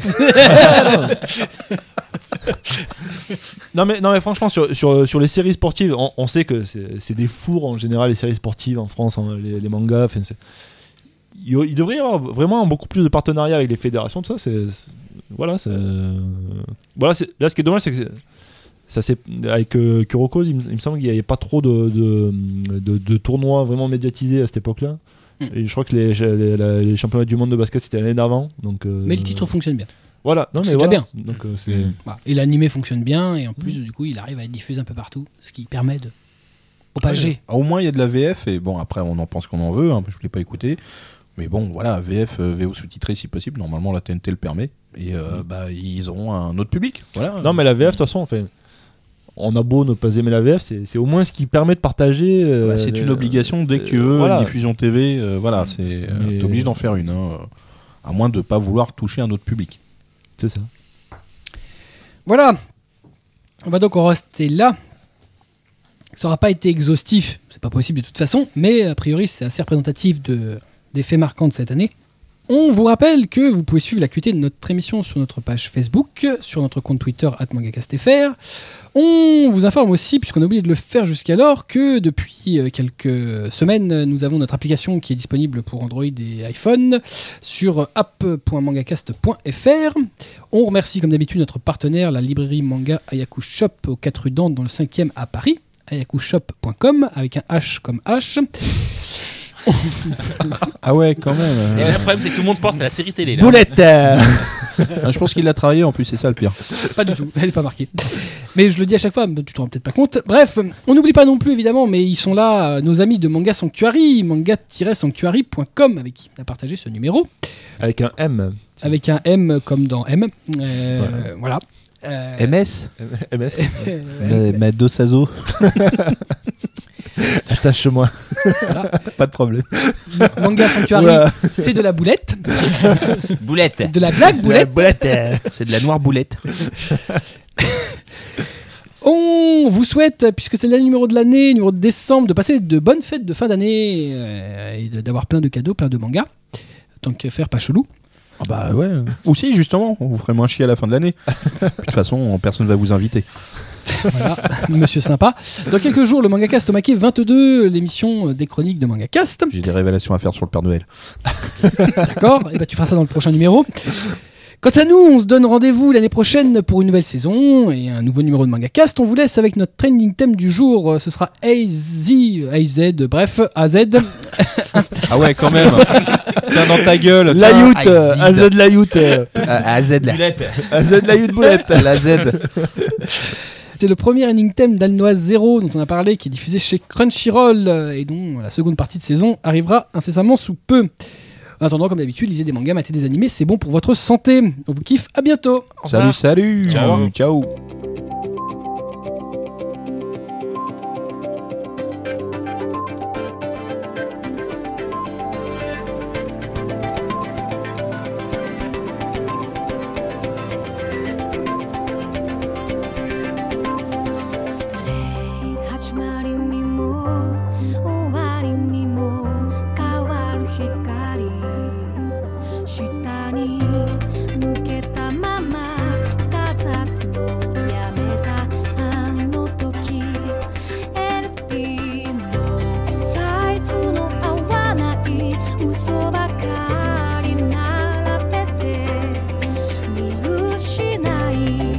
S2: Non mais, non mais franchement sur, sur, sur les séries sportives, on, on sait que c'est c'est des fours en général les séries sportives en France, en- les, les mangas. enfin, c'est- il, y- il devrait y avoir vraiment beaucoup plus de partenariats avec les fédérations, tout ça. c'est- c'est- voilà, c'est- voilà c'est- là ce qui est dommage c'est que c'est- ça c'est avec euh, Kuroko, il, me- il me semble qu'il n'y avait pas trop de, de, de- de tournois vraiment médiatisés à cette époque-là.
S1: Mm.
S2: Et je crois que les, les- la- les championnats du monde de basket c'était l'année d'avant. donc, euh,
S1: Mais le titre fonctionne bien.
S2: voilà, non,
S1: c'est
S2: mais
S1: déjà
S2: voilà. Donc, euh, c'est-
S1: Voilà. Et l'animé fonctionne bien, et en plus, du coup, il arrive à être diffusé un peu partout, ce qui permet de propager.
S5: Ah, Au moins, il y a de la VF, et bon, après, on en pense qu'on en veut, hein, je ne l'ai pas écouté. Mais bon, voilà, VF, euh, VO sous-titré si possible, normalement la TNT le permet, et euh, bah, ils auront un autre public. Voilà.
S2: Non, mais la VF, de toute façon, enfin, on a beau ne pas aimer la VF, c'est c'est au moins ce qui permet de partager. euh,
S5: Bah, c'est
S2: les-
S5: une obligation dès que tu
S2: euh,
S5: veux,
S2: voilà.
S5: une diffusion TV, euh, voilà, c'est euh,
S2: Mais-
S5: t'es obligé d'en faire une, hein, euh, à moins de pas vouloir toucher un autre public.
S2: C'est ça.
S1: Voilà. On va donc en rester là. Ça n'aura pas été exhaustif, c'est pas possible de toute façon, mais a priori c'est assez représentatif de, des faits marquants de cette année. On vous rappelle que vous pouvez suivre l'actualité de notre émission sur notre page Facebook, sur notre compte Twitter @mangacastfr. On vous informe aussi, puisqu'on a oublié de le faire jusqu'alors, que depuis euh, quelques semaines, nous avons notre application qui est disponible pour Android et iPhone sur app.mangacast.fr. On remercie comme d'habitude notre partenaire, la librairie manga Ayaku Shop aux 4 rues d'Anse dans le 5e à Paris, ayakushop.com avec un H comme H.
S5: Ah ouais, quand même.
S4: Et le problème, c'est que tout le monde pense à la série télé. Là.
S2: Boulette
S5: Ah, je pense qu'il l'a travaillé en plus, c'est ça le pire.
S1: Pas du tout, elle n'est pas marquée. Mais je le dis à chaque fois, mais tu t'en rends peut-être pas compte. Bref, on n'oublie pas non plus évidemment, mais ils sont là, euh, nos amis de Manga Sanctuary, manga-sanctuary.com avec qui on a partagé ce numéro.
S2: Avec un M.
S1: Avec un M comme dans M. Euh, voilà. Euh,
S5: MS
S2: MS.
S1: euh,
S5: Mais mais Dosazo,
S2: Attache-moi.
S5: pas de problème.
S1: Manga Sanctuary, c'est de la boulette,
S4: Boulette.
S1: de la blague boulette.
S5: C'est de la noire boulette.
S1: On vous souhaite, puisque c'est le dernier numéro de l'année, numéro de décembre, de passer de bonnes fêtes de fin d'année euh, et de- d'avoir plein de cadeaux, plein de mangas. Tant que faire, pas chelou.
S5: Ah bah ouais. Ou si, justement, on vous ferait moins chier à la fin de l'année. Puis De toute façon, personne va vous inviter.
S1: Voilà, monsieur sympa. Dans quelques jours, le Mangacast au Maquet 22, l'émission des chroniques de Mangacast.
S5: J'ai des révélations à faire sur le Père Noël.
S1: D'accord Et ben tu feras ça dans le prochain numéro. Quant à nous, on se donne rendez-vous l'année prochaine pour une nouvelle saison et un nouveau numéro de Mangacast. On vous laisse avec notre trending theme du jour. Ce sera AZ, AZ, bref, AZ.
S5: Ah ouais, quand même. tiens dans ta gueule.
S2: La
S5: tiens.
S2: Yout euh,
S5: Ah, Z.
S2: AZ la Yout euh,
S5: Ah, AZ, là.
S4: Boulette.
S2: AZ la Yout Boulette
S5: La Z.
S1: C'est le premier ending theme d'Alnoise 0 dont on a parlé, qui est diffusé chez Crunchyroll euh, et dont la seconde partie de saison arrivera incessamment sous peu. En attendant, comme d'habitude, lisez des mangas, matez des animés, c'est bon pour votre santé. On vous kiffe, à bientôt
S4: Au revoir.
S5: Salut, salut.
S4: Ciao.
S5: Ciao.
S8: 始まりにも終わりにも変わる光下に向けたままかざすをやめたあの時 LP のサイズの合わない嘘ばかり並べて見失い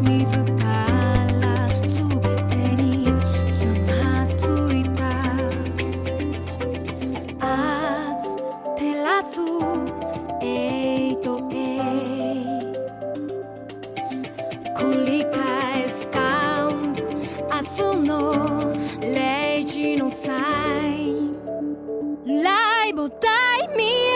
S8: 自ら全てにつまずいた明日照らす8 a 繰り返すカウント明日の0時のサインライブタイミング